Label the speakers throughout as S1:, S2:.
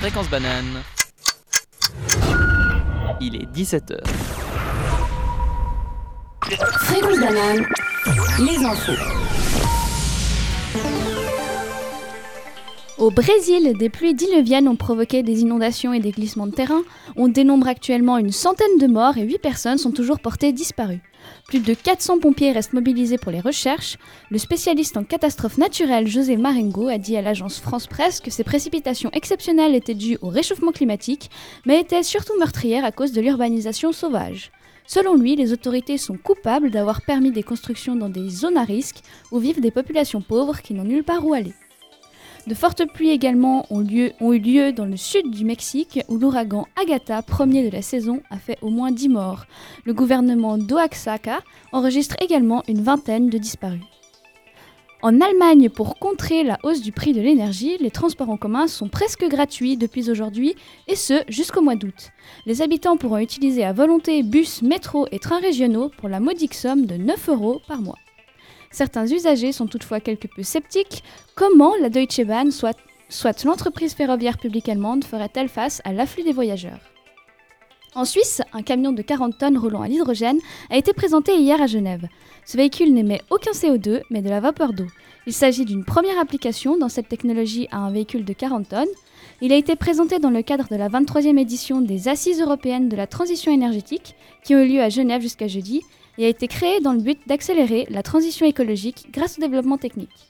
S1: Fréquence banane. Il est 17h.
S2: Fréquence banane, les infos.
S3: Au Brésil, des pluies diluviennes ont provoqué des inondations et des glissements de terrain. On dénombre actuellement une centaine de morts et 8 personnes sont toujours portées disparues. Plus de 400 pompiers restent mobilisés pour les recherches. Le spécialiste en catastrophes naturelles José Marengo a dit à l'agence France Presse que ces précipitations exceptionnelles étaient dues au réchauffement climatique, mais étaient surtout meurtrières à cause de l'urbanisation sauvage. Selon lui, les autorités sont coupables d'avoir permis des constructions dans des zones à risque où vivent des populations pauvres qui n'ont nulle part où aller. De fortes pluies également ont, lieu- ont eu lieu dans le sud du Mexique où l'ouragan Agatha, premier de la saison, a fait au moins 10 morts. Le gouvernement d'Oaxaca enregistre également une vingtaine de disparus. En Allemagne, pour contrer la hausse du prix de l'énergie, les transports en commun sont presque gratuits depuis aujourd'hui, et ce jusqu'au mois d'août. Les habitants pourront utiliser à volonté bus, métro et trains régionaux pour la modique somme de 9 euros par mois. Certains usagers sont toutefois quelque peu sceptiques. Comment la Deutsche Bahn, soit, soit l'entreprise ferroviaire publique allemande, ferait-elle face à l'afflux des voyageurs En Suisse, un camion de 40 tonnes roulant à l'hydrogène a été présenté hier à Genève. Ce véhicule n'émet aucun CO2, mais de la vapeur d'eau. Il s'agit d'une première application dans cette technologie à un véhicule de 40 tonnes. Il a été présenté dans le cadre de la 23e édition des Assises européennes de la transition énergétique, qui ont eu lieu à Genève jusqu'à jeudi, et a été créé dans le but d'accélérer la transition écologique grâce au développement technique.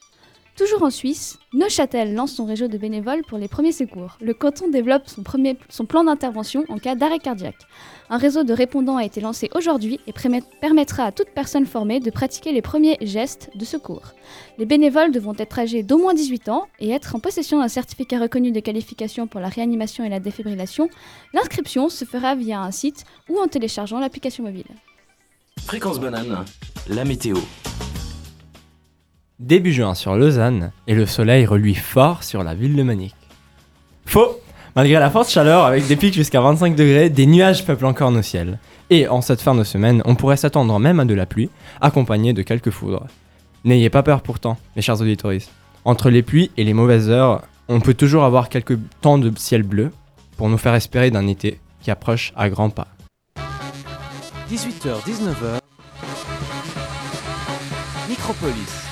S3: Toujours en Suisse, Neuchâtel lance son réseau de bénévoles pour les premiers secours. Le canton développe son, premier- son plan d'intervention en cas d'arrêt cardiaque. Un réseau de répondants a été lancé aujourd'hui et prémet- permettra à toute personne formée de pratiquer les premiers gestes de secours. Les bénévoles devront être âgés d'au moins 18 ans et être en possession d'un certificat reconnu de qualification pour la réanimation et la défibrillation. L'inscription se fera via un site ou en téléchargeant l'application mobile.
S4: Fréquence banane, la météo.
S5: Début juin sur Lausanne, et le soleil reluit fort sur la ville de Manic. Faux Malgré la forte chaleur, avec des pics jusqu'à 25 degrés, des nuages peuplent encore nos ciels. Et en cette fin de semaine, on pourrait s'attendre même à de la pluie, accompagnée de quelques foudres. N'ayez pas peur pourtant, mes chers auditeurs. Entre les pluies et les mauvaises heures, on peut toujours avoir quelques temps de ciel bleu pour nous faire espérer d'un été qui approche à grands pas.
S1: 18h, 19h. Micropolis.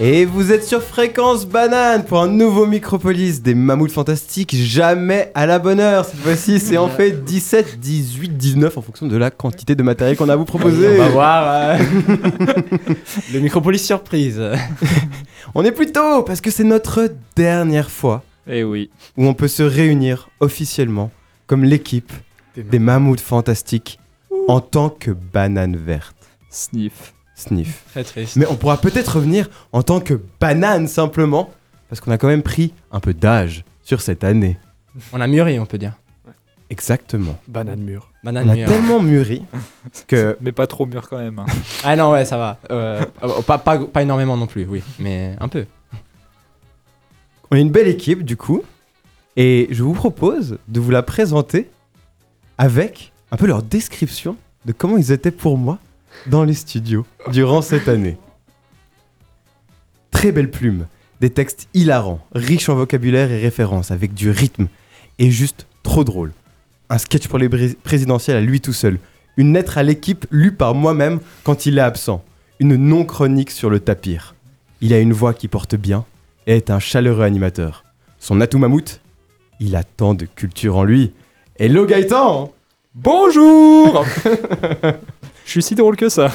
S6: Et vous êtes sur Fréquence Banane pour un nouveau Micropolis des mammouths fantastiques, jamais à la bonne heure. Cette fois-ci, c'est en fait 17, 18, 19 en fonction de la quantité de matériel qu'on a à vous
S5: On
S6: proposer.
S5: va voir euh, le micropolis surprise.
S6: On est plus tôt parce que c'est notre dernière fois
S5: Eh oui.
S6: où on peut se réunir officiellement comme l'équipe
S7: Des
S6: des mammouths fantastiques en tant que banane verte.
S7: Sniff.
S6: Sniff.
S5: Très triste.
S6: Mais on pourra peut-être revenir en tant que banane simplement parce qu'on a quand même pris un peu d'âge sur cette année.
S5: On a mûri, on peut dire.
S6: Exactement.
S7: Banane mûre.
S5: Banane
S6: On a
S5: mûre.
S6: tellement mûri que
S7: Mais pas trop mûre quand même. hein.
S5: Ah non, ouais, ça va. Euh, oh, pas, pas, pas énormément non plus, oui. Mais un peu.
S6: on est une belle équipe du coup. Et je vous propose de vous la présenter avec un peu leur description de comment ils étaient pour moi dans les studios durant cette année. Très belle plume, des textes hilarants, riches en vocabulaire et références, avec du rythme et juste trop drôle. Un sketch pour les bré- présidentielles à lui tout seul, une lettre à l'équipe lue par moi-même quand il est absent, une non-chronique sur le tapir. Il a une voix qui porte bien et est un chaleureux animateur. Son atout mammouth, il a tant de culture en lui. Hello Gaëtan
S7: Bonjour Je suis si drôle que ça.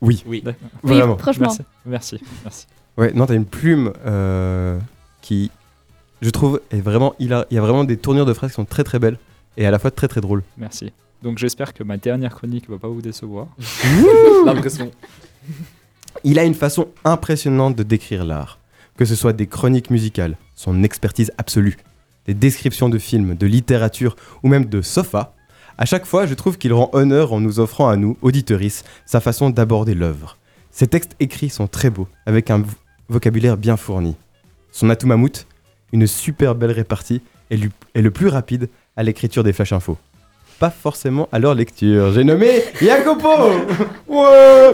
S6: Oui,
S5: Oui.
S3: Oui,
S6: vraiment.
S3: franchement.
S7: Merci. Merci. Merci.
S6: Ouais, non, t'as une plume euh, qui, je trouve, est vraiment hilar- Il y a vraiment des tournures de phrases qui sont très très belles et à la fois très très drôles.
S7: Merci. Donc j'espère que ma dernière chronique va pas vous décevoir.
S8: L'impression.
S6: Il a une façon impressionnante de décrire l'art, que ce soit des chroniques musicales, son expertise absolue, des descriptions de films, de littérature ou même de sofa. À chaque fois, je trouve qu'il rend honneur en nous offrant à nous, auditeurices, sa façon d'aborder l'œuvre. Ses textes écrits sont très beaux, avec un vo- vocabulaire bien fourni. Son atout mammouth, une super belle répartie, est, lu- est le plus rapide à l'écriture des flash infos. Pas forcément à leur lecture. J'ai nommé Jacopo Ouais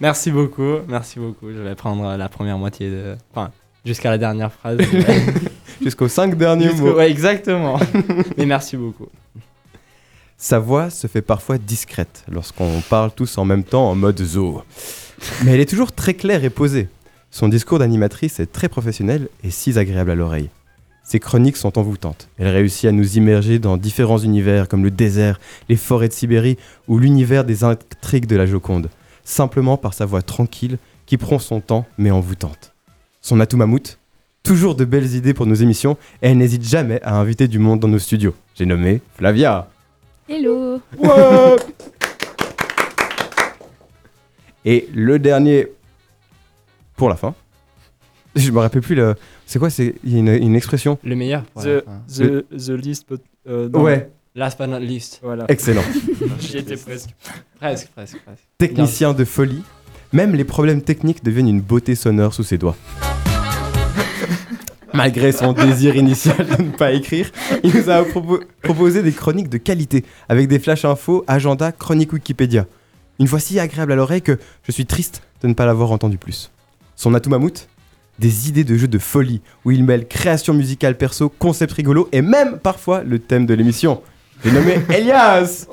S5: Merci beaucoup, merci beaucoup. Je vais prendre la première moitié de. Enfin, jusqu'à la dernière phrase. Mais
S6: jusqu'aux cinq derniers
S5: Jusqu'au-
S6: mots.
S5: ouais, exactement. Mais merci beaucoup.
S6: Sa voix se fait parfois discrète lorsqu'on parle tous en même temps en mode zoo. Mais elle est toujours très claire et posée. Son discours d'animatrice est très professionnel et si agréable à l'oreille. Ses chroniques sont envoûtantes. Elle réussit à nous immerger dans différents univers comme le désert, les forêts de Sibérie ou l'univers des intrigues de la Joconde, simplement par sa voix tranquille qui prend son temps mais envoûtante. Son atout mammouth Toujours de belles idées pour nos émissions et elle n'hésite jamais à inviter du monde dans nos studios. J'ai nommé Flavia.
S3: Hello
S6: Et le dernier pour la fin. Je me rappelle plus le. C'est quoi C'est il y a une, une expression.
S5: Le meilleur. pour la
S8: The,
S5: fin.
S8: the, the list. peut- euh, non.
S6: Ouais.
S5: Last but not least.
S8: Voilà.
S6: Excellent.
S8: J'y étais presque.
S5: Presque, presque, presque.
S6: Technicien de folie. Même les problèmes techniques deviennent une beauté sonore sous ses doigts. Malgré son désir initial de ne pas écrire, il nous a propo- proposé des chroniques de qualité avec des flash infos, agenda, chronique Wikipédia. Une fois si agréable à l'oreille que je suis triste de ne pas l'avoir entendu plus. Son atout mammouth Des idées de jeux de folie où il mêle création musicale perso, concept rigolo et même parfois le thème de l'émission. J'ai nommé Elias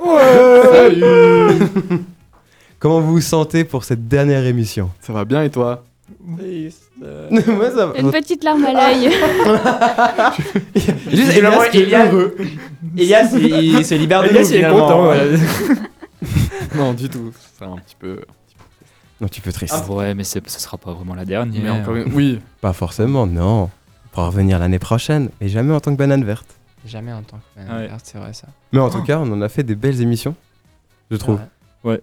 S6: Comment vous vous sentez pour cette dernière émission
S8: Ça va bien et toi
S6: Moi, ça va.
S3: Une petite larme à l'œil.
S5: Juste,
S7: Évidemment, Elias-
S5: Elias, il, il se libère de
S7: Elias,
S5: nous,
S7: Ah, il est
S5: finalement.
S7: content, ouais.
S8: Non, du tout. C'est un petit peu.
S6: Non, tu peux triste.
S9: Ah Ouais, mais c'est- ce sera pas vraiment la dernière.
S8: Mais encore une- Oui.
S6: Pas forcément, non. On pourra revenir l'année prochaine, mais jamais en tant que banane verte.
S5: Jamais en tant que
S8: Ouais.
S5: merde, c'est vrai ça.
S6: Mais en tout cas, on en a fait des belles émissions, je trouve.
S8: Ouais.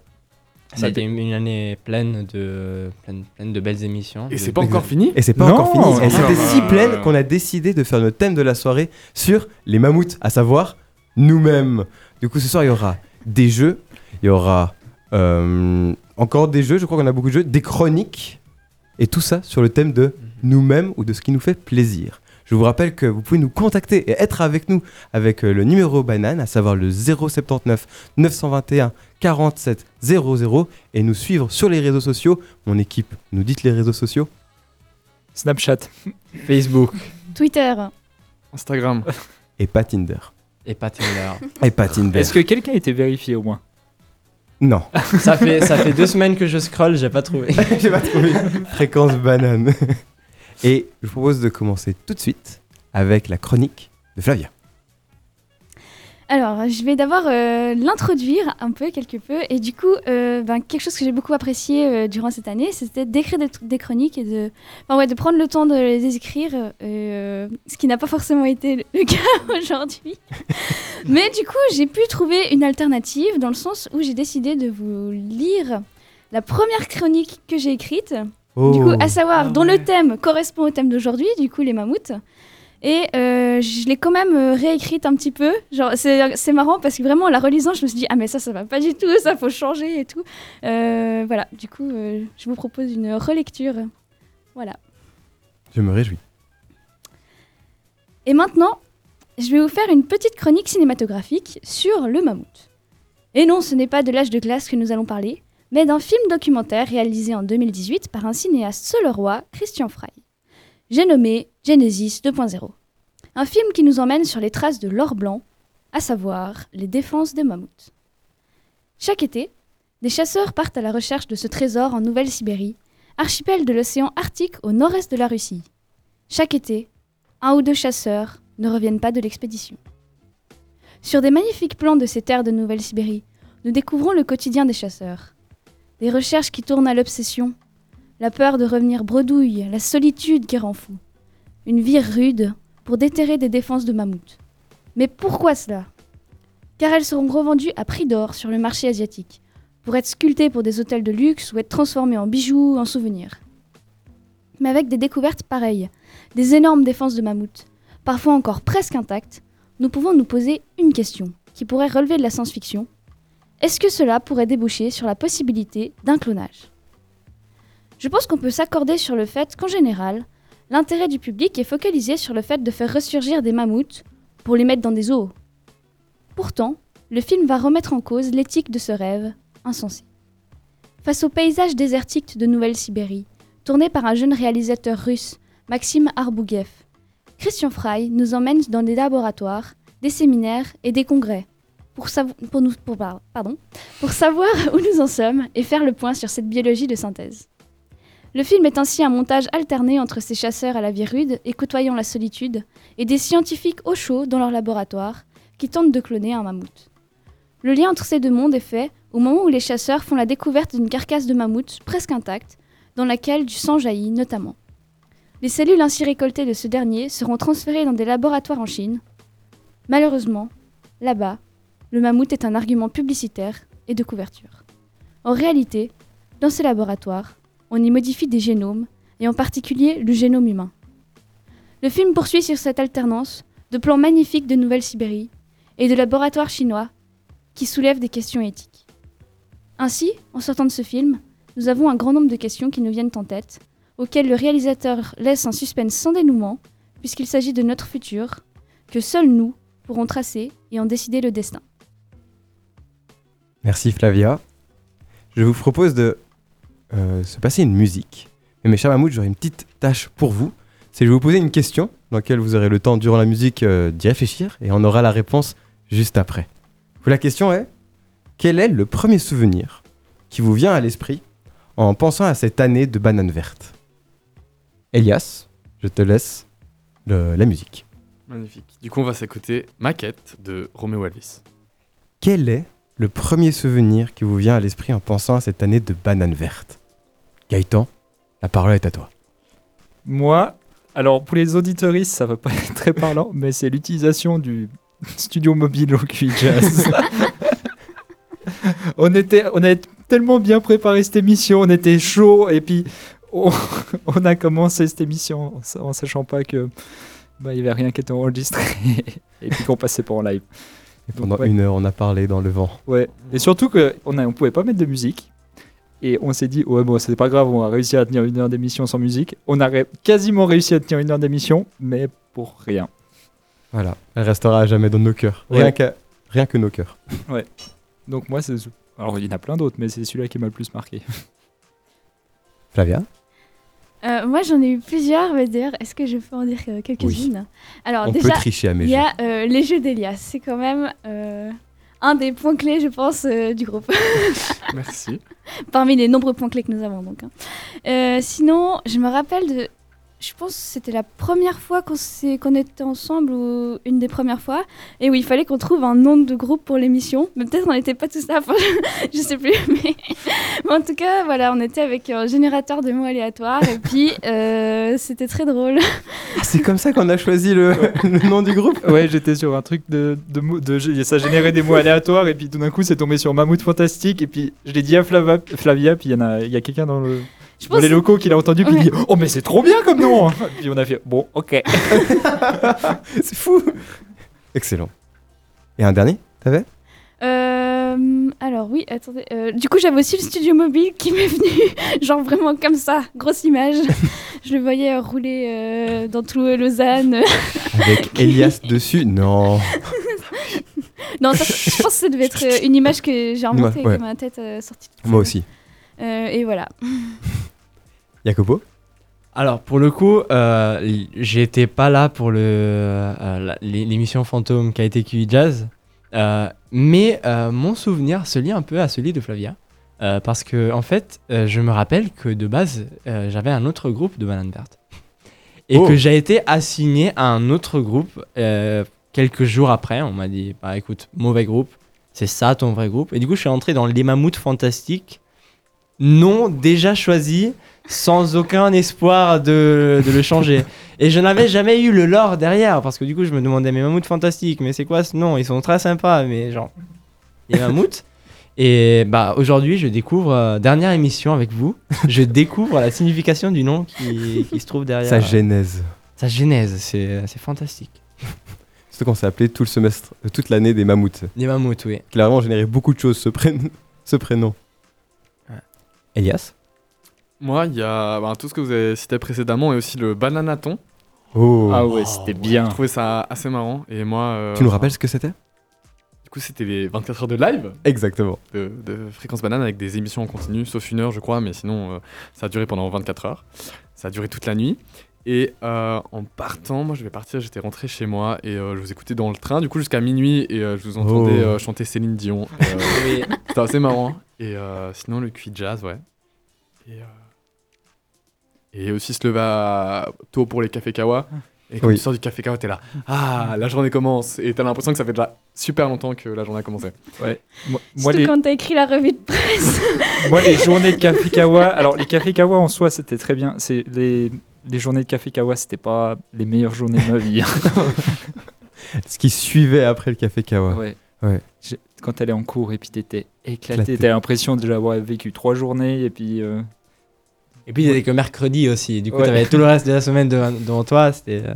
S5: Ça a été une une année pleine de, pleine, pleine de belles émissions.
S8: Et
S5: de-
S8: c'est pas encore fini
S6: Et c'est pas
S8: Non,
S6: encore fini.
S8: non, Ah.
S6: Elle s'était
S8: non,
S6: si
S8: non, non,
S6: pleine
S8: non.
S6: qu'on a décidé de faire le thème de la soirée sur les mammouths, à savoir nous-mêmes. Du coup, ce soir, il y aura des jeux, il y aura euh, encore des jeux, je crois qu'on a beaucoup de jeux, des chroniques, et tout ça sur le thème de nous-mêmes ou de ce qui nous fait plaisir. Je vous rappelle que vous pouvez nous contacter et être avec nous avec euh, le numéro banane, à savoir le 079 921 47 00, et nous suivre sur les réseaux sociaux. Mon équipe, nous dites les réseaux sociaux.
S9: Snapchat.
S5: Facebook
S3: Twitter.
S8: Instagram.
S6: et pas Tinder.
S5: et pas Tinder.
S6: Et pas Tinder.
S9: Est-ce que quelqu'un a été vérifié au moins
S6: Non,
S5: ça, fait, ça fait deux semaines que je scroll, j'ai pas trouvé.
S6: j'ai pas trouvé. Fréquence banane. Et je vous propose de commencer tout de suite avec la chronique de Flavia.
S3: Alors, je vais d'abord euh, l'introduire un peu, quelque peu. Et du coup, euh, ben, quelque chose que j'ai beaucoup apprécié euh, durant cette année, c'était d'écrire des, tr- des chroniques et de, enfin, ouais, de prendre le temps de les écrire, euh, euh, ce qui n'a pas forcément été le- le cas aujourd'hui. Mais du coup, j'ai pu trouver une alternative dans le sens où j'ai décidé de vous lire la première chronique que j'ai écrite.
S6: Oh.
S3: Du coup, à savoir, dont le thème correspond au thème d'aujourd'hui, du coup, les mammouths. Et euh, je l'ai quand même euh, réécrite un petit peu. Genre, c'est c'est marrant parce que vraiment, en la relisant, je me suis dit, ah, mais ça, ça va pas du tout, ça, faut changer et tout. Euh, voilà, du coup, euh, je vous propose une relecture. Voilà.
S6: Je me réjouis.
S3: Et maintenant, je vais vous faire une petite chronique cinématographique sur le mammouth. Et non, ce n'est pas de l'âge de glace que nous allons parler, mais d'un film documentaire réalisé en 2018 par un cinéaste solois, Christian Frey. J'ai nommé Genesis 2.0. Un film qui nous emmène sur les traces de l'or blanc, à savoir les défenses des mammouths. Chaque été, des chasseurs partent à la recherche de ce trésor en Nouvelle-Sibérie, archipel de l'océan Arctique au nord-est de la Russie. Chaque été, un ou deux chasseurs ne reviennent pas de l'expédition. Sur des magnifiques plans de ces terres de Nouvelle-Sibérie, nous découvrons le quotidien des chasseurs. Des recherches qui tournent à l'obsession, la peur de revenir bredouille, la solitude qui rend fou. Une vie rude pour déterrer des défenses de mammouth. Mais pourquoi cela Car elles seront revendues à prix d'or sur le marché asiatique, pour être sculptées pour des hôtels de luxe ou être transformées en bijoux, en souvenirs. Mais avec des découvertes pareilles, des énormes défenses de mammouth, parfois encore presque intactes, nous pouvons nous poser une question qui pourrait relever de la science-fiction. Est-ce que cela pourrait déboucher sur la possibilité d'un clonage Je pense qu'on peut s'accorder sur le fait qu'en général, l'intérêt du public est focalisé sur le fait de faire ressurgir des mammouths pour les mettre dans des zoos. Pourtant, le film va remettre en cause l'éthique de ce rêve insensé. Face au paysage désertique de Nouvelle-Sibérie, tourné par un jeune réalisateur russe, Maxime Arbouguev. Christian Fry nous emmène dans des laboratoires, des séminaires et des congrès pour, savo- pour nous, pour- par- pardon, pour savoir où nous en sommes et faire le point sur cette biologie de synthèse. Le film est ainsi un montage alterné entre ces chasseurs à la vie rude et côtoyant la solitude et des scientifiques au chaud dans leur laboratoire qui tentent de cloner un mammouth. Le lien entre ces deux mondes est fait au moment où les chasseurs font la découverte d'une carcasse de mammouth presque intacte, dans laquelle du sang jaillit notamment. Les cellules ainsi récoltées de ce dernier seront transférées dans des laboratoires en Chine. Malheureusement, là-bas, le mammouth est un argument publicitaire et de couverture. En réalité, dans ces laboratoires, on y modifie des génomes, et en particulier le génome humain. Le film poursuit sur cette alternance de plans magnifiques de Nouvelle-Sibérie et de laboratoires chinois qui soulèvent des questions éthiques. Ainsi, en sortant de ce film, nous avons un grand nombre de questions qui nous viennent en tête, auxquelles le réalisateur laisse un suspense sans dénouement, puisqu'il s'agit de notre futur, que seuls nous pourrons tracer et en décider le destin.
S6: Merci Flavia. Je vous propose de euh, se passer une musique. Mais mes chers mammouths, j'aurai une petite tâche pour vous. C'est que je vais vous poser une question dans laquelle vous aurez le temps durant la musique euh, d'y réfléchir et on aura la réponse juste après. Vous, la question est quel est le premier souvenir qui vous vient à l'esprit en pensant à cette année de banane verte Elias, je te laisse le- la musique.
S8: Magnifique. Du coup, on va s'écouter Maquette de Roméo Elvis.
S6: Quel est le premier souvenir qui vous vient à l'esprit en pensant à cette année de banane verte Gaëtan, la parole est à toi.
S9: Moi, alors pour les auditoristes, ça va pas être très parlant, mais c'est l'utilisation du studio mobile au QI Jazz. on était, on avait tellement bien préparé cette émission, on était chaud, et puis on, on a commencé cette émission en, sa- en sachant pas que bah, il y avait rien qui était enregistré, et puis qu'on passait pas en live.
S6: Et
S9: Donc,
S6: pendant
S9: ouais.
S6: une heure, on a parlé dans le vent.
S9: Ouais. Et surtout que on a, on pouvait pas mettre de musique. Et on s'est dit, ouais, bon, c'est pas grave, on a réussi à tenir une heure d'émission sans musique. On a ré- quasiment réussi à tenir une heure d'émission, mais pour rien.
S6: Voilà, elle restera à jamais dans nos cœurs.
S9: Ouais.
S6: Rien, qu'à- rien que nos cœurs.
S9: Donc moi, c'est. Alors, il y en a plein d'autres, mais c'est celui-là qui m'a le plus marqué.
S6: Flavia
S3: Euh, moi, j'en ai eu plusieurs, mais d'ailleurs, est-ce que je peux en dire euh, quelques-unes Alors,
S6: On peut
S3: déjà,
S6: tricher à mes
S3: il y
S6: jeux.
S3: a euh, les jeux d'Elias. C'est quand même euh, un des points clés, je pense, euh, du groupe.
S8: Merci.
S3: Parmi les nombreux points clés que nous avons, donc. hein. Euh, sinon, je me rappelle de. Je pense que c'était la première fois qu'on s'est- qu'on était ensemble, ou une des premières fois, et où il fallait qu'on trouve un nom de groupe pour l'émission. Mais peut-être on n'était pas tous là, enfin, je sais plus. Mais... mais en tout cas, voilà, on était avec un générateur de mots aléatoires, et puis euh, c'était très drôle.
S6: Ah, c'est comme ça qu'on a choisi le, le nom du groupe
S9: ouais, j'étais sur un truc de, de, mots- de, Ça générait des mots aléatoires, et puis tout d'un coup, c'est tombé sur Mammouth Fantastique, et puis je l'ai dit à Flava- Flavia, puis il y en a, il y a quelqu'un dans, le,
S3: Je
S9: dans les
S3: pense-
S9: locaux qui l'a entendu, puis il
S3: Ouais.
S9: dit, oh, mais c'est trop bien comme nom hein. Puis on a fait, bon, ok.
S6: C'est fou Excellent. Et un dernier T'avais
S3: Euh, alors oui, attendez. euh, du coup, j'avais aussi le studio mobile qui m'est venu, genre vraiment comme ça, grosse image. Je le voyais euh, rouler euh, dans tout euh, Lausanne.
S6: Avec Elias dessus Non.
S3: non, ça, je pense que ça devait être euh, une image que j'ai inventée
S6: Ouais, ouais.
S3: comme ma tête euh, sortie. de-
S6: Moi aussi.
S3: Euh, et voilà.
S6: Jacopo
S5: Alors pour le coup, euh, l- j'étais pas là pour le euh, la- l'é- l'émission fantôme qui a été QI Jazz, euh, mais euh, mon souvenir se lie un peu à celui de Flavia, euh, parce que en fait, euh, je me rappelle que de base, euh, j'avais un autre groupe de Banane Verte et
S6: Oh.
S5: que j'ai été assigné à un autre groupe euh, quelques jours après. On m'a dit, bah écoute, mauvais groupe, c'est ça ton vrai groupe. Et du coup, je suis entré dans les Mammouths Fantastiques, non déjà choisi sans aucun espoir de, de le changer. Et je n'avais jamais eu le lore derrière, parce que du coup, je me demandais, mais mammouths fantastiques, mais c'est quoi ce nom Ils sont très sympas, mais genre, les mammouths. Et bah aujourd'hui, je découvre, euh, dernière émission avec vous, je découvre la signification du nom qui, qui se trouve derrière.
S6: Sa genèse.
S5: Sa genèse, c'est euh, c'est fantastique.
S6: C'est ce qu'on s'est appelé tout le semestre, euh, toute l'année des mammouths.
S5: Les mammouths, oui.
S6: Qui a vraiment généré beaucoup de choses, ce, prén- ce prénom.
S5: Ouais.
S6: Elias
S8: Moi, il y a bah, tout ce que vous avez cité précédemment et aussi le bananaton.
S6: Oh.
S9: Ah ouais, c'était bien.
S8: Je trouvais ça assez marrant. Et moi. euh,
S6: tu nous rappelles ce que c'était
S8: Du coup, c'était les 24 heures de live
S6: Exactement.
S8: de, de Fréquence Banane avec des émissions en continu, sauf une heure, je crois, mais sinon, euh, ça a duré pendant 24 heures. Ça a duré toute la nuit. Et euh, en partant, moi je vais partir, j'étais rentré chez moi et euh, je vous écoutais dans le train, du coup jusqu'à minuit et euh, je vous entendais
S6: Oh.
S8: euh, chanter Céline Dion. Et, euh, C'était assez marrant. Et euh, sinon le cuit jazz, ouais. Et, euh, et aussi se lever à- tôt pour les cafés kawa. Et quand
S6: Oui.
S8: tu sors du café kawa, t'es là. Ah, la journée commence. Et t'as l'impression que ça fait déjà super longtemps que la journée a commencé.
S9: Moi, moi,
S3: Surtout
S9: les,
S3: quand t'as écrit la revue de presse.
S9: moi, les journées de Café Kawa, alors les Café Kawa en soi, c'était très bien. C'est les, les journées de Café Kawa, c'était pas les meilleures journées de ma vie. hein.
S6: Ce qui suivait après le café Kawa.
S9: Ouais.
S6: Ouais.
S9: J'ai- Quand t'allais en cours et puis t'étais éclaté,
S6: Éclaté.
S9: t'as l'impression de l'avoir vécu trois journées et puis. euh,
S5: Et puis il n'y avait que mercredi aussi. Du coup,
S9: Ouais.
S5: t'avais tout le reste de la semaine devant, devant toi. C'était. euh,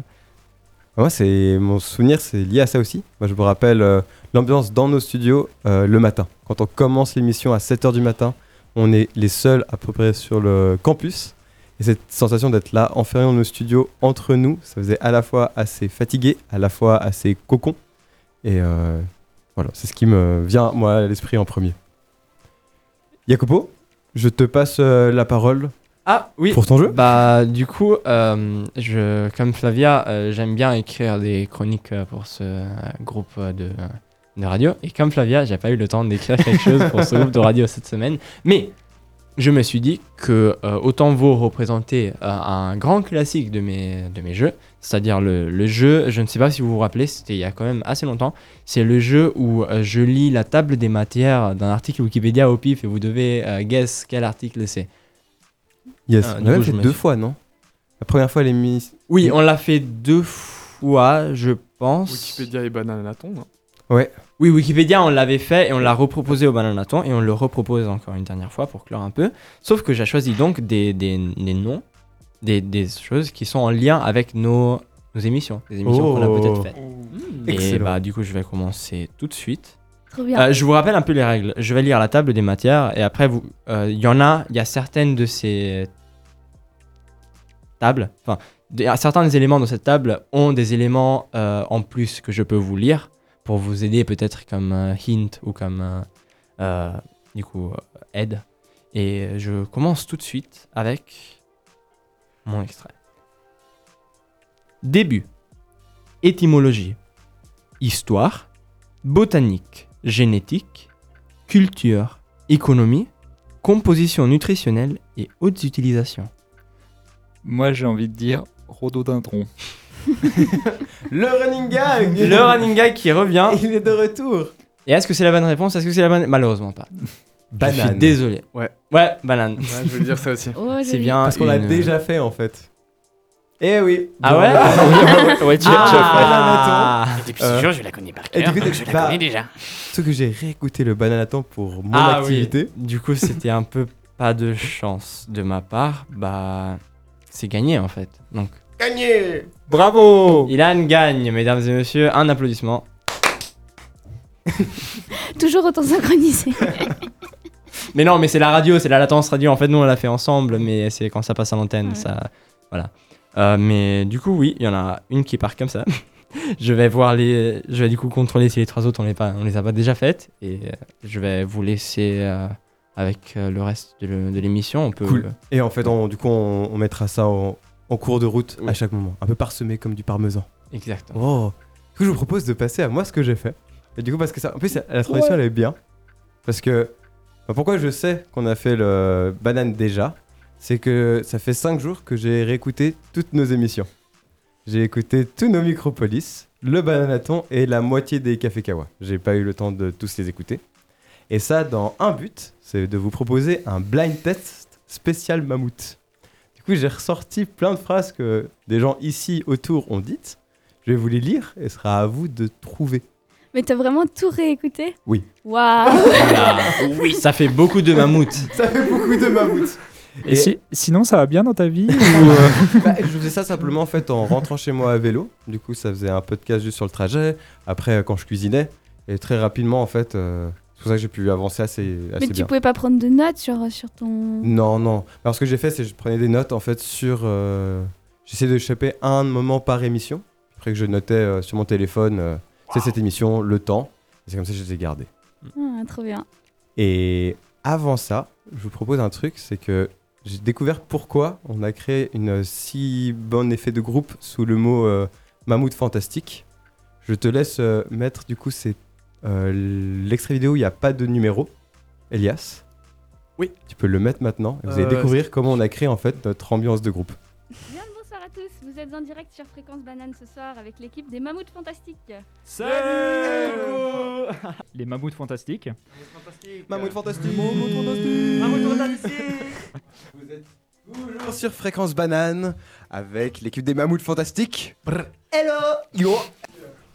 S6: Moi, c'est mon souvenir, c'est lié à ça aussi. Moi, je me rappelle euh, l'ambiance dans nos studios euh, le matin. Quand on commence l'émission à 7h du matin, on est les seuls à peu près sur le campus. Et cette sensation d'être là, enfermé dans nos studios entre nous, ça faisait à la fois assez fatigué, à la fois assez cocon. Et euh, voilà, c'est ce qui me vient, moi, à l'esprit en premier. Jacopo, je te passe euh, la parole
S5: Ah oui.
S6: pour ton jeu.
S5: Bah du coup, euh, je, comme Flavia, euh, j'aime bien écrire des chroniques euh, pour ce euh, groupe euh, de, de radio. Et comme Flavia, j'ai pas eu le temps d'écrire quelque chose pour ce groupe de radio cette semaine. Mais je me suis dit que euh, autant vaut représenter euh, un grand classique de mes, de mes jeux, c'est-à-dire le, le jeu, je ne sais pas si vous vous rappelez, c'était il y a quand même assez longtemps, c'est le jeu où euh, je lis la table des matières d'un article Wikipédia au pif et vous devez euh, guess quel article c'est.
S6: Yes,
S5: Ah,
S6: on
S5: du
S6: l'a même
S5: coup, je
S6: fait
S5: me
S6: deux
S5: suis-
S6: fois, non La première fois, l'émission.
S5: Oui, on l'a fait deux fois, je pense.
S8: Wikipédia et Bananaton, hein. non
S5: Oui, Wikipédia, on l'avait fait et on l'a reproposé au Bananaton et on le repropose encore une dernière fois pour clore un peu. Sauf que j'ai choisi donc des, des- des noms, des, des choses qui sont en lien avec nos, nos émissions, les émissions qu'on a
S6: Oh.
S5: peut-être faites. Et
S6: Excellent.
S5: bah, du coup, je vais commencer tout de suite.
S3: Trop bien.
S5: Euh, je vous rappelle un peu les règles. Je vais lire la table des matières et après, vous- euh, il y en a, il y a certaines de ces tables, enfin, des- certains des éléments de cette table ont des éléments euh, en plus que je peux vous lire pour vous aider peut-être comme euh, hint ou comme euh, euh, du coup euh, aide. Et je commence tout de suite avec mon extrait. Début. Étymologie. Histoire botanique, génétique, culture, économie, composition nutritionnelle et hautes utilisations.
S9: moi, j'ai envie de dire rhododendron.
S6: Le running gang
S5: Le running gag qui revient.
S6: Il est de retour
S5: Et est-ce que c'est la bonne réponse Est-ce que c'est la bonne Malheureusement pas. Je suis désolé.
S8: Ouais.
S5: Ouais, banane.
S8: Ouais, je voulais dire ça aussi.
S3: Oh,
S5: C'est
S3: joli.
S5: bien.
S6: Parce qu'on l'a
S5: une-
S6: déjà fait en fait. Eh oui
S5: Ah ouais
S9: ouais, tu l'as déjà fait.
S5: Ah,
S7: Et depuis
S6: Euh.
S7: ce jour, je la connais par
S6: Et du
S7: cœur,
S6: coup,
S7: donc
S6: t'es
S7: je la
S6: pas-
S7: connais déjà.
S6: Surtout que j'ai réécouté le bananaton pour mon
S5: Ah oui.
S6: activité.
S5: Du coup, c'était un peu pas de chance de ma part. Bah, c'est gagné en fait. Donc,
S6: Gagné Oh.
S9: Bravo
S5: Ilan gagne, mesdames et messieurs. Un applaudissement.
S3: Toujours autant synchronisé.
S5: Mais non, mais c'est la radio, c'est la latence radio. En fait, nous, on l'a fait ensemble, mais c'est quand ça passe à l'antenne,
S3: Ouais.
S5: ça. Voilà. Euh, mais du coup, oui, il y en a une qui part comme ça. je vais voir les. Je vais du coup contrôler si les trois autres, on les, pas... on les a pas déjà faites. Et euh, je vais vous laisser euh, avec euh, le reste de le- de l'émission. On peut. euh,
S6: Cool. Et en fait, on- du coup, on, on mettra ça en, en cours de route
S5: Oui.
S6: à chaque moment. Un peu parsemé comme du parmesan.
S5: Exact.
S6: Oh Du coup, je vous propose de passer à moi ce que j'ai fait. Et du coup, parce que ça. En plus, la transition, elle est bien. Parce que. bah, pourquoi je sais qu'on a fait le banane déjà C'est que ça fait 5 jours que j'ai réécouté toutes nos émissions. J'ai écouté tous nos Micropolis, le bananaton et la moitié des Café Kawa. J'ai pas eu le temps de tous les écouter. Et ça, dans un but, c'est de vous proposer un blind test spécial mammouth. Du coup, j'ai ressorti plein de phrases que des gens ici autour ont dites. Je vais vous les lire et ce sera à vous de trouver.
S3: Mais t'as vraiment tout réécouté
S6: Oui.
S5: Ah,
S3: Waouh
S5: Voilà. Ça fait beaucoup de mammouths.
S6: Ça fait beaucoup de mammouths.
S9: Et, si- sinon, ça va bien dans ta vie
S6: Bah, je faisais ça simplement en fait en rentrant chez moi à vélo. Du coup, ça faisait un podcast juste sur le trajet. Après, euh, quand je cuisinais et très rapidement en fait, euh, c'est pour ça que j'ai pu avancer assez, assez
S3: Mais tu
S6: bien.
S3: pouvais pas prendre de notes sur, sur ton.
S6: Non, non. Alors ce que j'ai fait, c'est que je prenais des notes en fait sur. euh, J'essayais de choper un moment par émission. Après que je notais euh, sur mon téléphone, euh, c'est cette émission, le temps. Et C'est comme ça que je les ai gardés.
S3: Ah, trop bien.
S6: Et avant ça, je vous propose un truc, c'est que j'ai découvert pourquoi on a créé une si bon effet de groupe sous le mot euh, mammouth fantastique. Je te laisse euh, mettre du coup c'est euh, l'extrait vidéo, il n'y a pas de numéro. Elias
S8: Oui.
S6: Tu peux le mettre maintenant. et vous allez
S8: Euh,
S6: découvrir comment on a créé en fait notre ambiance de groupe.
S3: Bien le bonsoir à tous, vous êtes en direct sur Fréquence Banane ce soir avec l'équipe des Mammouths Fantastiques.
S9: Les mammouths fantastiques.
S6: Mammouth fantastique Vous êtes toujours sur Fréquence Banane avec l'équipe des Mammouths Fantastiques.
S10: Hello
S6: Yo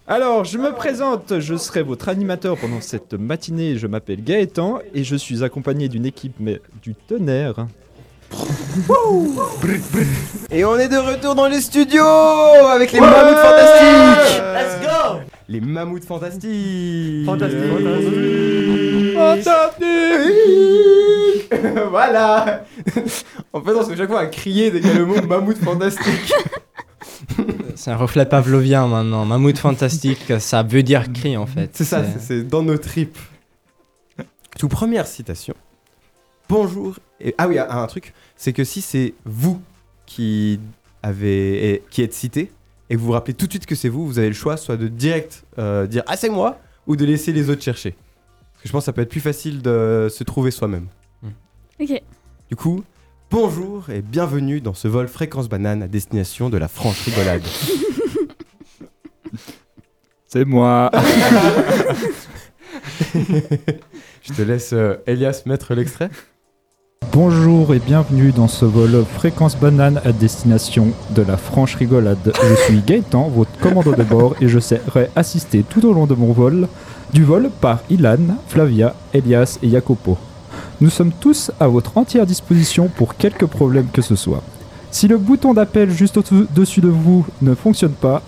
S10: Alors, je me présente, je serai votre animateur pendant cette matinée. Je m'appelle Gaëtan et je suis accompagné d'une équipe mais du tonnerre.
S6: Et on est de retour dans les studios avec les Mammouths Fantastiques Let's go Les Mammouths Fantastiques Fantastiques Voilà En fait, on se met chaque fois à crier dès qu'il y a le mot Mammouth Fantastique
S5: C'est un reflet pavlovien maintenant. Mammouth fantastique, ça veut dire cri en fait.
S6: C'est ça, c'est- c'est dans nos tripes. Tout première citation. Bonjour. Et, ah oui, ah, un truc, c'est que si c'est vous qui avez et- qui êtes cité et que vous vous rappelez tout de suite que c'est vous, vous avez le choix soit de direct euh, dire ah c'est moi ou de laisser les autres chercher. Parce que je pense que ça peut être plus facile de se trouver soi-même.
S11: Ok.
S6: Du coup, bonjour et bienvenue dans ce vol fréquence banane à destination de la franche rigolade.
S12: C'est moi.
S6: je te laisse euh, Elias mettre l'extrait.
S9: Bonjour et bienvenue dans ce vol Fréquence Banane à destination de la franche rigolade. Je suis Gaëtan, votre commandant de bord, et je serai assisté tout au long de mon vol, du vol par Ilan, Flavia, Elias et Jacopo. Nous sommes tous à votre entière disposition pour quelque problème que ce soit. Si le bouton d'appel juste au-dessus de vous ne fonctionne pas,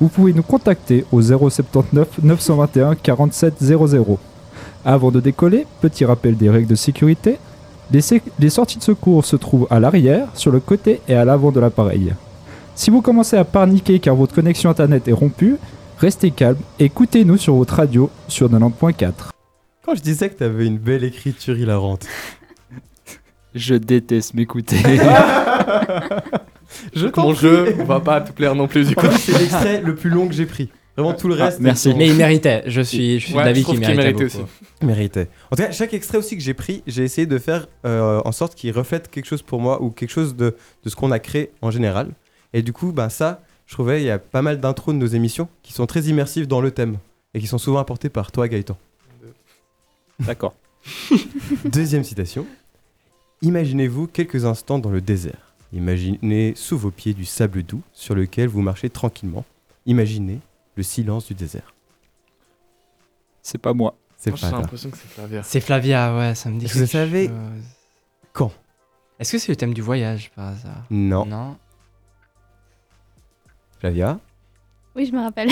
S9: vous pouvez nous contacter au 079 921 47 00. Avant de décoller, petit rappel des règles de sécurité. Les, sé- les sorties de secours se trouvent à l'arrière, sur le côté et à l'avant de l'appareil. Si vous commencez à paniquer car votre connexion internet est rompue, restez calme et écoutez-nous sur votre radio sur 90.4.
S6: Quand je disais que t'avais une belle écriture hilarante.
S12: Je déteste m'écouter.
S6: Je
S8: Mon jeu, on va pas te plaire non plus du
S6: En
S8: coup.
S6: fait, c'est l'extrait le plus long que j'ai pris. Vraiment tout le
S5: Ah,
S6: reste.
S5: merci.
S6: est dans-
S5: Mais il méritait. Je suis, je suis
S8: Ouais,
S5: d'avis
S8: je trouve
S5: qu'il
S8: qu'il
S5: méritait,
S8: méritait
S5: beaucoup.
S6: Méritait. En tout cas, chaque extrait aussi que j'ai pris, j'ai essayé de faire euh, en sorte qu'il reflète quelque chose pour moi ou quelque chose de, de ce qu'on a créé en général. Et du coup, ben ça, je trouvais, il y a pas mal d'intros de nos émissions qui sont très immersives dans le thème et qui sont souvent apportées par toi, Gaëtan.
S12: D'accord.
S6: Deuxième citation. Imaginez-vous quelques instants dans le désert. Imaginez sous vos pieds du sable doux sur lequel vous marchez tranquillement. Imaginez le silence du désert.
S12: C'est pas moi.
S6: C'est
S8: Moi, J'ai
S6: pas grave.
S8: l'impression que c'est Flavia.
S5: C'est Flavia, ouais, ça me dit.
S6: Est-ce que vous
S5: quelque
S6: savez
S5: chose.
S6: quand
S5: Est-ce que c'est le thème du voyage par hasard
S6: Non.
S5: Non.
S6: Flavia
S11: Oui, je me rappelle.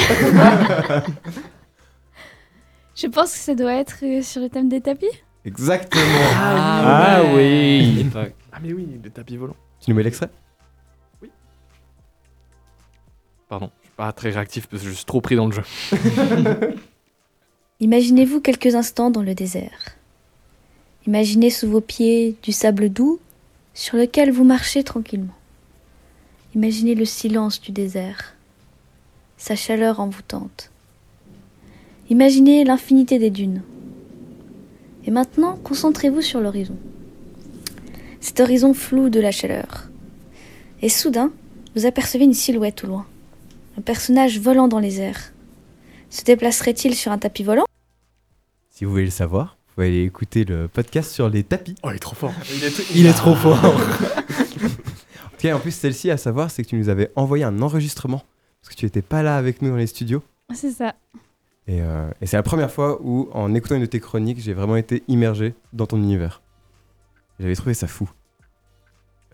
S11: je pense que ça doit être euh, sur le thème des tapis.
S6: Exactement.
S5: Ah,
S12: Ah oui.
S5: à l'époque.
S8: Ah, mais oui, le tapis volant.
S6: Tu nous mets l'extrait
S8: Pardon, je suis pas très réactif parce que je suis trop pris dans le jeu.
S13: Imaginez-vous quelques instants dans le désert. Imaginez sous vos pieds du sable doux sur lequel vous marchez tranquillement. Imaginez le silence du désert, sa chaleur envoûtante. Imaginez l'infinité des dunes. Et maintenant, concentrez-vous sur l'horizon. Cet horizon flou de la chaleur. Et soudain, vous apercevez une silhouette au loin. Un personnage volant dans les airs. Se déplacerait-il sur un tapis volant
S6: Si vous voulez le savoir, vous pouvez aller écouter le podcast sur les tapis.
S8: Oh, il est trop fort.
S6: Il est trop fort. en Ah. tout cas, en plus, celle-ci, à savoir, c'est que tu nous avais envoyé un enregistrement parce que tu n'étais pas là avec nous dans les studios.
S11: C'est ça.
S6: Et, euh, et c'est la première fois où, en écoutant une de tes chroniques, j'ai vraiment été immergé dans ton univers. J'avais trouvé ça fou.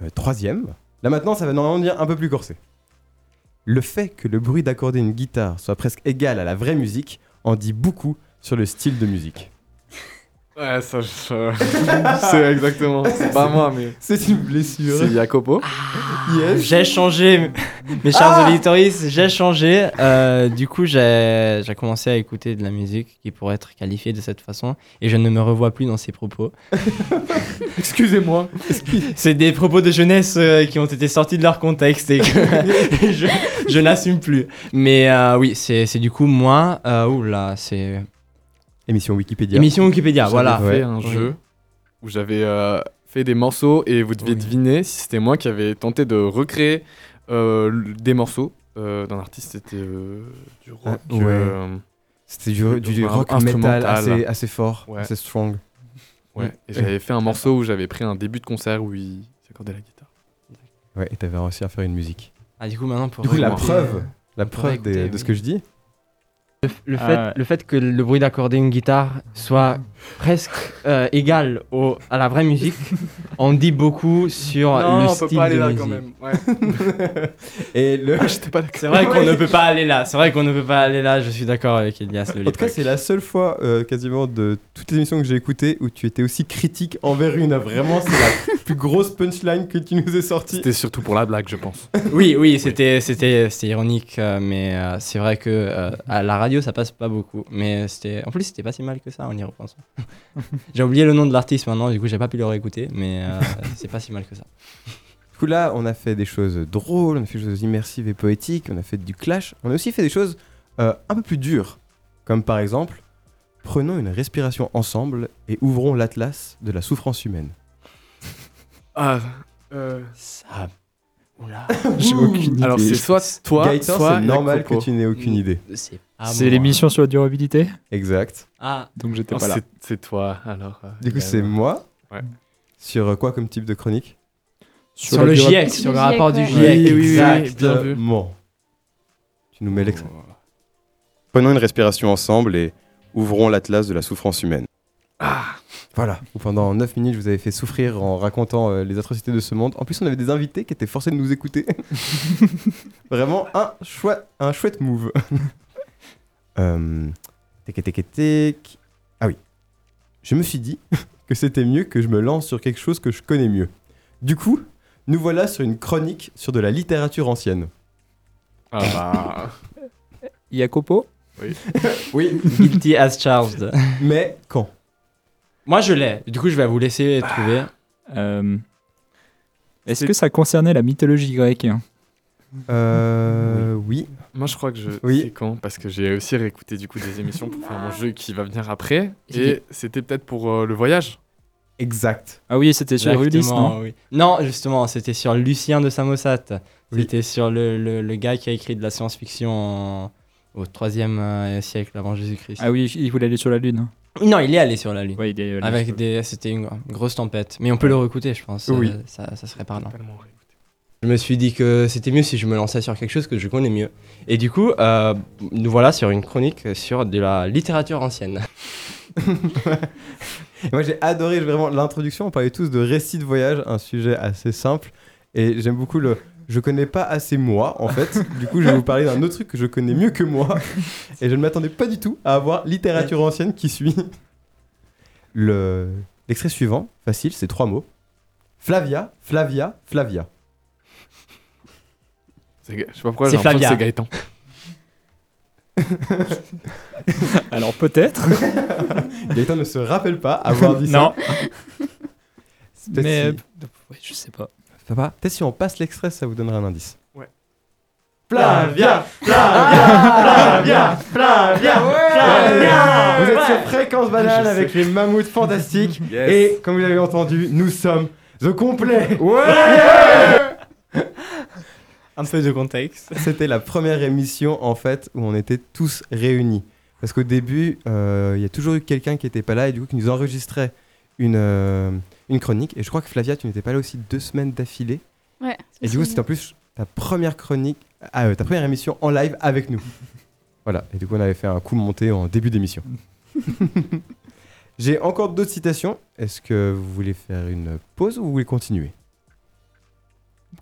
S6: Euh, troisième. Là maintenant, ça va normalement dire un peu plus corsé. Le fait que le bruit d'accorder une guitare soit presque égal à la vraie musique en dit beaucoup sur le style de musique.
S8: Ouais, ça, je- c'est exactement. C'est pas moi, mais.
S6: C'est une blessure.
S8: C'est Jacopo.
S5: Ah, J'ai changé, mes chers
S8: Ah
S5: auditeurs, j'ai changé. Euh, du coup, j'ai j'ai commencé à écouter de la musique qui pourrait être qualifiée de cette façon et je ne me revois plus dans ces propos.
S6: Excusez-moi.
S5: C'est des propos de jeunesse euh, qui ont été sortis de leur contexte et que et je, je n'assume plus. Mais euh, oui, c'est c'est du coup moi. Euh, oula, c'est.
S6: Émission Wikipédia.
S5: Émission Wikipédia,
S8: J'avais
S5: voilà.
S8: fait un
S5: Oui.
S8: jeu où j'avais euh, fait des morceaux et vous deviez deviner si c'était moi qui avais tenté de recréer euh, l- des morceaux euh, d'un artiste. C'était euh, du rock.
S6: Ah, ouais.
S8: euh,
S6: C'était du, du
S8: un
S6: rock metal
S8: instrumental.
S6: assez, assez fort,
S8: Ouais.
S6: assez strong.
S8: Ouais. Et j'avais fait un morceau où j'avais pris un début de concert où il s'accordait la guitare.
S6: Ouais, et t'avais réussi à faire une musique.
S5: Ah, du coup, maintenant pour.
S6: Du coup, la
S5: écouter-
S6: preuve, la
S5: pour
S6: preuve
S5: écouter,
S6: des- de
S5: oui.
S6: ce que je dis.
S5: Le, f- le
S6: Ah
S5: fait,
S6: ouais.
S5: le fait que le bruit d'accordé une guitare soit presque euh, égal au, à la vraie musique, on dit beaucoup sur
S8: Non,
S5: Oh, le
S8: on peut
S5: style
S8: pas aller
S5: de
S8: là
S5: musique.
S8: quand même. Ouais.
S6: Et le...
S5: C'est vrai qu'on ne peut pas aller là. C'est vrai qu'on ne peut pas aller là. Je suis d'accord avec Elias. Le
S6: En tout cas, c'est la seule fois euh, quasiment de toutes les émissions que j'ai écoutées où tu étais aussi critique envers une. Vraiment, c'est la plus grosse punchline que tu nous aies sortie.
S8: C'était surtout pour la blague, je pense.
S5: Oui, oui, c'était, c'était, c'était ironique, euh, mais euh, c'est vrai que euh, à la radio ça passe pas beaucoup. Mais c'était, en plus, c'était pas si mal que ça en y repensant. j'ai oublié le nom de l'artiste maintenant, du coup, j'ai pas pu le réécouter, mais euh, c'est pas si mal que ça.
S6: Du coup, là, on a fait des choses drôles, on a fait des choses immersives et poétiques, on a fait du clash, on a aussi fait des choses euh, un peu plus dures. Comme par exemple, prenons une respiration ensemble et ouvrons l'atlas de la souffrance humaine.
S8: Ah,
S5: Ça. Oula.
S8: J'ai aucune idée. Alors, c'est soit toi,
S6: Gaëtan,
S8: soit Mm.
S6: c'est normal que
S8: Jacopo.
S6: tu n'aies aucune idée.
S5: C'est
S9: Ah, C'est l'émission sur la durabilité
S6: Exact.
S5: Ah.
S9: Donc j'étais
S8: Oh,
S9: pas là.
S8: c'est- C'est toi, alors. euh,
S6: Du coup,
S8: Gaël.
S6: c'est moi.
S8: Ouais.
S6: Sur euh, quoi comme type de chronique
S5: Sur Sur le le GIEC, GIEC, sur le le rapport du ouais. GIEC,
S6: Oui, oui, oui,
S5: exactement.
S6: bien vu. Bon. Tu nous mets l'extrait. Prenons une respiration ensemble et ouvrons l'atlas de la souffrance humaine. Ah, Voilà. Où pendant 9 minutes, je vous avais fait souffrir en racontant euh, les atrocités de ce monde. En plus, on avait des invités qui étaient forcés de nous écouter. Vraiment un, chouette, un chouette move. euh, tic, tic, tic. Ah oui. Je me suis dit que c'était mieux que je me lance sur quelque chose que je connais mieux. Du coup, nous voilà sur une chronique sur de la littérature ancienne.
S8: Ah
S9: Jacopo
S8: Oui.
S6: oui.
S5: Guilty as charged.
S6: Mais quand
S5: Moi, je l'ai. Du coup, je vais vous laisser trouver.
S9: Euh, Est-ce que ça concernait la mythologie grecque hein
S6: Euh. Oui.
S8: Moi, je crois que je
S6: Oui.
S8: sais quand, parce que j'ai aussi réécouté du coup des émissions pour faire mon jeu qui va venir après.
S5: C'est
S8: Et c'était peut-être pour euh, le voyage.
S6: Exact.
S9: Ah oui, c'était sur Ulysse,
S5: Exactement,
S9: non
S5: oui. Non, justement, c'était sur Lucien de Samosat. C'était sur le, le- le gars qui a écrit de la science-fiction en- au 3e euh, siècle avant Jésus-Christ.
S9: Ah oui, il voulait aller sur la Lune. hein.
S5: Non, il est allé sur la Lune.
S9: Ouais, il est euh, allé
S5: Avec
S9: sur-
S5: des, c'était une, une grosse tempête. Mais on peut le recouter, je pense.
S6: Oui.
S5: Euh, Ça, ça serait parlant. Je me suis dit que c'était mieux si je me lançais sur quelque chose que je connais mieux. Et du coup, euh, nous voilà sur une chronique sur de la littérature ancienne.
S6: Et moi j'ai adoré vraiment l'introduction, on parlait tous de récits de voyage, un sujet assez simple. Et j'aime beaucoup le... Je connais pas assez moi en fait. du coup je vais vous parler d'un autre truc que je connais mieux que moi. Et je ne m'attendais pas du tout à avoir littérature ancienne qui suit. Le... L'extrait suivant, facile, c'est trois mots. Flavia, Flavia, Flavia.
S8: C'est Ga- Je sais pas pourquoi
S5: C'est
S8: j'ai l'impression que
S5: Flavia.
S8: c'est Gaëtan.
S9: Alors peut-être.
S6: Gaëtan ne se rappelle pas avoir dit
S9: Non.
S6: ça. Peut-être
S9: Mais
S6: si-
S9: euh, ouais, je sais pas.
S6: Ça va Peut-être si on passe l'extrait, ça vous donnera un indice.
S8: Ouais.
S6: Flavia
S5: Ah
S6: Flavia Flavia Flavia Vous êtes sur Fréquence Banale avec les mammouths fantastiques.
S8: Yes.
S6: Et comme vous l'avez entendu, nous sommes The Complet
S5: Un peu de contexte.
S6: C'était la première émission en fait où on était tous réunis. Parce qu'au début, euh, il y a toujours eu quelqu'un qui n'était pas là et du coup qui nous enregistrait une, euh, une chronique. Et je crois que Flavia, tu n'étais pas là aussi deux semaines d'affilée.
S14: Ouais.
S6: Et du coup, c'était en plus ta première chronique, ah, euh, ta première émission en live avec nous. voilà. Et du coup, on avait fait un coup monté en début d'émission. J'ai encore d'autres citations. Est-ce que vous voulez faire une pause ou vous voulez continuer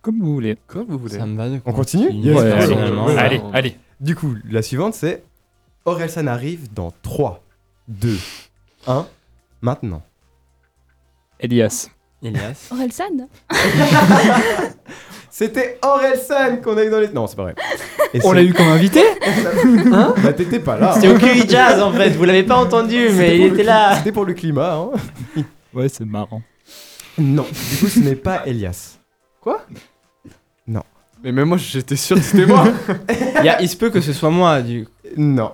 S9: Comme vous voulez.
S8: Comme vous voulez.
S5: Ça me va de
S6: On continue
S5: continuer,
S6: Ouais, allez,
S5: personnellement.
S6: allez,
S9: Allez, allez.
S6: Du coup, la suivante c'est Orelsan arrive dans 3, 2, 1. Maintenant.
S9: Elias.
S5: Elias.
S3: Orelsan
S6: C'était Orelsan qu'on a eu dans les. Non, c'est pas vrai. Et
S9: On
S6: c'est-
S9: l'a eu comme invité
S6: Hein Bah, t'étais pas là.
S15: C'était au Curry Jazz en fait, vous l'avez pas entendu,
S6: C'était
S15: mais il
S6: pour le
S15: était
S6: cli-
S15: là.
S6: C'était pour le climat. Hein.
S9: Ouais, c'est marrant.
S6: Non, du coup, ce n'est pas Elias.
S8: Quoi
S6: Non.
S8: Mais même moi, j'étais sûr que c'était moi.
S5: Il y a- il se peut que ce soit moi, du
S6: Non.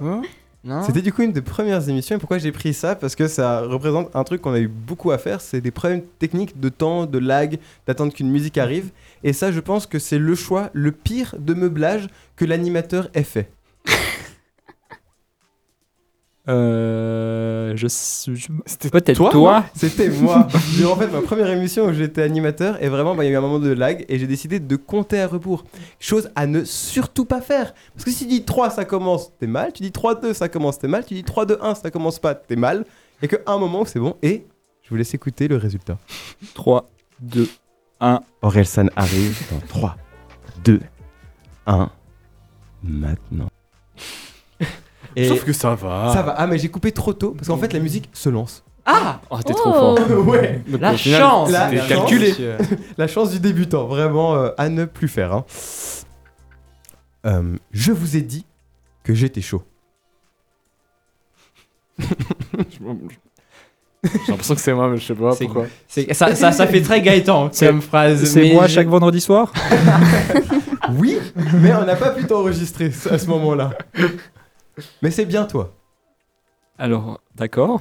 S5: Non
S6: C'était du coup une des premières émissions. Et pourquoi j'ai pris ça Parce que ça représente un truc qu'on a eu beaucoup à faire. C'est des problèmes techniques de temps, de lag, d'attendre qu'une musique arrive. Et ça, je pense que c'est le choix le pire de meublage que l'animateur ait fait.
S9: Euh, je, suis- je-
S8: C'était
S9: peut-être toi.
S6: C'était moi. J'ai en fait ma première émission où j'étais animateur et vraiment bah, il y a eu un moment de lag et j'ai décidé de compter à rebours. Chose à ne surtout pas faire. Parce que si tu dis 3 ça commence, t'es mal. Tu dis 3, 2 ça commence, t'es mal. Tu dis 3, 2, 1 ça commence pas, t'es mal. Il n'y a qu'un moment où c'est bon et je vous laisse écouter le résultat.
S9: 3, 2, 1.
S6: Orelsan arrive dans 3, 2, 1. Maintenant.
S8: Sauf que Oh. ça va.
S6: Ça va. Ah mais j'ai coupé trop tôt parce qu'en fait la musique se lance.
S15: Ah
S9: Oh,
S6: t'es
S9: trop fort.
S6: ouais.
S9: Donc, La au final, chance.
S6: La-
S9: c'était
S6: la
S9: calculé.
S6: chance. La chance du débutant, vraiment euh, à ne plus faire. hein. Euh, je vous ai dit que j'étais chaud.
S8: J'ai l'impression que c'est moi, mais je sais pas pourquoi.
S5: c'est- ça- ça- ça fait très Gaëtan
S9: C'est-
S5: comme phrase,
S9: C'est
S5: mais
S9: moi
S5: je-
S9: chaque vendredi soir
S6: Oui, mais on n'a pas pu t'enregistrer à ce moment-là. Mais c'est bien toi.
S9: Alors, d'accord.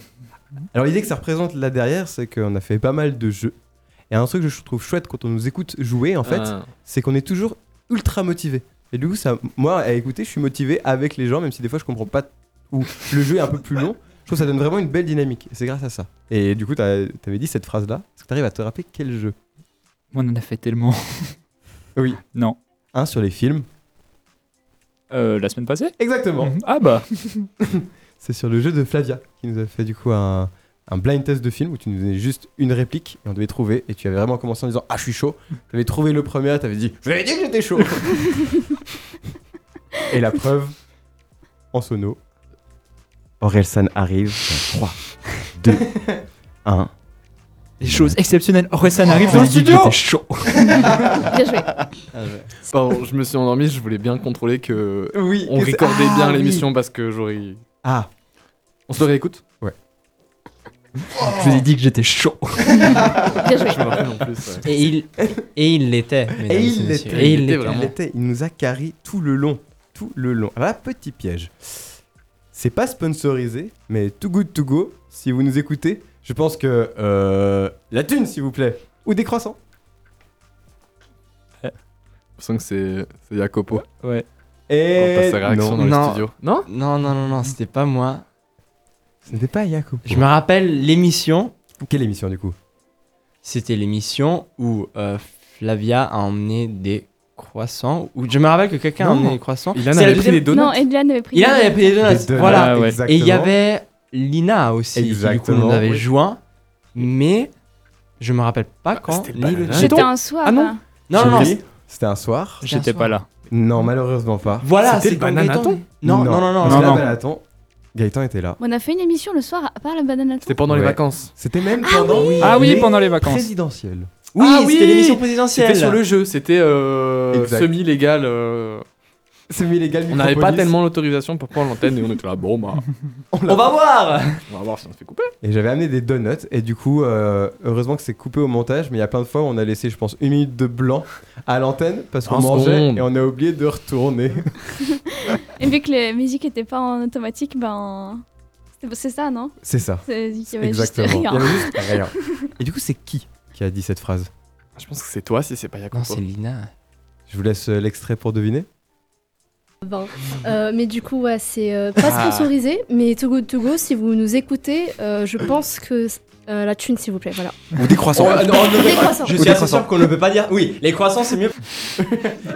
S6: Alors l'idée que ça représente là derrière, c'est qu'on a fait pas mal de jeux. Et un truc que je trouve chouette quand on nous écoute jouer, en fait,
S8: Ah.
S6: c'est qu'on est toujours ultra motivé. Et du coup, ça, moi, à écouter, je suis motivé avec les gens, même si des fois je comprends pas ou le jeu est un peu plus long. Je trouve que ça donne vraiment une belle dynamique. Et c'est grâce à ça. Et du coup, t'as- t'avais dit cette phrase-là. Est-ce que t'arrives à te rappeler quel jeu
S9: On en a fait tellement.
S6: Oui.
S9: Non.
S6: Un sur les films.
S9: Euh, la semaine passée
S6: Exactement.
S9: Ah bah.
S6: C'est sur le jeu de Flavia qui nous a fait du coup un, un blind test de film où tu nous donnais juste une réplique et on devait trouver. Et tu avais vraiment commencé en disant Ah, je suis chaud. T'avais trouvé le premier, t'avais dit Je vous avais dit que j'étais chaud. et la preuve, en sono. Orelsan arrive dans 3, 2, 1.
S9: Les choses exceptionnelles. Orelsan arrive dans le studio chaud.
S3: Bien joué.
S8: Pardon, je me suis endormi, je voulais bien contrôler que
S6: Oui,
S8: on
S6: que c'est-
S8: recordait
S6: Ah,
S8: bien
S6: oui.
S8: l'émission parce que j'aurais.
S6: Ah.
S8: On se le réécoute
S6: Ouais.
S9: Je vous ai dit que j'étais chaud.
S8: Bien joué. Je me rappelle en plus, ouais.
S5: Et il et il l'était. mesdames
S6: Et il
S5: messieurs.
S6: l'était.
S5: Et il l'était
S6: Il l'était. Il nous a carré tout le long. Tout le long. Voilà, petit piège. C'est pas sponsorisé, mais Too Good To Go, si vous nous écoutez, je pense que... euh, la thune, s'il vous plaît. Ou des croissants.
S8: Je sens que c'est c'est Jacopo.
S9: Ouais.
S6: Et
S8: On passe à la réaction dans le
S5: Non.
S8: studio.
S5: Non Non, non, non, non, c'était pas moi.
S6: Ce n'était pas Jacob.
S5: Je me rappelle l'émission.
S6: Quelle émission du coup
S5: C'était l'émission où euh, Flavia a emmené des croissants. Ou je me rappelle que quelqu'un a
S8: Non.
S5: emmené des croissants.
S8: Ilan avait
S5: C'est la
S8: pris
S5: deuxième-
S8: des donuts.
S3: Non, Eliane avait pris.
S5: Il avait
S3: des-
S5: pris des donuts.
S6: Des donuts,
S5: voilà.
S6: Ah ouais.
S5: Et il y
S6: exactement.
S5: avait Lina aussi, qui du coup
S6: Exactement.
S5: nous avait
S6: Oui.
S5: joint. Mais je me rappelle pas quand.
S8: Ah, c'était
S5: ni
S8: pas
S5: le-
S8: Lina.
S3: C'était un soir.
S5: Ah non.
S3: hein.
S5: Non, non,
S6: Oui,
S5: non.
S6: C'était un soir.
S5: C'était un J'étais pas soir. là.
S6: Non, malheureusement pas.
S5: Voilà,
S8: C'était
S5: c'est
S8: le
S5: quand
S8: bananaton.
S5: Gaëtan- Non, non, non, non.
S6: Parce que
S5: non,
S6: là,
S5: non.
S6: Bananaton, Gaëtan était là.
S3: On a fait une émission le soir à part la banane
S8: C'était pendant les
S6: Ouais.
S8: vacances.
S6: C'était même pendant...
S9: Ah oui,
S6: les
S9: pendant les vacances.
S6: Présidentielles.
S5: Oui,
S8: Ah
S5: c'était
S8: oui
S5: l'émission présidentielle.
S8: C'était sur le jeu, c'était euh,
S6: Exact.
S8: semi-légal. euh,
S6: Semi-légal
S8: On n'avait pas
S6: Micropolis.
S8: tellement l'autorisation pour prendre l'antenne et on était là, bon bah,
S5: On va voir.
S8: on va voir si on se fait couper.
S6: Et j'avais amené des donuts et du coup, euh, heureusement que c'est coupé au montage, mais il y a plein de fois où on a laissé, je pense, une minute de blanc à l'antenne parce qu'on
S8: Un
S6: mangeait
S8: seconde.
S6: et on a oublié de retourner.
S3: Et vu que la musique était pas en automatique, ben. c'était- C'est ça, non
S6: c'est ça.
S3: C'est- Il y avait
S6: Exactement.
S3: juste
S6: Il y
S3: rien.
S6: avait juste rien. Et du coup, c'est qui qui a dit cette phrase
S8: Je pense que c'est toi si c'est pas Jacopo.
S5: Non, c'est Lina.
S6: Je vous laisse euh, l'extrait pour deviner.
S16: Bon. Euh, mais du coup, ouais, c'est euh, pas sponsorisé, mais Too Good To Go, si vous nous écoutez, euh, je pense que euh, la thune, s'il vous plaît, voilà.
S6: Ou des croissants.
S5: Oh, non, on
S16: Des
S5: ne peut pas-
S16: croissants.
S5: Je
S6: Ou
S5: suis
S6: des
S5: assez
S6: croissants.
S5: sûr qu'on ne peut pas dire. Oui, les croissants c'est mieux.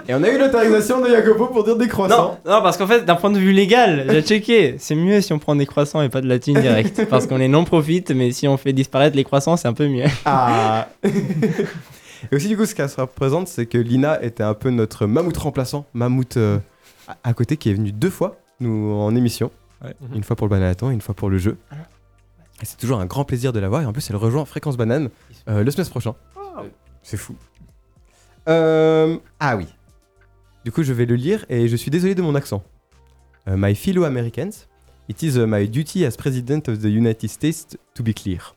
S6: Et on a eu l'autorisation de Jacopo pour dire des croissants.
S5: Non, non, parce qu'en fait, d'un point de vue légal, j'ai checké. C'est mieux si on prend des croissants et pas de la thune directe. Parce qu'on les non profite, mais si on fait disparaître les croissants, c'est un peu mieux.
S6: Ah Et aussi, du coup, ce qu'elle se représente, c'est que Lina était un peu notre mammouth remplaçant, mammouth euh, à- à côté qui est venu deux fois nous en émission.
S9: Ouais.
S6: Une fois pour le bananaton et une fois pour le jeu. Et c'est toujours un grand plaisir de la voir. Et en plus, elle rejoint Fréquence Banane euh, le semestre prochain. C'est fou. Euh, ah oui. Du coup, je vais le lire et je suis désolé de mon accent. Euh, my fellow Americans, it is uh, my duty as President of the United States to be clear.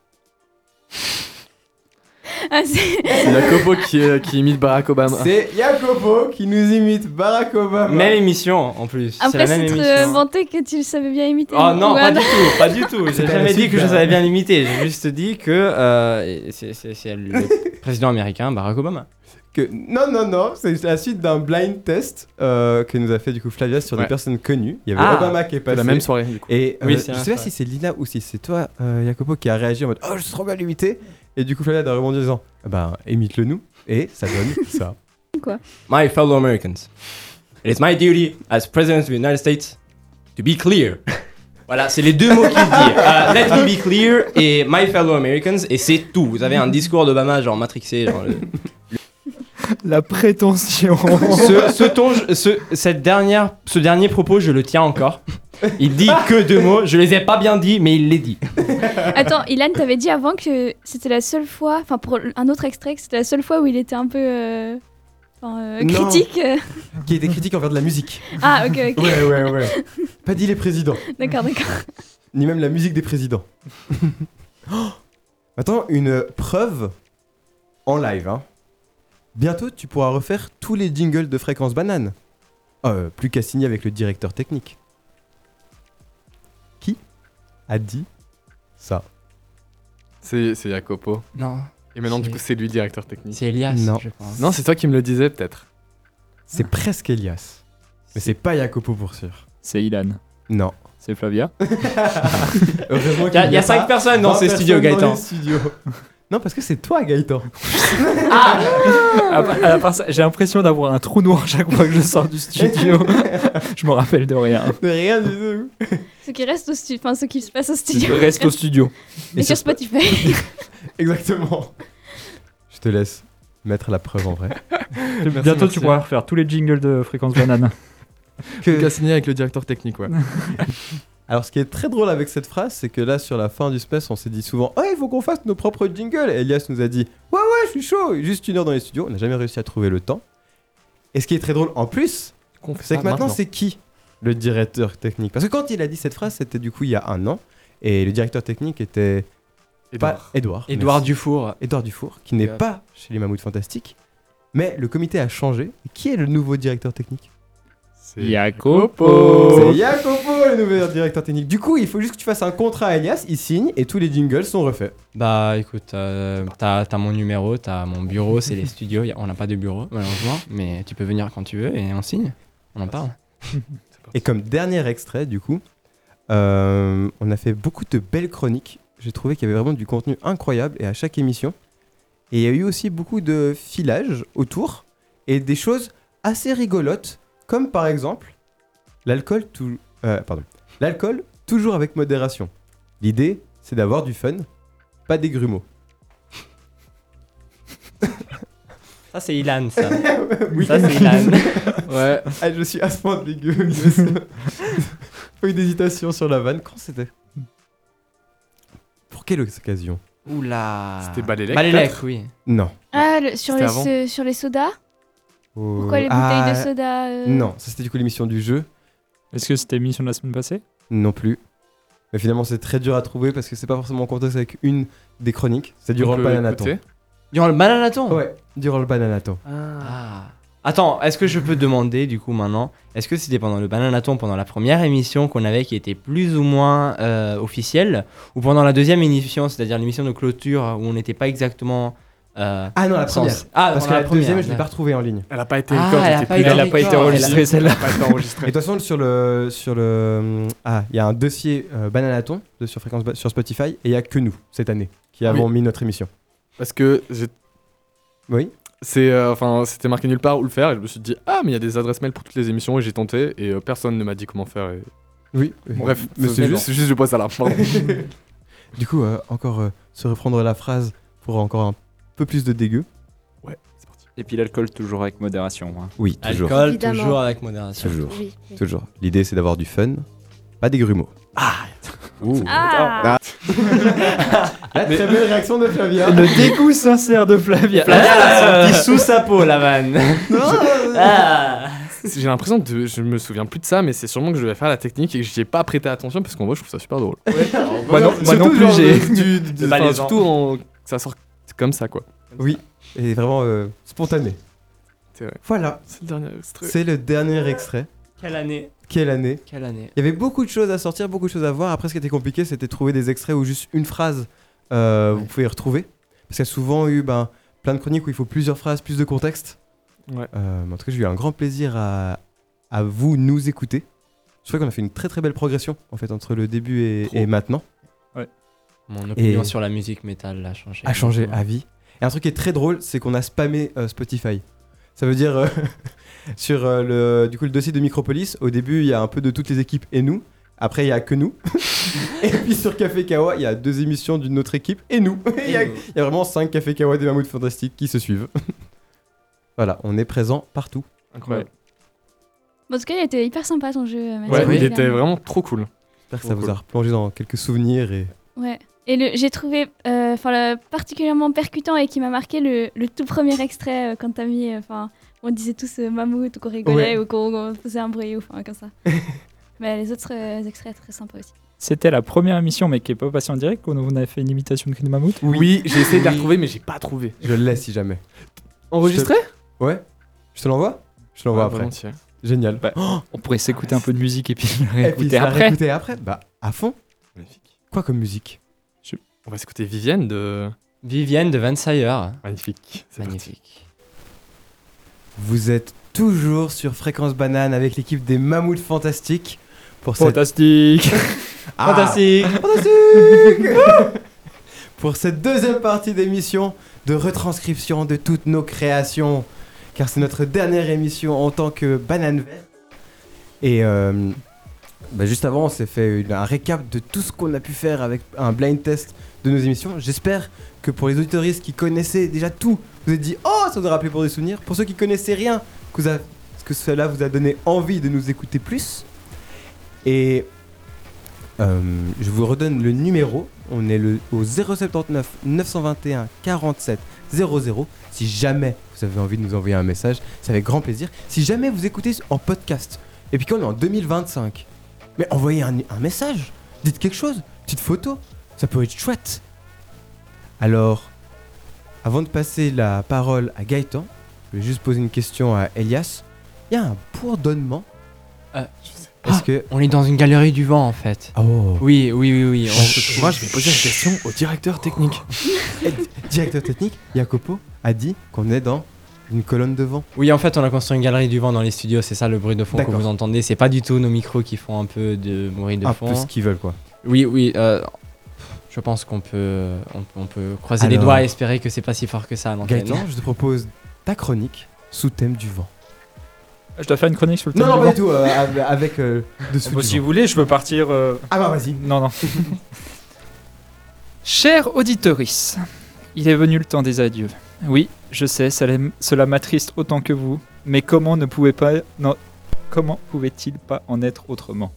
S3: Ah, c'est-
S8: Jacopo qui, euh, qui imite Barack Obama.
S6: C'est Jacopo qui nous imite Barack Obama.
S5: Même émission en plus. C'est
S3: Après, euh,
S5: la même
S3: c'est
S5: émission.
S3: te vanter que tu le savais bien imiter.
S5: Oh non, pas
S3: Voilà.
S5: du tout, pas du tout. J'ai
S6: C'était
S5: jamais dit que je
S6: super.
S5: savais bien l'imiter. J'ai juste dit que euh, c'est c'est- c'est le président américain Barack Obama.
S6: Que... Non, non, non, c'est la suite d'un blind test euh, que nous a fait du coup Flavia sur
S5: Ouais.
S6: des personnes connues. Il y avait
S5: Ah.
S6: Obama qui est
S5: C'est
S6: passé.
S5: la même soirée, du coup.
S6: Et euh,
S5: Oui,
S6: je
S5: c'est
S6: sais
S5: la
S6: pas
S5: soirée.
S6: si c'est Lina ou si c'est toi, euh, Jacopo, qui a réagi en mode Oh, je suis trop bien limité. Et du coup, Flavia a répondu en disant Bah, imite-le nous. Et ça donne ça.
S3: Quoi
S5: My fellow Americans, it is my duty as President of the United States to be clear. Voilà, c'est les deux mots qu'il dit. Euh, let me be clear et my fellow Americans, et c'est tout. Vous avez un discours d'Obama genre matrixé, genre le-
S9: La prétention.
S5: ce, ce ton, je- ce, cette dernière, ce dernier propos, je le tiens encore. Il dit que deux mots. Je les ai pas bien dit, mais il les dit.
S3: Attends, Ilan, t'avais dit avant que c'était la seule fois, enfin pour un autre extrait, que c'était la seule fois où il était un peu euh, enfin, euh,
S6: Non.
S3: critique. euh.
S6: qui est des critiques envers de la musique.
S3: Ah, ok, ok.
S6: Ouais, ouais, ouais. Pas dit les présidents,
S3: D'accord, d'accord.
S6: ni même la musique des présidents. Oh Attends, une preuve en live. Hein. Bientôt, tu pourras refaire tous les jingles de fréquence banane. Euh, plus qu'à signer avec le directeur technique. Qui a dit ça
S8: C'est c'est Jacopo.
S5: Non.
S8: Et maintenant, du coup, c'est lui, directeur technique.
S5: C'est Elias,
S6: Non.
S5: je pense.
S8: Non, c'est toi qui me le disais, peut-être.
S5: Ah.
S6: C'est presque Elias. Mais c'est pas Jacopo pour sûr.
S9: C'est Ilan.
S6: Non.
S9: C'est Flavia.
S6: Heureusement
S5: Il y a-
S6: qu'il
S5: il y a
S6: pas
S5: cinq personnes dans
S6: 20
S5: ces studios,
S6: personnes dans
S5: Gaëtan.
S6: les studios. Non, parce que c'est toi, Gaëtan.
S9: Après, Ah, bah, à la part ça, j'ai l'impression d'avoir un trou noir chaque fois que je sors du studio. je me rappelle de rien.
S6: De rien du tout.
S3: Ce qui reste au studio, enfin ce qui se passe au
S9: Je
S3: studio.
S9: reste au studio.
S3: Et sur Spotify.
S6: Exactement. Je te laisse mettre la preuve en vrai.
S7: Bientôt, tu pourras refaire tous les jingles de Fréquence Banane.
S8: Plus qu'à signer avec le directeur technique, ouais.
S6: Alors, ce qui est très drôle avec cette phrase, c'est que là, sur la fin du space, on s'est dit souvent Ouais, il faut qu'on fasse nos propres jingles. Et Elias nous a dit Ouais, ouais, je suis chaud. Juste une heure dans les studios. On n'a jamais réussi à trouver le temps. Et ce qui est très drôle en plus,
S5: Qu'on fait
S6: c'est
S8: Ah,
S5: ça
S6: que Ah, maintenant,
S5: maintenant.
S6: c'est qui le directeur technique Parce que quand il a dit cette phrase, c'était du coup il y a un an. Et le directeur technique était. Pas Edouard.
S5: Édouard
S6: merci.
S5: Dufour.
S6: Édouard Dufour, qui n'est
S5: Euh,
S6: pas chez les Mammouths Fantastiques. Mais le comité a changé. Qui est le nouveau directeur technique
S9: Jacopo.
S6: C'est Jacopo, le nouvel directeur technique. Du coup, il faut juste que tu fasses un contrat à Elias, il signe et tous les jingles sont refaits.
S5: Bah écoute, euh, t'as t'as mon numéro, t'as mon bureau, c'est les studios. y a- on n'a pas de bureau, malheureusement, mais tu peux venir quand tu veux et on signe. On en parle.
S6: Et comme dernier extrait, du coup, euh, on a fait beaucoup de belles chroniques. J'ai trouvé qu'il y avait vraiment du contenu incroyable et à chaque émission. Et il y a eu aussi beaucoup de filages autour et des choses assez rigolotes, comme par exemple l'alcool tou- euh, pardon. L'alcool, toujours avec modération. L'idée, c'est d'avoir du fun, pas des grumeaux.
S5: Ça, c'est Ilan, ça.
S6: Oui.
S5: Ça, c'est Ilan.
S8: Ouais.
S6: Ah, je suis à ce point de dégueu. je sais. Pas eu d'hésitation sur la vanne. Quand c'était Pour quelle occasion
S5: Oula.
S8: C'était Balélec,
S5: Balélec,
S8: peut-être
S5: oui.
S6: Non.
S3: ah, le- sur,
S6: C'était
S3: les,
S6: avant.
S3: ce- sur les sodas Pourquoi les bouteilles
S6: Ah,
S3: de soda euh,
S6: Non, ça c'était du coup l'émission du jeu.
S9: Est-ce que c'était émission de la semaine passée
S6: Non plus. Mais finalement, c'est très dur à trouver parce que c'est pas forcément en contexte avec une des chroniques. C'est durant
S5: On
S6: le
S5: peut
S6: bananaton.
S5: écouter Durant le bananaton
S6: Ouais, durant le bananaton.
S5: Ah. Attends, est-ce que je peux demander du coup maintenant, est-ce que c'était pendant le bananaton, pendant la première émission qu'on avait qui était plus ou moins euh, officielle, ou pendant la deuxième émission, c'est-à-dire l'émission de clôture où on n'était pas exactement... euh,
S6: Ah non, la
S5: sans-
S6: première.
S5: Ah,
S6: parce
S5: pendant
S6: que la,
S5: première,
S6: deuxième, je l'ai pas
S5: d'accord.
S6: retrouvée en ligne.
S8: Elle a pas été
S5: Ah, encore, elle a j'étais pas plus été là. Elle a pas été encore. enregistrée,
S8: Elle
S9: celle-là.
S8: a pas été enregistrée.
S6: Et de toute façon, sur le, sur le, ah, il y a un dossier euh, Bananaton de sur fréquence Ba- sur Spotify et il y a que nous cette année qui avons
S8: Oui.
S6: mis notre émission.
S8: Parce que j'ai-
S6: Oui.
S8: c'est, euh, enfin, c'était marqué nulle part où le faire et je me suis dit ah mais il y a des adresses mail pour toutes les émissions et j'ai tenté et euh, personne ne m'a dit comment faire. et-
S6: Oui.
S8: Bref,
S6: Mais c'est
S8: c'est
S6: juste-
S8: juste, c'est juste je passe à l'arme. pardon.
S6: Du coup, euh, encore euh, se reprendre la phrase pour encore un peu plus de dégueu.
S17: Et puis l'alcool toujours avec modération. hein.
S6: Oui, toujours.
S5: Alcool,
S17: Évidemment.
S5: toujours avec modération.
S6: Toujours.
S17: Oui, oui.
S6: Toujours. L'idée, c'est d'avoir du fun, pas des grumeaux.
S14: Ah.
S6: La très belle réaction de Flavia.
S9: Le dégoût sincère de Flavia. Ah.
S15: Flavia a sorti sous sa peau la vanne. Ah.
S8: J'ai l'impression de. Je me souviens plus de ça, mais c'est sûrement que je devais faire la technique et que j'y ai pas prêté attention parce qu'en vrai, je trouve ça super drôle.
S9: Moi non- moi non
S8: Surtout
S9: plus,
S8: genre
S9: j'ai-
S8: de- du- de- enfin,
S9: Le malaisant.
S8: Surtout en- que ça sort comme ça, quoi.
S6: Oui, et vraiment euh, spontané.
S8: C'est vrai.
S6: Voilà.
S8: C'est le dernier extrait.
S6: C'est le dernier extrait.
S5: Quelle année
S6: Quelle année
S5: Quelle année
S6: Il y avait beaucoup de choses à sortir, beaucoup de choses à voir. Après, ce qui était compliqué, c'était de trouver des extraits ou juste une phrase. euh, Vous pouvez y retrouver. Parce qu'il y a souvent eu ben, plein de chroniques où il faut plusieurs phrases, plus de contexte. Euh, mais en tout cas, j'ai eu un grand plaisir à, à vous nous écouter. Je crois qu'on a fait une très très belle progression en fait entre le début et, et maintenant.
S5: Mon
S6: Et-
S5: opinion sur la musique métal a changé.
S6: a changé
S5: complètement.
S6: à vie. Et un truc qui est très drôle, c'est qu'on a spammé euh, Spotify. Ça veut dire euh, sur euh, le du coup le dossier de Micropolis, au début il y a un peu de toutes les équipes et nous. Après il y a que nous. et puis sur Café Kawa, il y a deux émissions d'une autre équipe et nous. Il y, a- il y a vraiment cinq Café Kawa des Mammouths Fantastiques qui se suivent. voilà, on est présent partout.
S8: Incroyable.
S3: Bon, en tout cas, il était hyper sympa ton jeu. euh, merci
S8: Ouais,
S3: beaucoup,
S8: il était
S3: Flavia.
S8: vraiment trop cool.
S6: J'espère que ça vous a replongé dans quelques souvenirs et
S3: Ouais. Et le- j'ai trouvé euh, enfin, le- particulièrement percutant et qui m'a marqué le, le tout premier extrait euh, quand t'as mis. euh, Enfin, on disait tous euh, mammouth ou qu'on rigolait
S9: Ouais.
S3: ou qu'on qu'on faisait un bruit ou enfin, comme ça. Mais les autres euh, extraits très sympas aussi.
S9: C'était la première émission, mais qui est pas passée en direct, qu'on on avait fait une imitation de Cri de Mammouth.
S8: Oui, j'ai essayé de la retrouver, mais j'ai pas trouvé.
S6: je le laisse si jamais.
S8: Enregistré
S6: Ouais. Je te l'envoie Je te l'envoie
S8: Ouais, Bah,
S6: après.
S8: volontiers.
S6: Génial.
S9: on pourrait s'écouter un peu de musique et puis
S6: Et
S9: le
S6: puis
S9: réécouter
S6: ça,
S9: après.
S6: réécouter après Bah, à fond. Quoi comme musique
S8: On va s'écouter Vivienne de.
S5: ah. Vivienne de Vansayer.
S8: Magnifique.
S5: Magnifique.
S6: Vous êtes toujours sur Fréquence Banane avec l'équipe des Mammouths Fantastiques pour cette-
S9: Fantastique
S6: Ah.
S9: Fantastique
S6: Fantastique Pour cette deuxième partie d'émission de retranscription de toutes nos créations, car c'est notre dernière émission en tant que Banane Verte. Et euh, bah, juste avant, on s'est fait une- un récap de tout ce qu'on a pu faire avec un blind test de nos émissions. J'espère que pour les auditoristes qui connaissaient déjà tout, vous êtes dit Oh, ça vous a rappelé pour des souvenirs. Pour ceux qui connaissaient rien, que, vous a- que cela vous a donné envie de nous écouter plus. Et euh, je vous redonne le numéro. On est le, au 079 921 47 00. Si jamais vous avez envie de nous envoyer un message, c'est avec grand plaisir. Si jamais vous écoutez en podcast, et puis qu'on est en 2025, mais envoyez un, un message. Dites quelque chose. Petite photo. Ça peut être chouette. Alors, avant de passer la parole à Gaëtan, je vais juste poser une question à Elias. Il y a un bourdonnement. Est-ce que
S5: On est dans une galerie du vent en fait.
S6: Oh.
S5: Oui, oui, oui, oui.
S6: Chut.
S5: Moi, je vais poser la question
S8: au directeur technique.
S6: directeur technique, Jacopo, a dit qu'on est dans une colonne de vent.
S5: Oui, en fait, on a construit une galerie du vent dans les studios, c'est ça le bruit de fond que
S6: D'accord.
S5: vous entendez. C'est pas du tout nos micros qui font un peu de bruit de
S6: Un
S5: fond.
S6: peu ce Ah, qu'ils veulent, quoi.
S5: Oui, oui. euh, je pense qu'on peut, on, on peut croiser les
S6: Alors.
S5: doigts et espérer que c'est pas si fort que ça. à l'antenne.
S6: Gaëtan, je te propose ta chronique sous thème du vent.
S9: Je dois faire une chronique sur le thème
S6: Non, non,
S9: du
S6: pas
S9: vent.
S6: du tout, euh, av- avec euh, dessous
S9: Bah,
S6: du
S9: si
S6: vent.
S9: vous voulez, je peux partir. euh,
S6: Ah bah vas-y.
S9: Non, non. Cher auditoris, il est venu le temps des adieux. Oui, je sais, ça l'aime- cela m'attriste autant que vous, mais comment ne pouvait pas. Non, comment pouvait-il pas en être autrement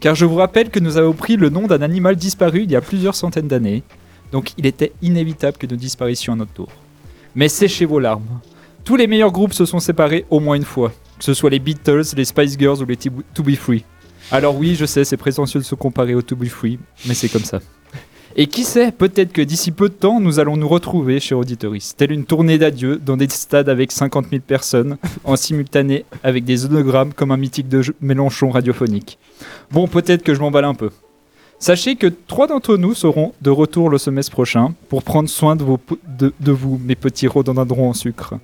S9: Car je vous rappelle que nous avons pris le nom d'un animal disparu il y a plusieurs centaines d'années, donc il était inévitable que nous disparaissions à notre tour. Mais séchez vos larmes. Tous les meilleurs groupes se sont séparés au moins une fois, que ce soit les Beatles, les Spice Girls ou les T- To Be Free. Alors oui, je sais, c'est prétentieux de se comparer aux To Be Free, mais c'est comme ça. Et qui sait, peut-être que d'ici peu de temps, nous allons nous retrouver, chez auditoris, telle une tournée d'adieu dans des stades avec 50 000 personnes, en simultané avec des onogrammes comme un mythique de Je- Mélenchon radiophonique. Bon, peut-être que je m'emballe un peu. Sachez que trois d'entre nous seront de retour le semestre prochain pour prendre soin de, vos po- de- de vous, mes petits rhododendrons en sucre.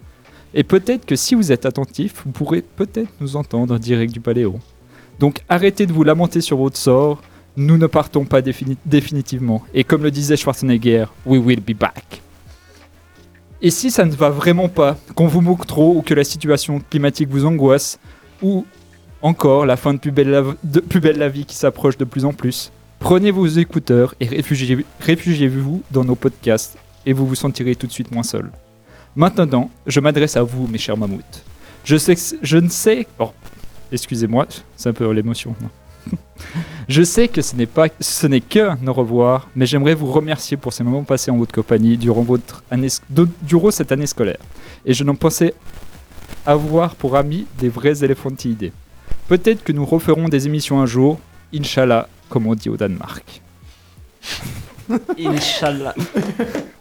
S9: Et peut-être que si vous êtes attentif, vous pourrez peut-être nous entendre en direct du Paléo. Donc arrêtez de vous lamenter sur votre sort, nous ne partons pas défini- définitivement. Et comme le disait Schwarzenegger, we will be back. Et si ça ne va vraiment pas, qu'on vous moque trop ou que la situation climatique vous angoisse, ou encore la fin de Plus belle la, de Plus belle la vie qui s'approche de plus en plus, prenez vos écouteurs et réfugiez- réfugiez-vous dans nos podcasts et vous vous sentirez tout de suite moins seul. Maintenant, je m'adresse à vous, mes chers mammouths. Je, sais, que- je ne sais... oh, excusez-moi, c'est un peu l'émotion. non. Je sais que ce n'est pas, ce n'est qu'un au revoir, mais j'aimerais vous remercier pour ces moments passés en votre compagnie durant votre année, sc- de- durant cette année scolaire. Et je n'en pensais avoir pour amis des vrais éléphantides. Peut-être que nous referons des émissions un jour, Inch'Allah, comme on dit au Danemark.
S15: Inch'Allah.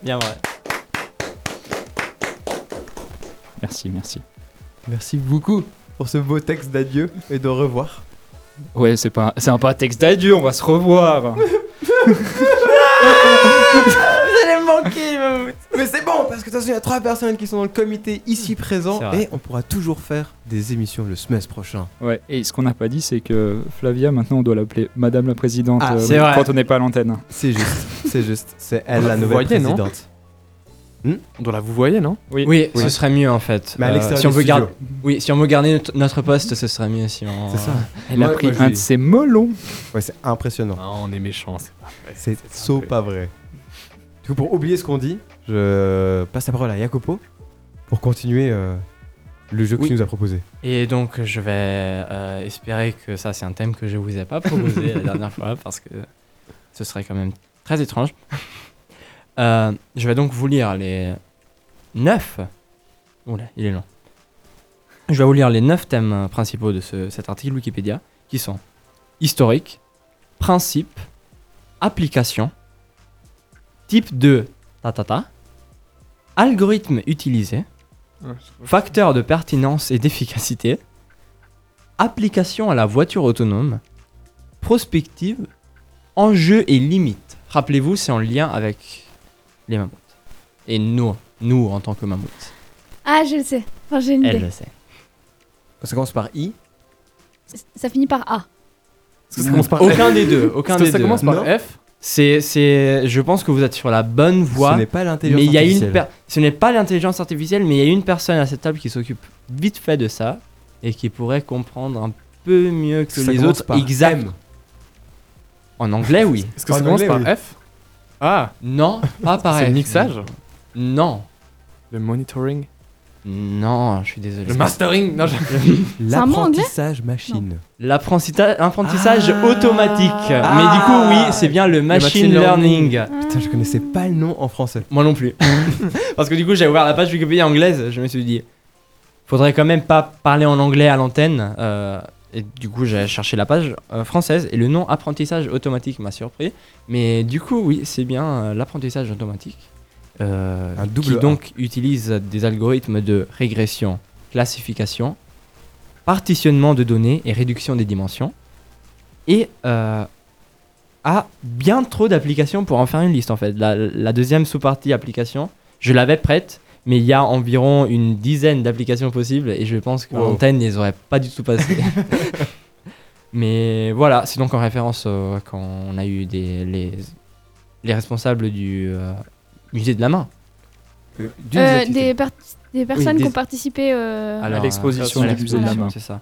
S5: Bien vrai.
S9: Merci, merci.
S6: Merci beaucoup pour ce beau texte d'adieu et de revoir.
S9: Ouais, c'est pas, c'est un pas un texte d'adieu, on va se revoir.
S6: Vous allez me manquer, Mamout. Mais c'est bon, parce que de toute façon, il y a trois personnes qui sont dans le comité ici présents
S9: C'est vrai.
S6: et on pourra toujours faire des émissions le semestre prochain.
S9: Ouais, et ce qu'on n'a pas dit, c'est que Flavia, maintenant, on doit l'appeler Madame la Présidente
S6: Ah,
S9: euh,
S6: c'est vrai.
S9: quand on n'est pas à l'antenne.
S6: C'est juste, c'est juste. C'est elle la nouvelle
S9: Ah, voyez, non
S6: présidente.
S8: On doit la vous voyez, non
S5: Oui, ce serait mieux en fait. Euh,
S6: Mais à l'extérieur
S5: si on
S6: du
S5: veut
S6: studio.
S5: garder, oui, si on veut garder notre, notre poste, ce serait mieux si on.
S6: C'est ça.
S9: Ah. Elle a pris un de ses melons.
S6: Ouais, c'est impressionnant.
S8: Ah, on est méchant.
S6: C'est so pas vrai. Du coup, pour oublier ce qu'on dit, je passe la parole à Jacopo pour continuer euh, le jeu que
S5: Oui.
S6: tu nous as proposé.
S5: Et donc je vais euh, espérer que ça c'est un thème que je vous ai pas proposé la dernière fois parce que ce serait quand même très étrange. Euh, je vais donc vous lire les 9. Oula, il est long. Je vais vous lire les 9 thèmes euh, principaux de ce- cet article Wikipédia qui sont historique, principe, application, type de ta ta ta, algorithme utilisé,
S8: Ouais,
S5: facteur de pertinence et d'efficacité, application à la voiture autonome, prospective, enjeux et limites. Rappelez-vous, c'est en lien avec les mammouths. Et nous, nous en tant que mammouths.
S3: Ah, je le sais. Enfin, j'ai une
S5: Elle
S3: idée.
S5: le sait. Ça commence par I
S3: Ça finit par A.
S6: Ça commence par
S5: Aucun
S6: F.
S5: des deux. Aucun
S6: Ça
S5: des deux.
S6: commence par Non.
S8: F
S5: c'est, c'est, je pense que vous êtes sur la bonne voie.
S6: Ce n'est pas l'intelligence
S5: mais il y a une
S6: artificielle.
S5: per- Ce n'est pas l'intelligence artificielle, mais il y a une personne à cette table qui s'occupe vite fait de ça et qui pourrait comprendre un peu mieux que
S8: Ça
S5: les
S8: commence
S5: autres.
S8: par
S5: Exact. En anglais, oui.
S8: Est-ce que ça commence par F Ah
S5: Non, pas par
S8: C'est
S5: F.
S8: le mixage
S5: Non.
S8: Le monitoring
S5: Non, je suis désolé.
S8: Le mastering Non, je-
S3: C'est un mot anglais
S6: L'apprentissage machine.
S5: L'apprentissage apprentissage automatique. Mais du coup, oui, c'est bien le machine, learning.
S6: Putain, je connaissais pas le nom en français.
S5: Moi non plus. Parce que du coup, j'ai ouvert la page Wikipédia anglaise, je me suis dit, faudrait quand même pas parler en anglais à l'antenne. euh, et du coup, j'ai cherché la page euh, française et le nom apprentissage automatique m'a surpris. Mais du coup, oui, c'est bien euh, l'apprentissage automatique. euh,
S6: Un double
S5: qui
S6: A.
S5: donc utilise des algorithmes de régression, classification, partitionnement de données et réduction des dimensions. Et euh, a bien trop d'applications pour en faire une liste en fait. La, la deuxième sous-partie application, je l'avais prête, mais il y a environ une dizaine d'applications possibles et je pense que
S8: Wow.
S5: l'antenne ne les aurait pas du tout passées. mais voilà, c'est donc en référence euh, quand on a eu des, les, les responsables du euh, musée de la main.
S3: Euh, des, par- des personnes
S5: des-
S3: qui ont participé euh,
S5: Alors,
S9: Ah. l'exposition
S5: euh,
S9: du
S5: à
S9: musée de la
S5: l'exposition,
S9: main.
S5: C'est ça.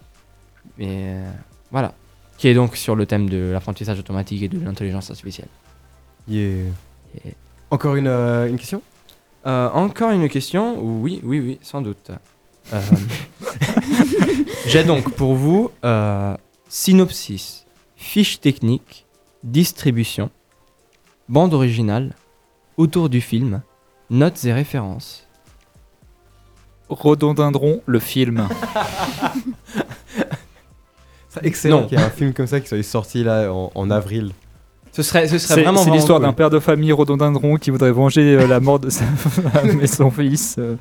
S5: Mais euh, voilà. Qui est donc sur le thème de l'apprentissage automatique et de l'intelligence artificielle.
S6: Yeah. Encore une, euh, une question
S5: Euh, encore une question Oui, oui, oui, sans doute. Euh, J'ai donc pour vous euh, synopsis, fiche technique, distribution, bande originale, autour du film, notes et références.
S9: Redondindron, le film.
S6: C'est excellent
S9: Non.
S6: qu'il y ait un film comme ça qui soit sorti là en, en avril.
S5: Ce serait, ce serait
S9: C'est
S5: vraiment
S9: c'est
S5: vraiment
S9: l'histoire
S5: cool.
S9: d'un père de famille redondindron qui voudrait venger euh, la mort de sa femme et son fils. euh.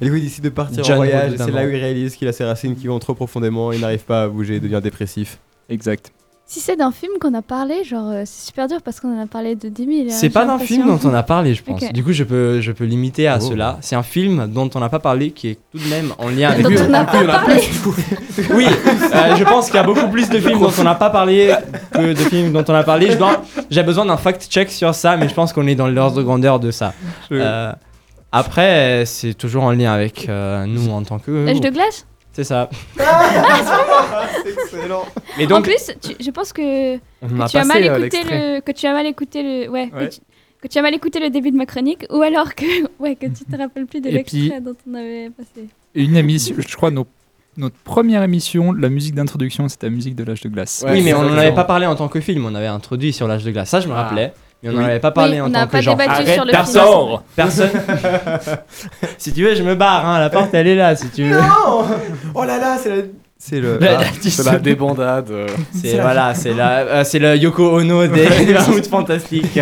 S6: Et du coup, il décide de partir
S9: John
S6: en voyage,
S9: Wood,
S6: c'est là où
S9: évidemment.
S6: il réalise qu'il a ses racines qui vont trop profondément, il n'arrive pas à bouger, il devient dépressif.
S9: Exact.
S3: Si c'est d'un film qu'on a parlé, genre euh, c'est super dur parce qu'on en a parlé de hein, 10 000.
S5: C'est pas d'un film dont on a parlé, je pense.
S3: Ok.
S5: Du coup, je peux, je peux limiter à
S6: Oh.
S5: cela. C'est un film dont on n'a pas parlé qui est tout de même en lien avec.
S3: Dont on n'a pas parlé.
S5: Oui, euh, je pense qu'il y a beaucoup plus de films dont on n'a pas parlé que de films dont on a parlé. Je dois- J'ai besoin d'un fact-check sur ça, mais je pense qu'on est dans l'ordre de grandeur de ça.
S8: Je-
S5: Euh, après, euh, c'est toujours en lien avec euh, nous en tant que.
S3: L'âge de glace
S5: C'est ça.
S6: C'est excellent.
S5: Mais donc-
S3: En plus, tu- je pense que,
S5: On
S3: que
S5: a
S3: tu as
S5: passé,
S3: mal
S5: euh,
S3: écouté
S5: l'extrait.
S3: le que tu as mal écouté le ouais,
S5: Ouais.
S3: Que, tu, que tu as mal écouté le début de ma chronique ou alors que ouais que tu te rappelles plus de
S9: Et puis-
S3: l'extrait dont on avait passé.
S9: Une émission, je crois, nos, notre première émission, la musique d'introduction, c'était la musique de l'âge de glace.
S5: oui, mais on n'en avait pas parlé en tant que film, on avait introduit sur l'âge de glace, ça je me
S9: Ah.
S5: rappelais, mais on n'en
S9: Oui.
S5: avait pas parlé
S9: Oui,
S5: en
S9: on
S5: tant
S9: n'a
S5: que
S9: pas
S5: genre.
S9: débattu sur le
S5: personne,
S9: film.
S5: personne. si tu veux, je me barre, hein, la porte elle est là, si tu veux.
S6: Oh là là, c'est Ah. la.
S5: C'est le.
S6: La- la
S5: c'est
S8: la débandade. euh.
S5: C'est voilà, c'est la, euh, c'est le Yoko Ono des, des foot fantastiques.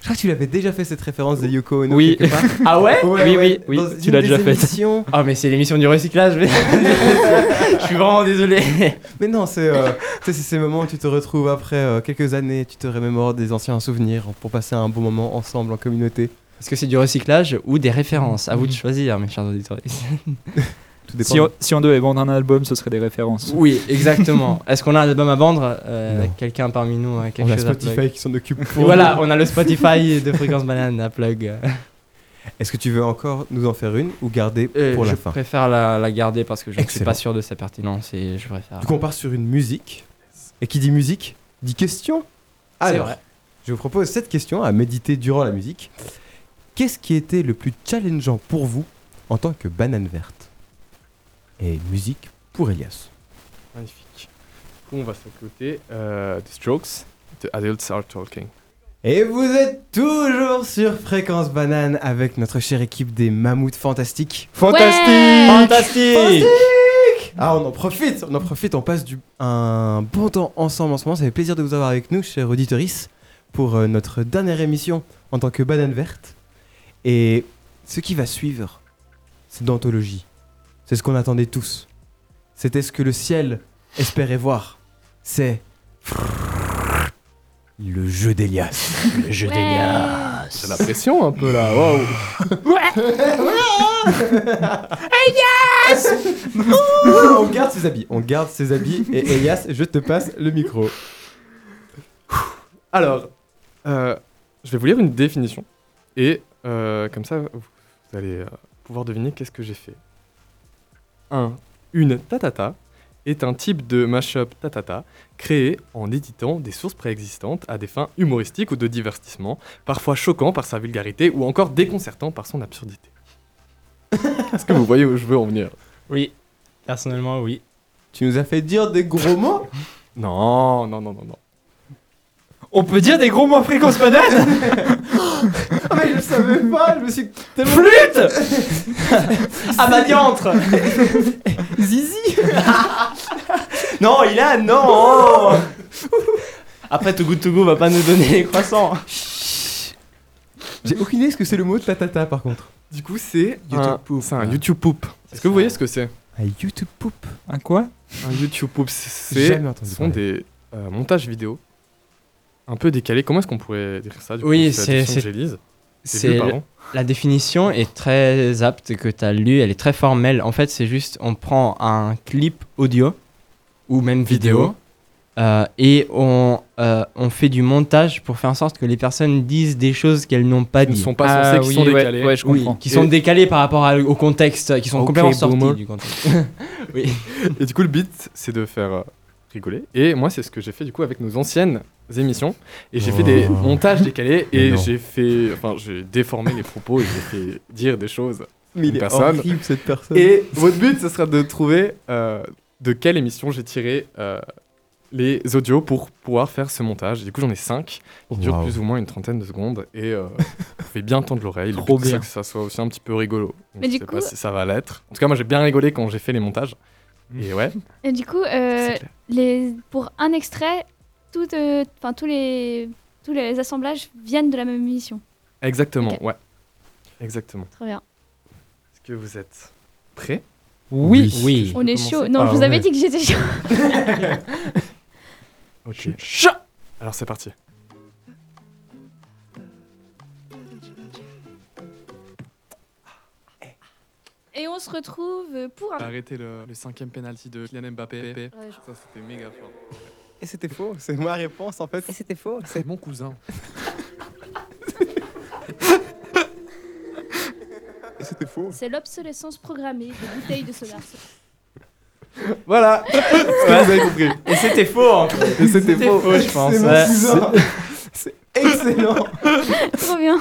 S6: Je crois que tu l'avais déjà fait cette référence de Yoko Ono.
S5: Oui.
S6: quelque part.
S5: Ah ouais,
S6: Dans une des émissions.
S5: Ah mais c'est l'émission du recyclage. mais- je suis vraiment désolé.
S6: Mais non, c'est euh, tu sais, c'est ces moments où tu te retrouves après euh, quelques années, tu te remémores des anciens souvenirs pour passer un bon moment ensemble en communauté.
S5: Est-ce que c'est du recyclage ou des références À vous de choisir, hein, mes chers auditeurs. dépend.
S9: Si on, si on devait vendre un album, ce serait des références.
S5: oui, exactement. Est-ce qu'on a un album à vendre Euh, Quelqu'un parmi nous a quelque
S6: On a
S5: chose à
S6: Spotify
S5: plug
S6: qui s'en occupe pour
S5: Voilà,
S6: nous.
S5: on a le Spotify de Fréquence Banane à plug.
S6: Est-ce que tu veux encore nous en faire une ou garder
S5: Euh,
S6: pour
S5: je
S6: la fin
S5: préfère la, la garder parce que je ne suis
S6: Excellent.
S5: pas sûr de sa pertinence et je préfère.
S6: Du coup, on part sur une musique. Et qui dit musique, dit question.
S5: C'est
S6: Alors,
S5: vrai.
S6: je vous propose cette question à méditer durant la musique. Qu'est-ce qui était le plus challengeant pour vous en tant que banane verte Et musique pour Elias.
S8: Magnifique. Du coup, on va s'écouter euh, The Strokes, The Adults Are Talking.
S6: Et vous êtes toujours sur Fréquence Banane avec notre chère équipe des mammouths fantastiques.
S8: Fantastique Ouais
S5: Fantastique
S6: Fantastique Ah, on en profite, on en profite, on passe du, un bon temps ensemble en ce moment. Ça fait plaisir de vous avoir avec nous, chers auditeurs, pour euh, notre dernière émission en tant que banane verte. Et ce qui va suivre, c'est d'anthologie. C'est ce qu'on attendait tous. C'était ce que le ciel espérait voir. C'est le jeu d'Elias. Le jeu d'Elias.
S8: J'ai la pression un peu là, waouh
S6: Elias On garde ses habits, on garde ses habits et Elias, je te passe le micro.
S8: Alors, euh, je vais vous lire une définition et euh, comme ça, vous vous allez euh, pouvoir deviner qu'est-ce que j'ai fait. Un, une tatata est un type de mashup tatata créé en éditant des sources préexistantes à des fins humoristiques ou de divertissement, parfois choquant par sa vulgarité ou encore déconcertant par son absurdité. Est-ce que vous voyez où je veux en venir
S5: Oui, personnellement, oui.
S6: Tu nous as fait dire des gros mots
S8: Non, non, non, non, non.
S9: On peut dire des gros mots à fréquence banane
S6: Ah mais je le savais pas, je me suis tellement...
S5: Flûte Ah bah diantre
S6: Zizi
S5: Non, il a non Après, Togo Togo va pas nous donner les croissants.
S6: J'ai aucune idée ce que c'est le mot tatata par contre.
S8: Du coup, c'est
S6: YouTube
S8: un-
S6: poop.
S8: C'est un YouTube poop. Est-ce que vous voyez ce que c'est
S6: Un YouTube poop.
S9: Un quoi
S8: Un YouTube poop, c'est
S6: J'ai jamais entendu
S8: ce sont des euh, montages vidéo un peu décalés. Comment est-ce qu'on pourrait décrire ça du coup,
S5: Oui,
S8: la
S5: c'est.
S8: définition que
S5: c'est-
S8: j'ai lise. J'ai
S5: c'est-
S8: lu, pardon.
S5: La définition est très apte que tu as lue, elle est très formelle. En fait, c'est juste, on prend un clip audio ou même vidéo,
S8: Vidéo.
S5: euh, et on, euh, on fait du montage pour faire en sorte que les personnes disent des choses qu'elles n'ont pas
S8: Qui ne
S5: dit.
S8: sont pas
S9: Ah
S8: censées, qui sont décalés.
S5: Ah Oui, qui sont décalées par rapport à- au contexte, qui sont
S8: Ok,
S5: complètement sorties
S8: boomer.
S5: du contexte. oui.
S8: Et du coup, le beat, c'est de faire euh, rigoler. Et moi, c'est ce que j'ai fait du coup avec nos anciennes émissions. Et j'ai fait des
S6: Oh.
S8: montages décalés
S6: Mais
S8: et
S6: non.
S8: j'ai fait, enfin, j'ai déformé les propos et j'ai fait dire des choses.
S6: Mais
S8: à
S6: il
S8: une
S6: est
S8: personne.
S6: horrible, cette personne.
S8: Et votre but, ce sera de trouver euh, de quelle émission j'ai tiré euh, les audios pour pouvoir faire ce montage. Du coup, j'en ai 5 qui durent
S6: Wow.
S8: plus ou moins une trentaine de secondes et euh, on fait bien tendre l'oreille. Le
S5: Trop
S8: but, c'est
S5: bien.
S8: que ça soit aussi un petit peu rigolo. Donc,
S14: Mais
S8: je
S14: du
S8: sais
S14: coup-
S8: pas si ça va l'être. En tout cas, moi, j'ai bien rigolé quand j'ai fait les montages. Et ouais.
S14: Et du coup, euh,
S8: C'est
S14: les... pour un extrait, tout, euh, 'fin, tous, les... tous les assemblages viennent de la même émission.
S8: Exactement, ouais. Exactement.
S14: Très bien.
S8: Est-ce que vous êtes prêts
S5: Oui. Oui.
S8: Est-ce que je
S14: On
S8: peux
S14: est
S8: commencer
S14: chaud. Non,
S8: Ah,
S14: je vous
S8: ouais.
S14: avais dit que j'étais chaud.
S8: Ok. Alors c'est parti.
S14: Et on se retrouve pour un.
S8: Arrêtez le, cinquième penalty de Kylian Mbappé. Ça c'était méga fort.
S6: Et c'était faux, c'est ma réponse en fait. Et c'était faux.
S8: C'est mon cousin.
S6: C'était faux.
S14: C'est l'obsolescence programmée des bouteilles de soda.
S8: Voilà.
S5: Ouais.
S8: vous avez compris.
S5: Et c'était faux en fait.
S8: Et c'était faux.
S5: je pense.
S6: C'est mon
S5: ouais.
S6: cousin. C'est excellent.
S14: Trop bien.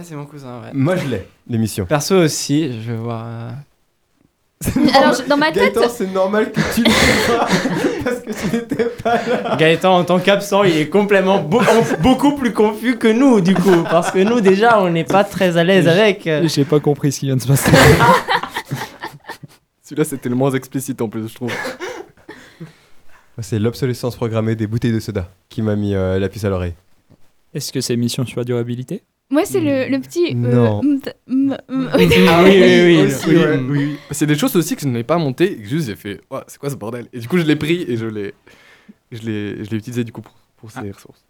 S5: Ah, c'est mon cousin, ouais.
S6: Moi je l'ai, l'émission.
S5: Perso aussi, je vais voir. euh,
S3: Alors, je- dans ma tête-
S6: Gaëtan, c'est normal que tu le fais pas parce que tu n'étais pas là.
S15: Gaëtan, en tant qu'absent, il est complètement beau- en- beaucoup plus confus que nous, du coup. Parce que nous, déjà, on n'est pas très à l'aise avec. euh,
S9: J'ai pas compris ce qui vient de se passer.
S8: Celui-là, c'était le moins explicite en plus, je trouve.
S6: C'est l'obsolescence programmée des bouteilles de soda qui m'a mis euh, la puce à l'oreille.
S9: Est-ce que c'est mission sur la durabilité
S14: Moi, c'est le, le petit. euh,
S6: Non.
S14: mm, t- mm, mm.
S8: Ah
S15: Ah
S8: Aussi, ouais. C'est des choses aussi que je n'ai pas montées et que juste j'ai fait Ouah, c'est quoi ce bordel Et du coup, je l'ai pris et je l'ai je l'ai je l'ai utilisé du coup pour, pour ces ressources.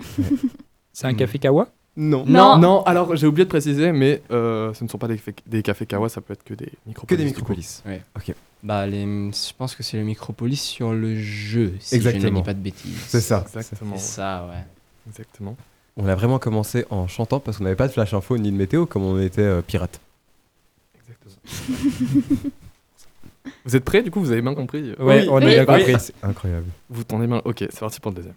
S9: C'est un café kawa
S8: Non.
S9: Non.
S8: Non, alors j'ai oublié de préciser, mais euh, ce ne sont pas des, fa- des cafés kawa, ça peut être que des micro
S6: Que des micropolis.
S8: Ouais.
S6: Ok.
S5: Bah, les- je pense que c'est le Micropolis sur le jeu, si je ne
S6: Exactement.
S5: dis pas de bêtises.
S6: C'est ça.
S8: Exactement.
S5: C'est ça, ouais.
S8: Exactement.
S6: On a vraiment commencé en chantant parce qu'on n'avait pas de flash info ni de météo comme on était euh, pirate.
S8: Vous êtes prêts du coup Vous avez bien compris
S6: Ouais, Oui, on a oui. bien compris.
S8: Ah,
S6: c'est incroyable.
S8: Vous tournez bien. Ok, c'est parti pour le deuxième.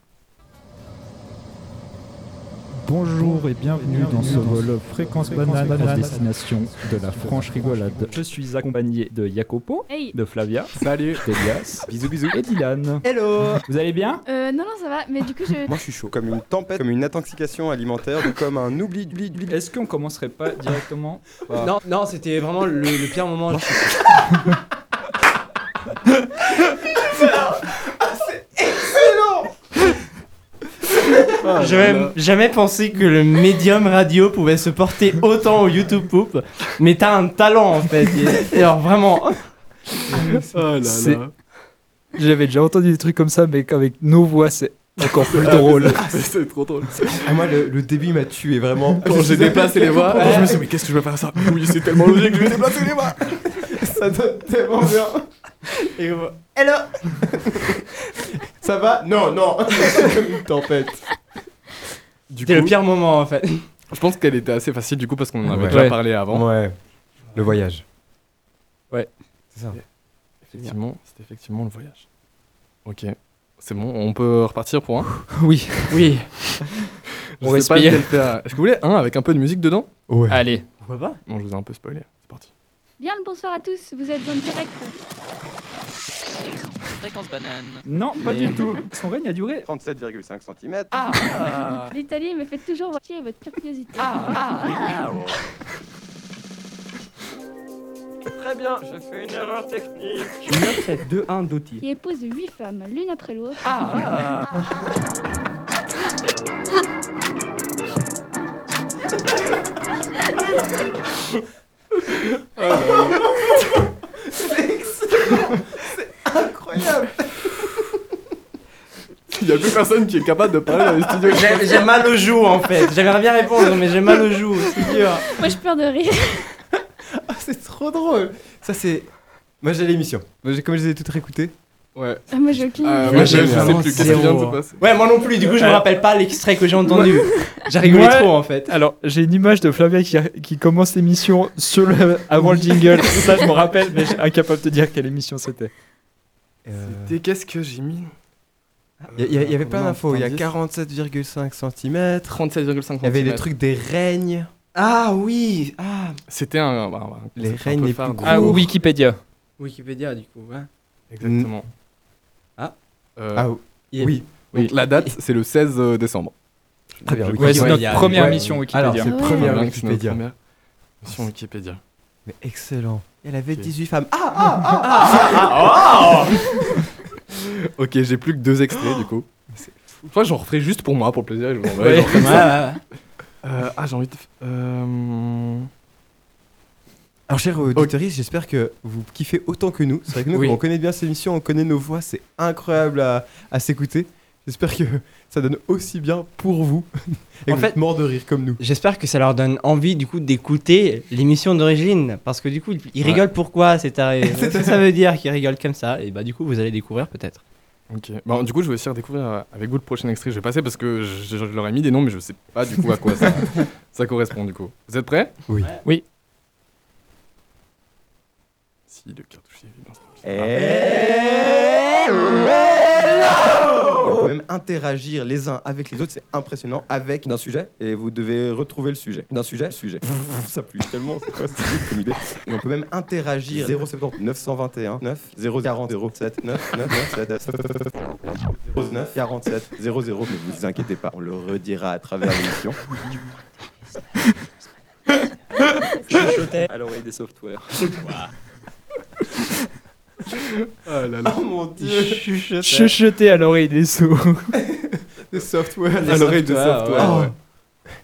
S7: Bonjour et bienvenue dans ce vol Fréquence Banane à destination de la franche rigolade.
S18: Je suis accompagné de Jacopo,
S14: Hey.
S18: de Flavia,
S8: salut,
S18: d'Elias, bisous bisous, et d'Ilan.
S14: Hello.
S18: Vous allez bien
S14: Euh, non, non, ça va, mais du coup, je.
S6: suis chaud. Comme une tempête, comme une intoxication alimentaire, ou comme un oubli.
S18: Est-ce qu'on commencerait pas directement par-
S5: Non, non, c'était vraiment le, le pire moment.
S15: Excellent
S8: Ah,
S15: J'avais jamais pensé que le médium radio pouvait se porter autant au YouTube Poop, mais t'as un talent en fait. Et- Alors vraiment.
S8: Ah,
S9: C'est- J'avais déjà entendu des trucs comme ça, mais qu'avec nos voix, c'est encore plus
S18: Ah,
S9: drôle.
S8: c'est trop drôle.
S6: Ah, moi, le, le début m'a tué vraiment.
S8: Ah, Quand j'ai déplacé les voix,
S6: Ouais.
S8: je me suis dit, mais qu'est-ce que je vais faire à ça Oui, c'est tellement logique, je vais déplacer les voix
S6: Ça donne tellement bien.
S15: Et on- Hello
S6: Ça va Non, non. C'est comme une tempête.
S8: C'était
S15: le pire moment en fait.
S8: Je pense qu'elle était assez facile du coup parce qu'on en avait
S6: Ouais.
S8: déjà
S6: Ouais.
S8: parlé avant.
S6: Ouais. Le voyage.
S9: Ouais.
S6: C'est ça.
S8: Effectivement, c'était effectivement le voyage. Ok. C'est bon, on peut repartir pour un
S9: Oui.
S5: Oui.
S8: Je
S9: On
S8: sais pas
S9: respire.
S8: lequel faire. Est-ce que vous voulez un avec un peu de musique dedans
S6: Ouais.
S9: Allez.
S8: Pourquoi pas Bon, je vous ai un peu spoilé. C'est parti.
S14: Bien le bonsoir à tous, vous êtes en direct.
S1: Fréquence banane.
S18: Non, pas du tout. Son règne a duré
S19: 37,5 cm.
S8: Ah.
S14: L'Italie me fait toujours voir votre curiosité.
S19: Très bien, je fais une erreur technique.
S15: Je note cette 2-1 d'outils.
S14: Qui épouse huit femmes, l'une après l'autre.
S8: Ah.
S19: Incroyable.
S8: Il y a plus personne qui est capable de parler dans les studios.
S15: J'ai j'ai mal au joue en fait. J'aimerais bien répondre, mais j'ai mal au joue, c'est dur.
S14: Moi, je pleure de rire.
S6: C'est trop drôle. Ça, c'est. Moi, j'ai l'émission. Moi, j'ai- Comme je les ai toutes réécoutées.
S8: Ouais.
S14: Ah, moi, j'ai aucune idée.
S8: moi, Euh, je- je sais plus, qu'est-ce qui vient de se
S15: Zéro.
S8: passer
S15: Ouais, moi non plus, du coup, je me
S9: Euh,
S15: rappelle pas l'extrait que j'ai entendu. J'ai rigolé
S9: Moi-
S15: trop en fait.
S9: Alors, j'ai une image de Flavia qui, qui commence l'émission sur le, avant le jingle. ça, je me rappelle, mais je suis incapable de te dire quelle émission c'était.
S8: C'était qu'est-ce que j'ai mis
S6: Il y, a- il y avait plein
S8: Non,
S6: d'infos. Il y a
S8: tandis-
S6: 47,5 cm.
S8: 37,5 cm.
S6: Il y avait des trucs des règnes.
S15: Ah oui Ah
S8: C'était un. bah, bah,
S6: Les
S8: c'était un
S6: règnes
S8: peu
S6: les
S8: phare
S6: plus
S8: de-
S6: courts. Ah,
S9: Wikipédia.
S15: Wikipédia, du coup, ouais.
S8: Exactement.
S15: Ah.
S8: Euh,
S6: Ah, oui.
S8: oui. Donc, la date, c'est le 16 euh, décembre.
S6: Très bien,
S8: Je-
S6: Wikipédia.
S8: je-
S6: Ouais, c'est notre première mission Wikipédia. Alors, c'est
S8: Ouais.
S6: première
S8: Ouais,
S6: Wikipédia.
S8: c'est notre première Mission Wikipédia.
S6: Mais excellent. Elle avait
S8: Ok.
S6: 18 femmes.
S19: Ah, ah, ah, ah, ah,
S8: ok, j'ai plus que deux extraits du coup. Je crois que j'en referai juste pour moi, pour le plaisir. et je vous
S15: Ouais.
S8: enverrai genre comme
S15: Ouais,
S8: ça.
S15: ouais,
S8: Euh, ah, j'ai envie de. f- euh,
S6: Alors, chers auditeurs, j'espère que vous kiffez autant que nous. C'est vrai que nous,
S8: Oui.
S6: on connaît bien ces émissions, on connaît nos voix, c'est incroyable à, à s'écouter. J'espère que ça donne aussi bien pour vous. Et
S5: En
S6: en
S5: fait-
S6: fait, mort de rire comme nous.
S5: J'espère que ça leur donne envie du coup d'écouter l'émission d'origine parce que du coup ils ils
S6: Ouais.
S5: rigolent pourquoi c'est taré. Qu'est-ce que ça veut dire qu'ils rigolent comme ça et bah du coup vous allez découvrir peut-être.
S8: Ok. Bon, du coup, je vais aussi redécouvrir euh, avec vous le prochain extrait que je vais passer parce que je, je leur ai mis des noms, mais je sais pas du coup à quoi ça, ça correspond du coup. Vous êtes prêts
S6: Oui.
S9: Oui.
S8: Si le cartouche est vide,
S19: Hello
S6: Oh. Quand même interagir les uns avec les autres, c'est impressionnant, avec d'un sujet, et vous devez retrouver le sujet. D'un sujet, sujet. Pff, ça pue tellement, c'est quoi cette comme idée Et on peut même interagir 070 921 9 040 07 9 9 7 09 47 00, ne vous inquiétez pas, on le redira à travers l'émission.
S20: chuchotais à l'oreille des softwares.
S8: Ah là là.
S6: Oh mon dieu.
S8: Chuchotais.
S9: Chuchoter à l'oreille des sauts.
S8: Des softwares.
S5: Des
S8: À l'oreille de
S5: softwares,
S8: software.
S5: ouais.
S8: ouais.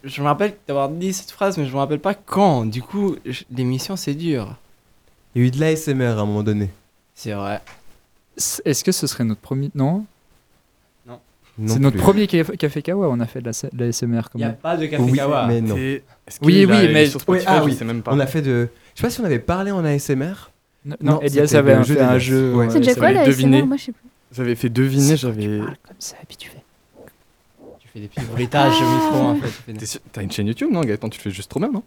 S5: Je me rappelle d'avoir dit cette phrase, mais je me rappelle pas quand. Du coup, je- l'émission, c'est dur.
S6: Il y a eu de l'ASMR à un moment donné.
S5: C'est vrai.
S9: Est-ce que ce serait notre premier. Non
S5: Non.
S9: C'est
S6: Non
S9: notre
S6: plus.
S9: premier ca- Café Kawa, on a fait de la, sa- de la SMR quand
S5: Y a
S9: même.
S5: pas de Café Oui, Kawa.
S6: Mais non.
S8: Et est-ce
S9: Oui,
S8: qu'il a-
S9: oui,
S8: il est
S9: mais.
S8: sur Spotify,
S6: Ouais, ah
S8: je
S6: oui.
S8: sais même pas.
S6: On a fait de. Je sais pas si on avait parlé en ASMR.
S9: Non, Elias
S6: c'était
S9: avait
S6: le
S9: fait un
S6: d'Elias.
S9: jeu,
S6: Ouais.
S9: ouais.
S3: C'est déjà
S8: ça
S3: quoi
S8: m'est
S3: la
S8: deviné.
S3: SMR Moi je sais plus.
S8: J'avais fait deviner, j'avais.
S9: Comme ça, et puis tu fais.
S5: Tu fais des petits bruitages au micro, en fait.
S8: T'es sûr- T'as une chaîne YouTube, non, Gaëtan Tu le fais juste trop bien, non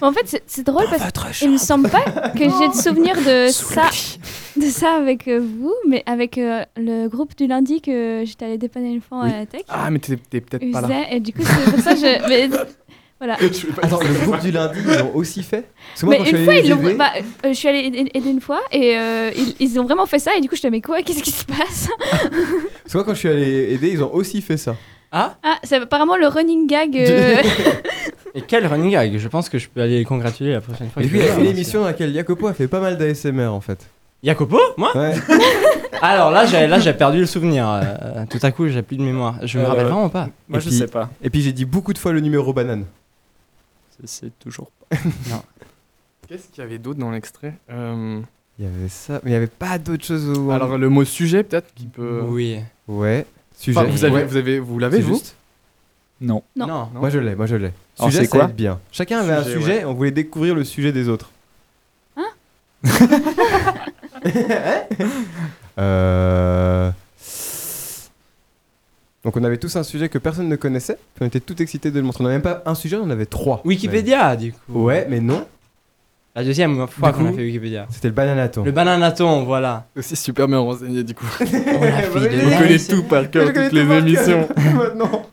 S3: En fait, c'est- c'est drôle parce qu'il me semble pas que j'ai de souvenir de ça, de ça avec euh, vous, mais avec euh, le groupe du lundi que j'étais allée dépanner une fois
S8: Oui.
S3: à la tech.
S8: Ah, mais t'es t'es peut-être pas là.
S3: Usain, et du coup, c'est pour ça que je. mais- voilà.
S6: Attends, le groupe du lundi, ils l'ont aussi fait Parce que moi,
S3: Mais
S6: quand je
S3: une
S6: suis
S3: fois,
S6: allé
S3: ils
S6: les
S3: l'ont-
S6: aider-
S3: bah, euh, je suis allée aider, aider une fois et euh, ils, ils ont vraiment fait ça. Et du coup, je te mets quoi Qu'est-ce qui se passe
S6: Parce que moi, quand je suis allé aider, ils ont aussi fait ça.
S3: Ah, c'est apparemment le running gag. euh,
S5: Et quel running gag Je pense que je peux aller les congratuler la prochaine fois.
S6: Et
S5: que
S6: puis,
S5: je les
S6: il a fait
S5: Ah, vois.
S6: l'émission dans laquelle Jacopo a fait pas mal d'ASMR en fait.
S5: Jacopo Moi
S6: Ouais.
S5: Alors là, j'ai là, j'ai perdu le souvenir. euh, tout à coup, j'ai plus de mémoire. Je me
S6: Euh,
S5: rappelle vraiment pas.
S6: Et puis- Et puis, j'ai dit beaucoup de fois le numéro banane.
S9: C'est toujours
S8: Qu'est-ce qu'il y avait d'autre dans l'extrait Euh,
S6: Il y avait ça, mais il n'y avait pas d'autre chose. Au...
S8: Alors, le mot sujet, peut-être, qui peut.
S6: euh,
S5: Oui.
S6: Ouais. Sujet.
S8: Enfin, vous avez,
S6: Ouais.
S8: vous avez, vous l'avez,
S6: C'est
S8: vous
S6: juste
S9: Non.
S3: Non.
S6: Moi je l'ai, moi je l'ai.
S21: Alors,
S6: Sujet,
S21: c'est
S6: ça
S21: quoi
S6: aide bien. Chacun avait
S8: Sujet,
S6: un sujet, on voulait découvrir le sujet des autres. Euh... Donc on avait tous un sujet que personne ne connaissait, puis on était tout excités de le montrer. On n'avait même pas un sujet, on en avait trois.
S5: Wikipédia, du coup.
S6: Ouais, mais non.
S5: La deuxième fois
S6: Du
S5: qu'on a
S6: coup,
S5: fait Wikipédia.
S6: C'était le bananaton.
S5: Le bananaton, voilà.
S8: Aussi Oh, super bien renseigné, du coup. On
S5: fille de
S8: On connaît
S5: Alex.
S8: tout par
S5: Je
S8: cœur,
S5: connais
S8: toutes
S5: tout
S8: les
S5: par cœur.
S8: émissions.
S6: Maintenant.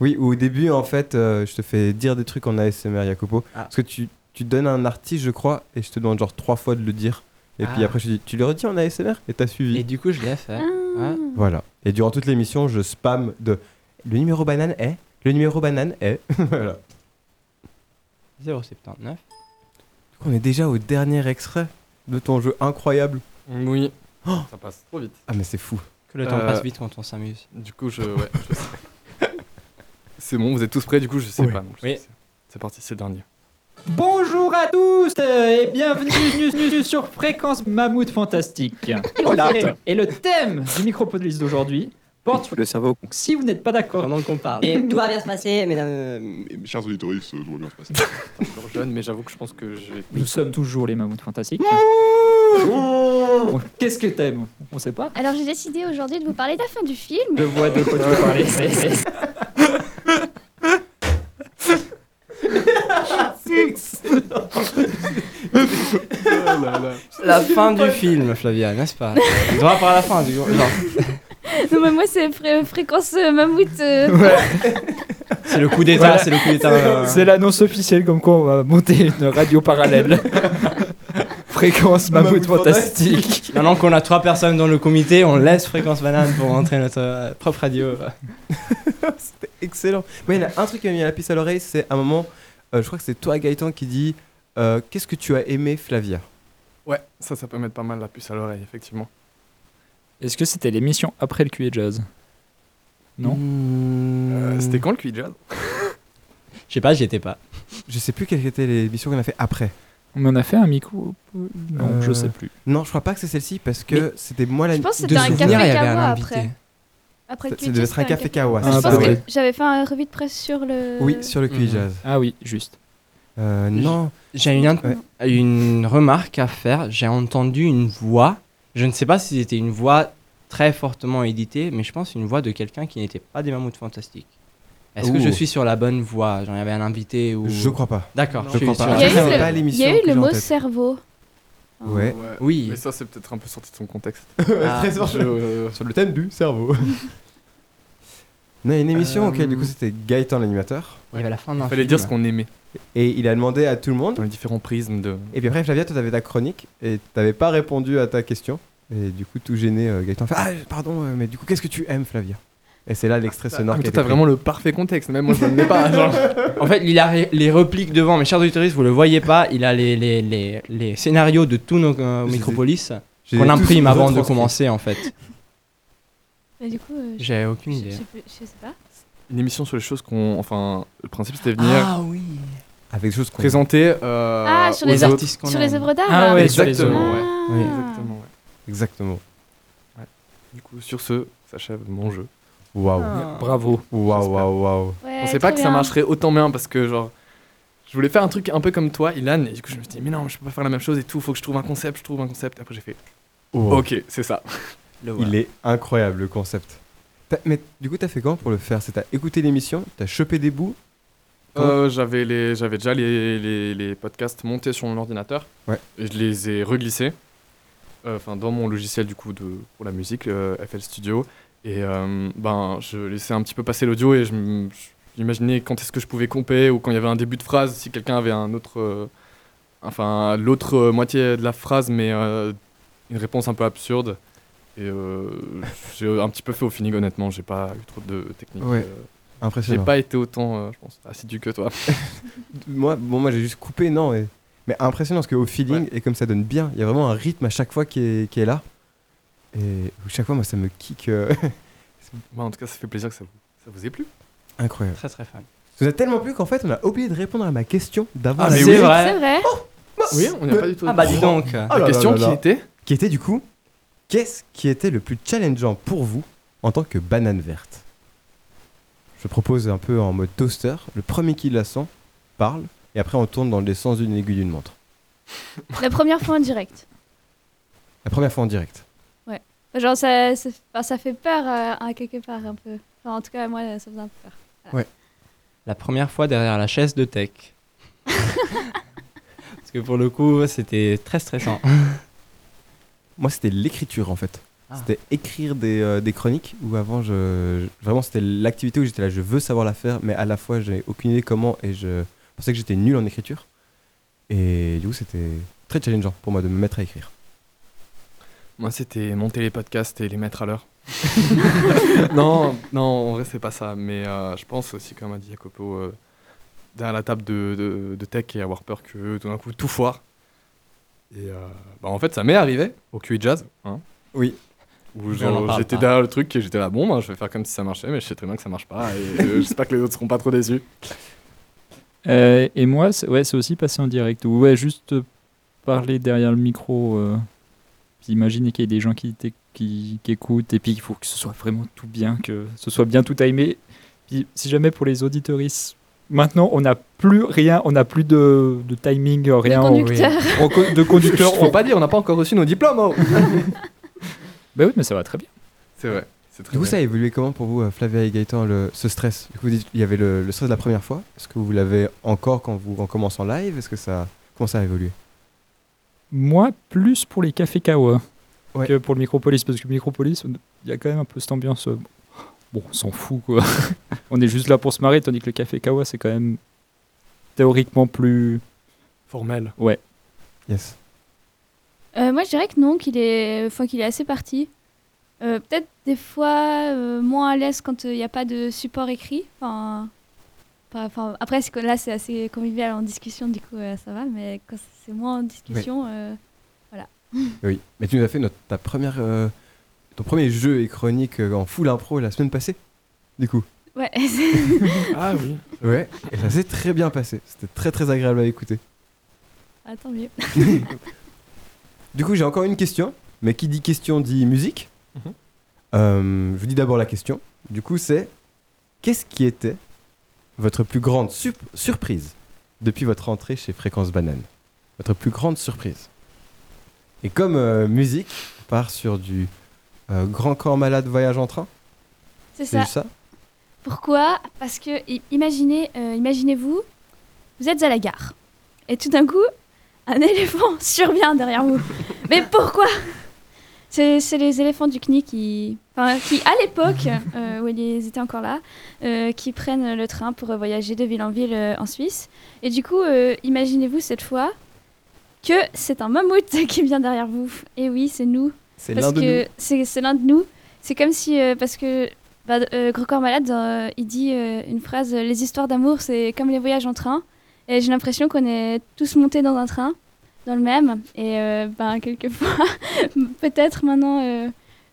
S6: Oui, au début, en fait, euh, je te fais dire des trucs en ASMR, Jacopo. Parce que tu, tu donnes un artiste, je crois, et je te demande genre trois fois de le dire. Et puis
S5: Ah.
S6: après, je te dis, tu le redis en ASMR Et t'as suivi.
S5: Et du coup, je l'ai fait. Ouais.
S6: Voilà. Et durant toute l'émission, je spam de le numéro banane est, le numéro banane est. voilà.
S5: 079.
S6: Du coup, on est déjà au dernier extrait de ton jeu incroyable.
S8: Oui. Ça passe trop vite.
S6: Ah, mais c'est fou.
S5: Que le temps
S6: Euh.
S5: passe vite quand on s'amuse.
S8: Du coup, je. Ouais, je sais. c'est bon, vous êtes tous prêts, du coup, je sais
S5: Oui.
S8: pas. donc je- c'est- C'est parti, c'est le dernier.
S21: Bonjour à tous euh, et bienvenue nu- nu- nu- sur Fréquence Mammouth Fantastique.
S20: Oh là.
S21: Et le thème du micropolis d'aujourd'hui porte sur le cerveau. Si vous n'êtes pas d'accord, pendant qu'on parle.
S15: Et tout va bien se passer, mesdames, euh, chers auditeurs, tout va bien se passer.
S8: Je suis encore jeune, mais j'avoue que je pense que j'ai.
S21: Nous sommes toujours les Mammouths Fantastiques. Bon, Qu'est-ce que t'aimes On sait pas.
S3: Alors, j'ai décidé aujourd'hui de vous parler de la fin du film.
S21: Je vois de quoi tu veux parler.
S5: La fin du film, Flavia, n'est-ce pas Droit par la fin, du coup. Non,
S3: Non, mais moi, c'est fré- fréquence euh, mammouth. euh.
S5: c'est le coup d'état,
S9: Voilà.
S5: c'est le coup d'état. euh,
S9: C'est l'annonce officielle comme quoi on va monter une radio parallèle. Fréquence Mammouth Fantastique.
S5: Maintenant qu'on a trois personnes dans le comité, on laisse Fréquence Banane pour rentrer notre euh, propre radio.
S6: Excellent. Moi, il y en a un truc qui m'a mis la piste à l'oreille, c'est un moment, euh, je crois que c'est toi, Gaëtan, qui dit euh, Qu'est-ce que tu as aimé, Flavia
S8: Ouais, ça, ça peut mettre pas mal la puce à l'oreille, effectivement.
S9: Est-ce que c'était l'émission après le QE Jazz Non
S8: Euh, C'était quand le QI Jazz
S5: Je sais pas, j'y étais pas.
S6: Je sais plus quelles étaient les missions qu'on a fait après.
S9: Mais on a fait un micro. Non, je sais plus.
S6: Non, je crois pas que c'est celle-ci parce que c'était moi la
S3: Je pense que
S6: de
S3: c'était un
S6: souvenir,
S3: café
S6: il y avait un
S3: kawa
S6: invité.
S3: après. Après le
S6: Ça- ça
S3: QI,
S6: devait être
S3: c'était
S6: un café kawa,
S3: Je
S6: c'est
S3: pense
S6: ça,
S3: que
S6: ouais.
S3: j'avais fait un euh, revue de presse sur le.
S6: Oui, sur le QI
S5: Mhm.
S6: Jazz.
S9: Ah oui, juste.
S6: Euh, non.
S5: J'ai une, une remarque à faire. J'ai entendu une voix. Je ne sais pas si c'était une voix très fortement éditée, mais je pense une voix de quelqu'un qui n'était pas des mammouths fantastiques. Est-ce que
S6: Ouh.
S5: je suis sur la bonne voie Genre, il y avait un invité ou...
S6: Je crois pas.
S5: D'accord.
S6: Je crois
S5: suis
S6: pas.
S5: sur-
S3: Il y a eu
S6: C'était pas
S3: le, il y
S6: l'émission
S3: a eu le
S6: que j'ai en
S3: mot
S6: tête.
S3: cerveau.
S6: Ouais.
S5: Oui.
S8: Mais ça, c'est peut-être un peu sorti de son contexte.
S6: Très fort. Ah, Sur le thème du cerveau. On a une émission
S8: Euh,
S6: auquel du coup c'était Gaëtan l'animateur.
S5: Ouais, à la fin
S8: Il d'un fallait film. dire ce qu'on aimait.
S6: Et il a demandé à tout le monde.
S8: Dans les différents prismes de.
S6: Et puis après Flavia, toi t'avais ta chronique et t'avais pas répondu à ta question. Et du coup tout gêné, euh, Gaëtan fait Ah pardon, euh, mais du coup qu'est-ce que tu aimes Flavia Et c'est là l'extrait sonore.
S8: Ah, mais
S6: qui a
S8: toi,
S6: été
S8: t'as
S6: pris.
S8: vraiment le parfait contexte. Même moi, je ne le mets pas. genre.
S5: En fait, il a ré- les répliques devant, mes chers auditeurs, vous le voyez pas, il a les, les, les, les scénarios de tous nos euh, Micropolis
S6: j'ai
S5: qu'on
S6: tous
S5: imprime avant de
S6: retranscrits.
S5: commencer en fait.
S3: Mais du coup, euh,
S5: J'ai aucune
S3: je-
S5: idée.
S3: je sais plus- Je sais pas.
S8: Une émission sur les choses qu'on. Enfin, le principe, c'était venir.
S3: Ah oui.
S6: Avec des choses qu'on-
S8: Présenter. euh,
S3: Ah, sur
S8: aux
S3: les-
S8: autres.
S3: sur les œuvres d'art,
S8: Ah,
S3: là.
S8: ouais,
S3: Sur les
S8: exactement.
S3: œuvres.
S8: ouais.
S3: Ah.
S8: Oui, Exactement. ouais.
S6: Exactement.
S8: Du coup, sur ce, s'achève mon jeu.
S6: Waouh.
S8: Ah.
S6: Bravo. Waouh, waouh, waouh.
S3: Ouais,
S8: On sait pas
S3: trop
S8: que ça
S3: Eh, bien.
S8: marcherait autant bien parce que, genre, je voulais faire un truc un peu comme toi, Ilan, et du coup, je me suis dit, mais non, je peux pas faire la même chose et tout, faut que je trouve un concept, je trouve un concept. Après, j'ai fait,
S6: Wow.
S8: ok, c'est ça.
S6: Il est incroyable le concept. T'as- Mais du coup, t'as fait comment pour le faire C'est t'as écouté l'émission, t'as chopé des bouts.
S8: Euh, j'avais les, j'avais déjà les, les, les podcasts montés sur mon ordinateur.
S6: Ouais.
S8: Et je les ai reglissés. euh, Enfin, dans mon logiciel du coup de pour la musique, le FL Studio. Et euh, ben, je laissais un petit peu passer l'audio et je, m- je- j'imaginais quand est-ce que je pouvais comper ou quand il y avait un début de phrase, si quelqu'un avait un autre, euh, enfin l'autre euh, moitié de la phrase, mais euh, une réponse un peu absurde. Et euh, j'ai un petit peu fait au feeling, honnêtement. J'ai pas eu trop de technique.
S6: Ouais.
S8: euh,
S6: Impressionnant.
S8: J'ai pas été autant, euh, je pense, assidu que toi.
S6: Moi, bon, moi j'ai juste coupé, non. Mais, mais impressionnant parce qu'au feeling, et comme ça donne bien, il y a vraiment un rythme à chaque fois qui est, qui est là. Et chaque fois, moi, ça me kick. euh,
S8: Bah, en tout cas, ça fait plaisir que ça vous, ça vous ait plu.
S6: Incroyable.
S5: Très très fan.
S6: Ça nous a tellement plu qu'en fait, on a oublié de répondre à ma question d'avant.
S5: Ah,
S6: la
S5: mais
S6: musique.
S5: oui. vrai.
S3: C'est vrai.
S8: Oui, on n'a pas du tout. Oh
S5: Ah bah dis donc.
S6: Ah
S8: La
S6: là
S8: question
S6: là là
S8: qui
S6: là.
S8: était
S6: Qui était du coup, qu'est-ce qui était le plus challengeant pour vous en tant que banane verte Je propose un peu en mode toaster. Le premier qui la sent parle, et après on tourne dans le sens d'une aiguille d'une montre.
S3: La première fois en direct.
S6: La première fois en direct.
S3: Ouais. Genre, ça, ça, enfin, ça fait peur euh, à quelque part un peu. Enfin, en tout cas, moi, ça faisait un peu peur.
S5: La première fois derrière la chaise de tech. Parce que pour le coup, c'était très stressant.
S6: Moi, c'était l'écriture en fait.
S8: Ah.
S6: C'était écrire des, euh, des chroniques où avant, je, je- vraiment, c'était l'activité où j'étais là, je veux savoir la faire, mais à la fois, j'ai aucune idée comment et je pensais que j'étais nul en écriture. Et du coup, c'était très challengeant pour moi de me mettre à écrire.
S8: Moi, c'était monter les podcasts et les mettre à l'heure. non, non, en vrai, c'est pas ça. Mais euh, je pense aussi, comme a dit Jacopo, euh, derrière la table de, de- de tech et avoir peur que tout d'un coup tout foire. Et euh, bah, en fait, ça m'est arrivé au QI Jazz. hein.
S6: Oui.
S8: Où
S5: Mais
S8: genre,
S5: on en parle
S8: j'étais
S5: pas.
S8: derrière le truc et j'étais là, bon, bah, je vais faire comme si ça marchait, mais je sais très bien que ça marche pas. Et euh, j'espère que les autres seront pas trop déçus.
S9: Euh, et moi, c'est ouais, c'est aussi passé en direct. ou Ouais, juste euh, parler derrière le micro. euh, puis imaginer qu'il y a des gens qui, t'éc- qui, qui écoutent et puis il faut que ce soit vraiment tout bien, que ce soit bien tout timé. Puis si jamais pour les auditoristes, maintenant on n'a plus rien, on n'a plus de, de timing, euh, rien. on-
S8: conducteur.
S9: on co- de conducteur.
S8: Faut pas dire, on n'a pas encore reçu nos diplômes. oh.
S9: Bah oui, mais ça va très bien.
S8: c'est vrai. C'est très
S6: Du coup,
S8: bien.
S6: ça a évolué comment pour vous, euh, Flavia et Gaëtan, le, ce stress Du coup, vous dites, il y avait le, le stress de la première fois. Est-ce que vous l'avez encore quand vous en commence en live Est-ce que ça comment ça a évolué
S9: Moi, plus pour les cafés Kawa
S6: Ouais.
S9: que pour le Micropolis, parce que le Micropolis, on- il y a quand même un peu cette ambiance. euh, Bon, on s'en fout quoi. on est juste là pour se marrer, tandis que le café Kawa, c'est quand même théoriquement plus.
S8: Formel.
S9: Ouais.
S6: Yes.
S3: Euh, moi, je dirais que non, qu'il est, enfin, qu'il est assez parti. Euh, Peut-être des fois euh, moins à l'aise quand il n'y a pas de support écrit. Enfin, pas- enfin, après, c'est que là, c'est assez convivial en discussion, du coup, euh, ça va. Mais quand c'est moins en discussion, euh, voilà.
S6: Oui. Mais tu nous as fait notre, ta première, euh, ton premier jeu et chronique euh, en full impro la semaine passée, du coup.
S3: Ouais.
S8: ah oui.
S6: Ouais. Et ça s'est très bien passé. C'était très très agréable à écouter.
S3: Ah, tant mieux.
S6: Du coup, j'ai encore une question. Mais qui dit question dit musique. Euh, je vous dis d'abord la question. Du coup, c'est qu'est-ce qui était votre plus grande sup- surprise depuis votre entrée chez Fréquence Banane Votre plus grande surprise. Et comme euh, musique, on part sur du euh, Grand Corps Malade Voyage en train.
S3: C'est
S6: C'est
S3: ça.
S6: juste ça
S3: Pourquoi Parce que i- imaginez, euh, imaginez-vous, vous êtes à la gare et tout d'un coup, Un éléphant survient derrière vous. Mais pourquoi C'est c'est les éléphants du CNI qui, enfin, qui à l'époque, euh, où ils étaient encore là, euh, qui prennent le train pour euh, voyager de ville en ville euh, en Suisse. Et du coup, euh, imaginez-vous cette fois que c'est un mammouth qui vient derrière vous. Et oui, c'est nous.
S22: C'est
S3: Parce
S22: l'un de
S3: que
S22: nous.
S3: C'est c'est l'un de nous. C'est comme si, euh, parce que bah, euh, Gros Corps Malade, euh, il dit euh, une phrase, euh, les histoires d'amour, c'est comme les voyages en train. Et j'ai l'impression qu'on est tous montés dans un train, dans le même. Et euh, ben, quelquefois, peut-être maintenant, euh,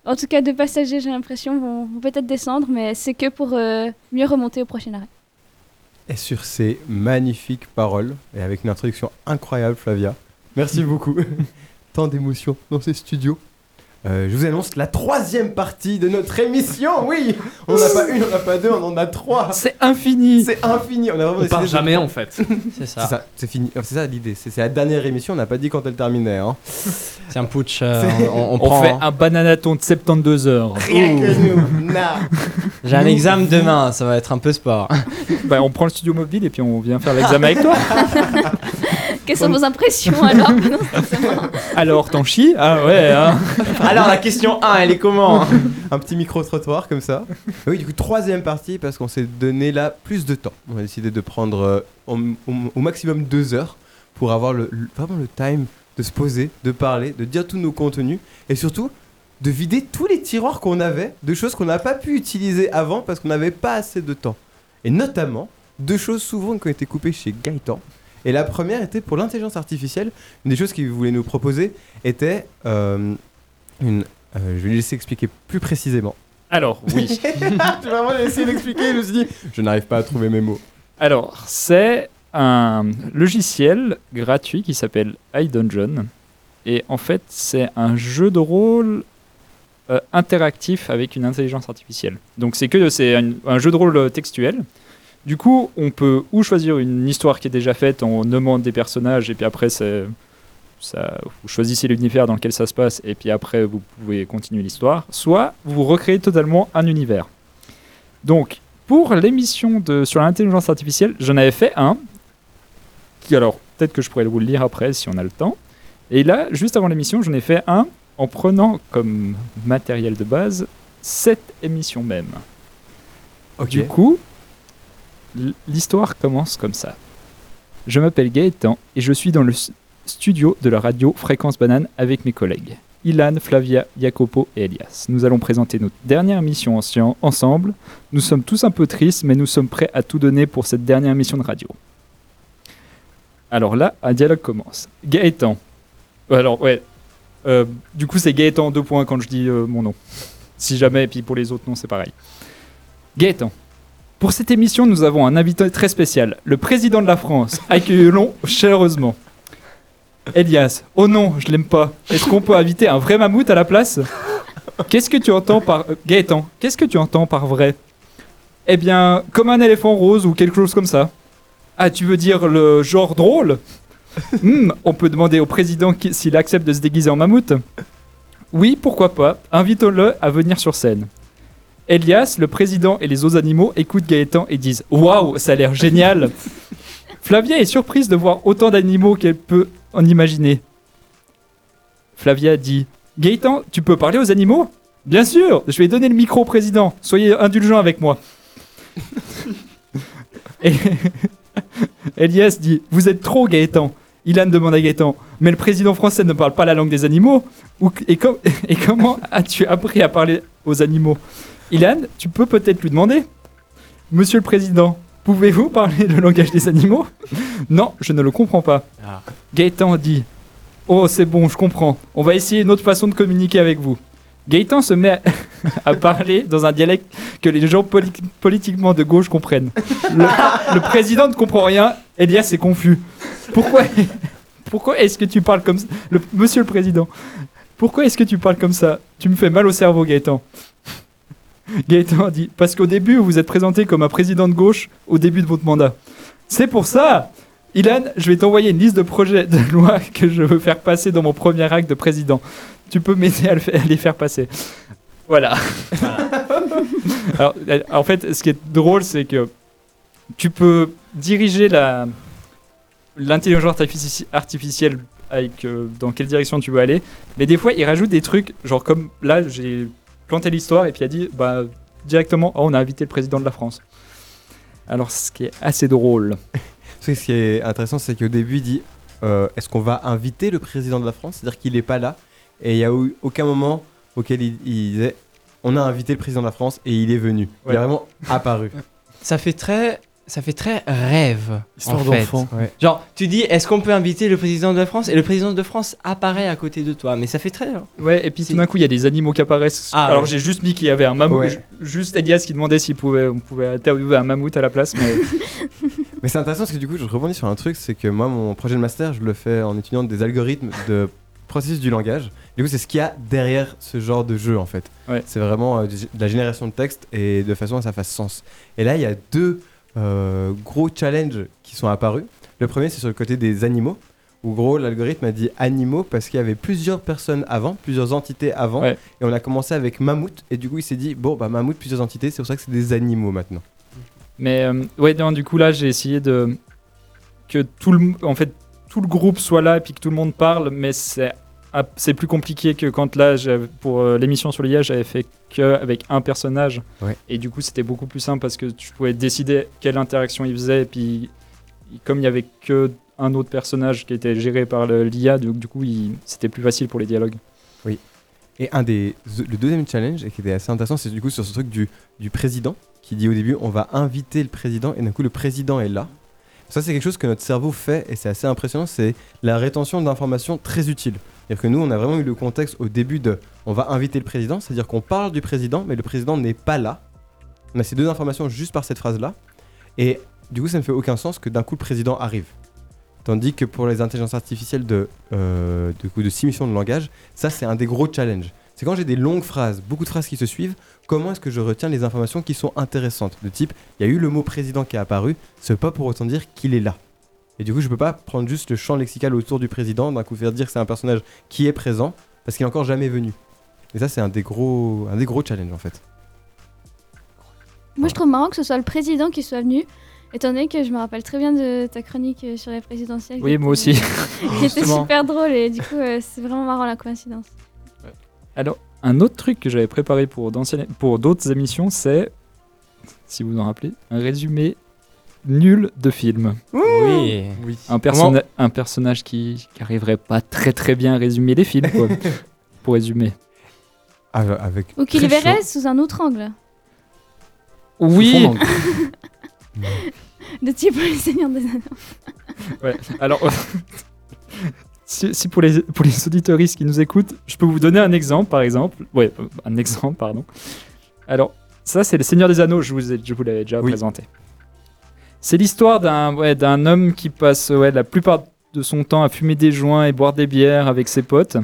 S3: en tout cas deux passagers, j'ai l'impression, vont, vont peut-être descendre, mais c'est que pour euh, mieux remonter au prochain arrêt.
S6: Et sur ces magnifiques paroles, et avec une introduction incroyable, Flavia, merci beaucoup. Tant d'émotions dans ces studios. Euh, je vous annonce la troisième partie de notre émission, oui On n'a pas une, on n'a pas deux, on en a trois
S15: C'est infini
S6: C'est infini On a vraiment
S23: On part
S6: décidé de-
S23: jamais, en fait.
S5: C'est
S6: C'est ça, c'est fini. Euh, C'est ça l'idée. C'est c'est la dernière émission, on n'a pas dit quand elle terminait. Hein.
S5: C'est un putsch. euh,
S9: on hein. fait un bananaton de 72 heures.
S6: Rien que nous, na.
S5: J'ai un examen demain, ça va être un peu sport.
S9: bah, on prend le studio mobile et puis on vient faire l'examen avec toi.
S3: Quelles sont vos impressions alors Non,
S9: Alors, t'en chies Ah ouais, hein.
S5: Alors la question 1, elle est comment
S6: Un petit micro-trottoir comme ça. Oui, du coup, troisième partie parce qu'on s'est donné là plus de temps. On a décidé de prendre euh, au, au- au maximum deux heures pour avoir le, le- vraiment le time de se poser, de parler, de dire tous nos contenus et surtout de vider tous les tiroirs qu'on avait de choses qu'on n'a pas pu utiliser avant parce qu'on n'avait pas assez de temps. Et notamment, deux choses souvent qui ont été coupées chez Gaëtan. Et la première était pour l'intelligence artificielle. Une des choses qu'il voulait nous proposer était euh, une. euh, je vais lui laisser expliquer plus précisément.
S9: Alors, oui.
S6: tu vas vraiment essayer d'expliquer, je me suis dit, je n'arrive pas à trouver mes mots.
S9: Alors, c'est un logiciel gratuit qui s'appelle iDungeon. Et en fait, c'est un jeu de rôle euh, interactif avec une intelligence artificielle. Donc, c'est que c'est un, un jeu de rôle euh, textuel. Du coup, on peut ou choisir une histoire qui est déjà faite en nommant des personnages, et puis après, c'est- ça, vous choisissez l'univers dans lequel ça se passe, et puis après, vous pouvez continuer l'histoire. Soit vous recréez totalement un univers. Donc, pour l'émission de- sur l'intelligence artificielle, j'en avais fait un. Qui, alors, peut-être que je pourrais vous le lire après si on a le temps. Et là, juste avant l'émission, j'en ai fait un en prenant comme matériel de base cette émission même. Du coup, l- l'histoire commence comme ça. Je m'appelle Gaëtan et je suis dans le s- studio de la radio Fréquence Banane avec mes collègues. Ilan, Flavia, Jacopo et Elias. Nous allons présenter notre dernière mission en science ensemble. Nous sommes tous un peu tristes, mais nous sommes prêts à tout donner pour cette dernière mission de radio. Alors là, un dialogue commence. Gaëtan. Euh, Alors, ouais. Euh, du coup, c'est Gaëtan, deux points quand je dis euh, mon nom. Si jamais, et puis pour les autres noms, c'est pareil. Gaëtan. Pour cette émission, nous avons un invité très spécial, le président de la France. Accueillons-le chaleureusement. Elias, oh non, je l'aime pas. Est-ce qu'on peut inviter un vrai mammouth à la place Qu'est-ce que tu entends par euh, Gaëtan Qu'est-ce que tu entends par vrai Eh bien, comme un éléphant rose ou quelque chose comme ça. Ah, tu veux dire le genre drôle Hmm, On peut demander au président qui- s'il accepte de se déguiser en mammouth. Oui, pourquoi pas. Invitons-le à venir sur scène. Elias, le président et les autres animaux écoutent Gaëtan et disent Waouh, ça a l'air génial Flavia est surprise de voir autant d'animaux qu'elle peut en imaginer. Flavia dit Gaëtan, tu peux parler aux animaux Bien sûr, je vais donner le micro au président. Soyez indulgent avec moi. Et- Elias dit Vous êtes trop Gaëtan. Ilan demande à Gaëtan Mais le président français ne parle pas la langue des animaux Ou- et, com- et comment as-tu appris à parler aux animaux Ilan, tu peux peut-être lui demander Monsieur le président, pouvez-vous parler le langage des animaux Non, je ne le comprends pas.
S5: Ah.
S9: Gaëtan dit Oh, c'est bon, je comprends. On va essayer une autre façon de communiquer avec vous. Gaëtan se met à, à parler dans un dialecte que les gens poli- politiquement de gauche comprennent. Le, le président ne comprend rien. Elias est confus. Pourquoi, pourquoi est-ce que tu parles comme ça Le- Monsieur le président, pourquoi est-ce que tu parles comme ça Tu me fais mal au cerveau, Gaëtan. Gaëtan dit Parce qu'au début, vous vous êtes présenté comme un président de gauche au début de votre mandat. C'est pour ça Ilan, je vais t'envoyer une liste de projets de loi que je veux faire passer dans mon premier acte de président. Tu peux m'aider à, le fa- à les faire passer. Voilà. Alors, euh, en fait, ce qui est drôle, c'est que tu peux diriger la, l'intelligence artifici- artificielle avec euh, dans quelle direction tu veux aller. Mais des fois, il rajoute des trucs, genre comme là, j'ai planté l'histoire et puis il a dit bah, directement Oh, on a invité le président de la France. Alors, ce qui est assez drôle.
S6: Ce qui est intéressant, c'est qu'au début, il dit euh, est-ce qu'on va inviter le président de la France C'est-à-dire qu'il n'est pas là. Et il n'y a eu aucun moment auquel il, il disait on a invité le président de la France et il est venu. Il
S15: Ouais.
S6: est vraiment apparu.
S15: Ça fait très, ça fait très rêve.
S6: Histoire
S15: en fait.
S6: d'enfant. Ouais.
S15: Genre, tu dis, est-ce qu'on peut inviter le président de la France Et le président de France apparaît à côté de toi, mais ça fait très. hein.
S9: Ouais, et puis tout d'un coup, il y a des animaux qui apparaissent.
S15: Ah,
S9: Alors,
S15: ouais.
S9: j'ai juste mis qu'il y avait un mammouth.
S15: Ouais.
S9: ju- Juste Elias qui demandait si pouvait, on pouvait interviewer un mammouth à la place. Mais...
S6: Mais c'est intéressant parce que du coup, je rebondis sur un truc, c'est que moi, mon projet de master, je le fais en étudiant des algorithmes de processus du langage. Du coup, c'est ce qu'il y a derrière ce genre de jeu, en fait. C'est vraiment euh, du- de la génération de texte et de façon à ce que ça fasse sens. Et là, il y a deux euh, gros challenges qui sont apparus. Le premier, c'est sur le côté des animaux, où gros, l'algorithme a dit animaux parce qu'il y avait plusieurs personnes avant, plusieurs entités avant,
S9: Ouais.
S6: et on a commencé avec mammouth, et du coup, il s'est dit, bon, bah mammouth, plusieurs entités, c'est pour ça que c'est des animaux maintenant.
S9: Mais euh, ouais, non, du coup là, j'ai essayé de que tout le m- en fait tout le groupe soit là et puis que tout le monde parle, mais c'est un- c'est plus compliqué que quand là j'avais- pour euh, l'émission sur l'IA, j'avais fait que avec un personnage.
S6: Ouais.
S9: Et du coup, c'était beaucoup plus simple parce que tu pouvais décider quelle interaction il faisait et puis comme il y avait que un autre personnage qui était géré par le- l'IA, du, du coup, il- c'était plus facile pour les dialogues.
S6: Oui. Et un des, le deuxième challenge, et qui était assez intéressant, c'est du coup sur ce truc du, du président, qui dit au début on va inviter le président, et d'un coup le président est là. Ça, c'est quelque chose que notre cerveau fait, et c'est assez impressionnant, c'est la rétention d'informations très utile. C'est-à-dire que nous, on a vraiment eu le contexte au début de on va inviter le président, c'est-à-dire qu'on parle du président, mais le président n'est pas là. On a ces deux informations juste par cette phrase-là, et du coup, ça ne fait aucun sens que d'un coup le président arrive. Tandis que pour les intelligences artificielles de, euh, de, coup, de simulation de langage, ça c'est un des gros challenges. C'est quand j'ai des longues phrases, beaucoup de phrases qui se suivent, comment est-ce que je retiens les informations qui sont intéressantes De type, il y a eu le mot président qui est apparu, ce pas pour autant dire qu'il est là. Et du coup, je peux pas prendre juste le champ lexical autour du président, d'un coup faire dire que c'est un personnage qui est présent, parce qu'il est encore jamais venu. Et ça, c'est un des gros, un des gros challenges en fait.
S14: Moi, je trouve marrant que ce soit le président qui soit venu, étant donné que je me rappelle très bien de ta chronique euh, sur les présidentielles. qui
S9: Oui, moi
S14: était-
S9: aussi.
S14: qui était
S9: Justement.
S14: super drôle et du coup, euh, c'est vraiment marrant la coïncidence.
S9: Alors, un autre truc que j'avais préparé pour, d'anciennes- pour d'autres émissions, c'est, si vous en rappelez, un résumé nul de film.
S5: Oui. Oui.
S9: Un, perso-
S5: Comment-
S9: un personnage qui, qui arriverait pas très très bien à résumer les films, quoi. pour résumer.
S6: Ah, Avec
S14: Ou qu'il verrait sous un autre angle,
S9: Oui
S14: de type le Seigneur des Anneaux.
S9: Ouais, alors. Si, si pour les, pour les auditoristes qui nous écoutent, je peux vous donner un exemple, par exemple. Ouais, euh, un exemple, pardon. Alors, ça, c'est Le Seigneur des Anneaux, je vous, ai- je vous l'avais déjà présenté. C'est l'histoire d'un ouais, d'un homme qui passe ouais, la plupart de son temps à fumer des joints et boire des bières avec ses potes.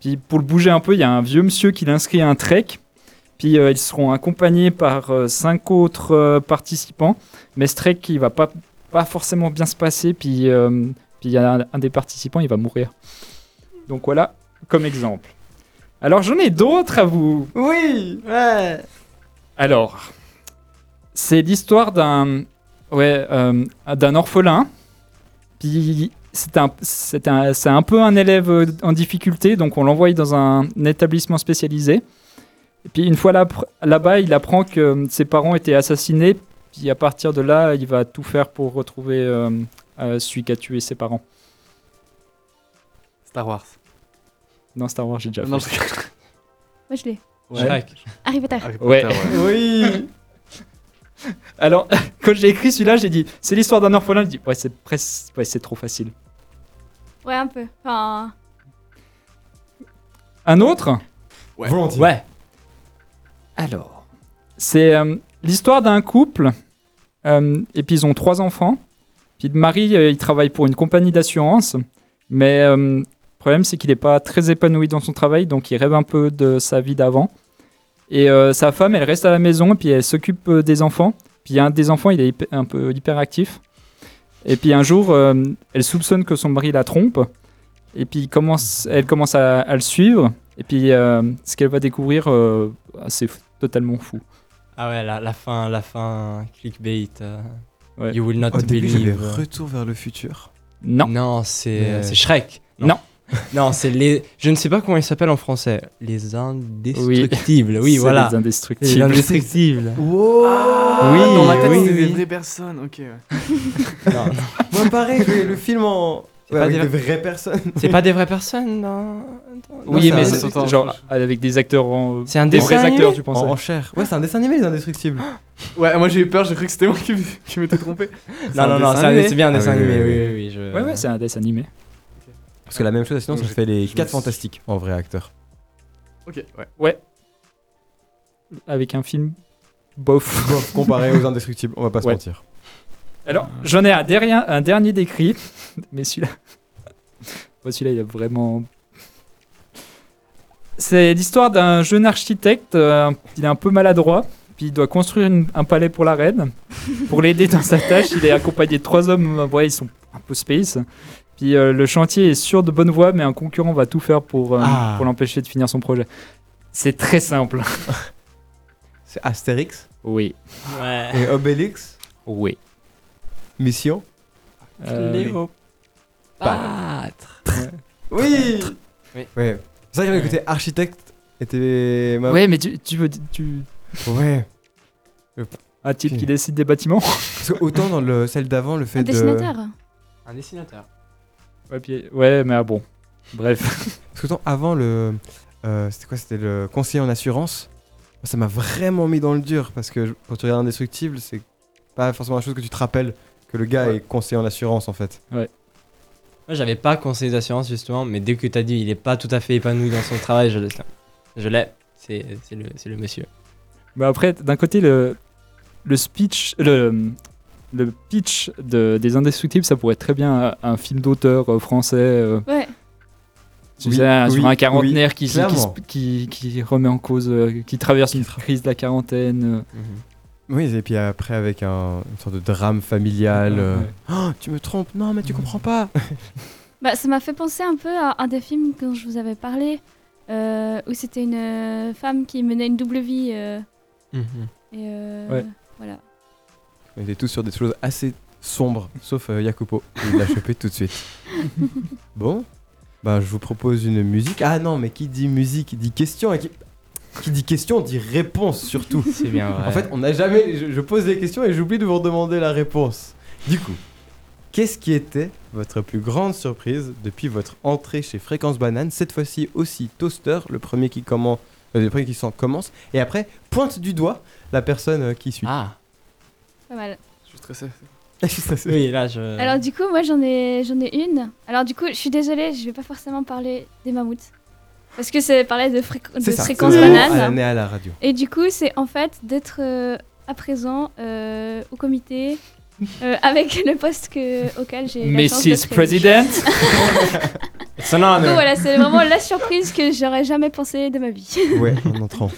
S9: Puis, pour le bouger un peu, il y a un vieux monsieur qui l'inscrit à un trek. Puis euh, ils seront accompagnés par euh, cinq autres euh, participants. Mais ce trek, il va pas, pas forcément bien se passer. Puis euh, puis il y a un, un des participants, il va mourir. Donc voilà, comme exemple. Alors j'en ai d'autres à vous.
S15: Oui. Ouais.
S9: Alors, c'est l'histoire d'un ouais, euh, d'un orphelin. Puis c'est un, c'est un, c'est un peu un élève euh, en difficulté, donc on l'envoie dans un, établissement spécialisé. Et puis une fois là- là-bas, il apprend que euh, ses parents étaient assassinés. Puis à partir de là, il va tout faire pour retrouver euh, euh, celui qui a tué ses parents.
S15: Star Wars.
S9: Non, Star Wars, j'ai déjà
S15: Non,
S9: fait.
S14: Moi, je l'ai.
S9: Ouais. Shrek.
S14: Harry Potter.
S9: Ouais.
S15: Oui.
S9: Alors, quand j'ai écrit celui-là, j'ai dit c'est l'histoire d'un orphelin. Je dis ouais, c'est presque, ouais, c'est trop facile.
S14: Ouais, un peu. Enfin,
S9: Un autre
S15: Ouais.
S9: Volontiers. Ouais. Alors, c'est euh, l'histoire d'un couple. euh, et puis ils ont trois enfants. Puis le mari, euh, il travaille pour une compagnie d'assurance, mais euh, le problème c'est qu'il n'est pas très épanoui dans son travail, donc il rêve un peu de sa vie d'avant. Et euh, sa femme, elle reste à la maison, puis elle s'occupe euh, des enfants. Puis il y a un des enfants, il est hyper- un peu hyperactif. Et puis un jour, euh, elle soupçonne que son mari la trompe. Et puis il commence, elle commence à, à le suivre. Et puis euh, ce qu'elle va découvrir, euh, c'est f- totalement fou.
S15: Ah ouais, la, la fin, la fin, clickbait. euh,
S9: Ouais.
S15: You will not
S6: Au début, j'avais
S15: believe.
S6: Retour vers le futur.
S24: Non.
S5: Non, c'est
S25: Euh,
S5: c'est Shrek.
S24: Non.
S5: non, c'est les. Je ne sais pas comment ils s'appellent en français. Les indestructibles. Oui,
S24: C'est
S5: voilà.
S24: les Indestructibles.
S5: Les indestructibles.
S26: Wow
S5: Oui,
S26: Oh, Dans ma tête,
S5: oui,
S26: c'est des
S5: oui.
S26: vraies personnes, ok. ouais.
S5: Non, non.
S6: Moi, pareil, le, le film en.
S5: C'est
S6: ouais,
S5: pas
S6: avec
S5: des
S6: des
S5: vra-
S6: vraies personnes.
S5: C'est pas des vraies personnes, non
S9: Oui,
S6: Non,
S9: mais
S6: c'est un-
S9: c'est- genre avec des acteurs en.
S5: C'est un
S9: en
S5: dessin
S9: vrais
S5: animé
S9: acteurs, tu pensais
S6: En, en chair. Ouais, c'est un dessin animé, Les Indestructibles.
S8: Ouais, moi j'ai eu peur, j'ai cru que c'était moi qui, m- qui m'étais trompé.
S5: Non, non, non, c'est un- c'est
S6: Ah
S5: bien un dessin animé, oui, oui, oui, je-
S9: Ouais, ouais, c'est un dessin animé.
S6: Parce que la même chose, sinon, ça
S8: Donc,
S6: fait les
S8: je me
S6: 4
S8: suis-
S6: fantastiques en vrai acteur.
S8: Ok, ouais.
S9: Ouais. Avec un film bof.
S6: Bof, comparé aux Indestructibles, on va pas se
S9: Ouais.
S6: mentir.
S9: Alors, j'en ai un dernier, un dernier décrit, mais celui-là. Bon, celui-là, il a vraiment. C'est l'histoire d'un jeune architecte. euh, il est un peu maladroit, puis il doit construire une- un palais pour la reine. Pour l'aider dans sa tâche, il est accompagné de trois hommes. euh, Ouais, ils sont un peu space. Puis euh, le chantier est sûr de bonne voie, mais un concurrent va tout faire pour, euh,
S6: Ah.
S9: pour l'empêcher de finir son projet. C'est très simple.
S6: C'est Astérix
S9: Oui.
S5: Ouais.
S6: et Obélix.
S9: Oui.
S6: Mission.
S9: Euh,
S15: Ah,
S5: Cléopâtre.
S6: Oui
S5: Oui.
S6: Ouais. C'est vrai que le côté architecte était. ma-
S9: Ouais, mais tu, tu veux. Tu...
S6: Ouais.
S9: Un type qui décide des bâtiments
S6: Parce que autant dans le, celle d'avant, le fait
S27: Un
S6: de.
S27: dessinateur
S5: Un dessinateur.
S9: Ouais, puis- ouais, mais ah bon. Bref.
S6: Parce que autant avant le. euh, c'était quoi C'était le conseiller en assurance. Moi, Ça m'a vraiment mis dans le dur parce que je- quand tu regardes Indestructible, c'est pas forcément la chose que tu te rappelles que le gars est conseiller en assurance en fait.
S9: Ouais.
S5: Moi, j'avais pas conseiller d'assurance, justement, mais dès que t'as dit il est pas tout à fait épanoui dans son travail, je l'ai. Je l'ai. C'est c'est le, c'est le monsieur.
S9: Mais après, d'un côté, le, le speech. Le, le pitch de, des Indestructibles, ça pourrait être très bien un, un film d'auteur euh, français. euh,
S3: Ouais.
S9: Tu
S6: Oui,
S9: sais, un- sur
S6: oui,
S9: un quarantenaire
S6: oui,
S9: qui, qui,
S6: clairement.
S9: qui- qui remet en cause, euh, qui traverse une crise de la quarantaine. euh.
S6: Oui, et puis après avec un, une sorte de drame familial. euh,
S9: Ouais.
S6: Oh, tu me trompes, non, mais tu comprends pas.
S3: Bah, ça m'a fait penser un peu à un des films dont je vous avais parlé, euh, où c'était une euh, femme qui menait une double vie. euh,
S5: Mhm.
S3: et euh,
S6: Ouais.
S3: voilà.
S6: On était tous sur des choses assez sombres, sauf euh, Jacopo. Il l'a chopé tout de suite. Bon, bah, je vous propose une musique. Ah non, mais qui dit musique dit question. Et qui... qui dit question dit réponse surtout.
S5: C'est bien vrai.
S6: En fait, on n'a jamais. Je, je pose des questions et j'oublie de vous redemander la réponse. Du coup, qu'est-ce qui était votre plus grande surprise depuis votre entrée chez Fréquence Banane Cette fois-ci aussi toaster, le premier qui commence, euh, le premier qui s'en commence, et après pointe du doigt la personne euh, qui suit.
S5: Ah.
S3: Pas mal.
S8: Je suis stressé.
S6: je suis stressé.
S5: Oui, là, je.
S3: Alors du coup, moi j'en ai, j'en ai une. Alors du coup, je suis désolée, je vais pas forcément parler des mammouths. Parce que c'est parler de, fréqu- de
S6: C'est ça,
S3: fréquence
S6: c'est
S3: banane.
S6: vraiment à l'année à la radio.
S3: Et du coup, c'est en fait d'être euh, à présent euh, au comité euh, avec le poste que, auquel j'ai la chance
S9: Mrs.
S3: d'être élue.
S9: President
S5: It's an honor.
S3: Donc voilà, c'est vraiment la surprise que j'aurais jamais pensé de ma vie.
S6: Ouais, en entrant.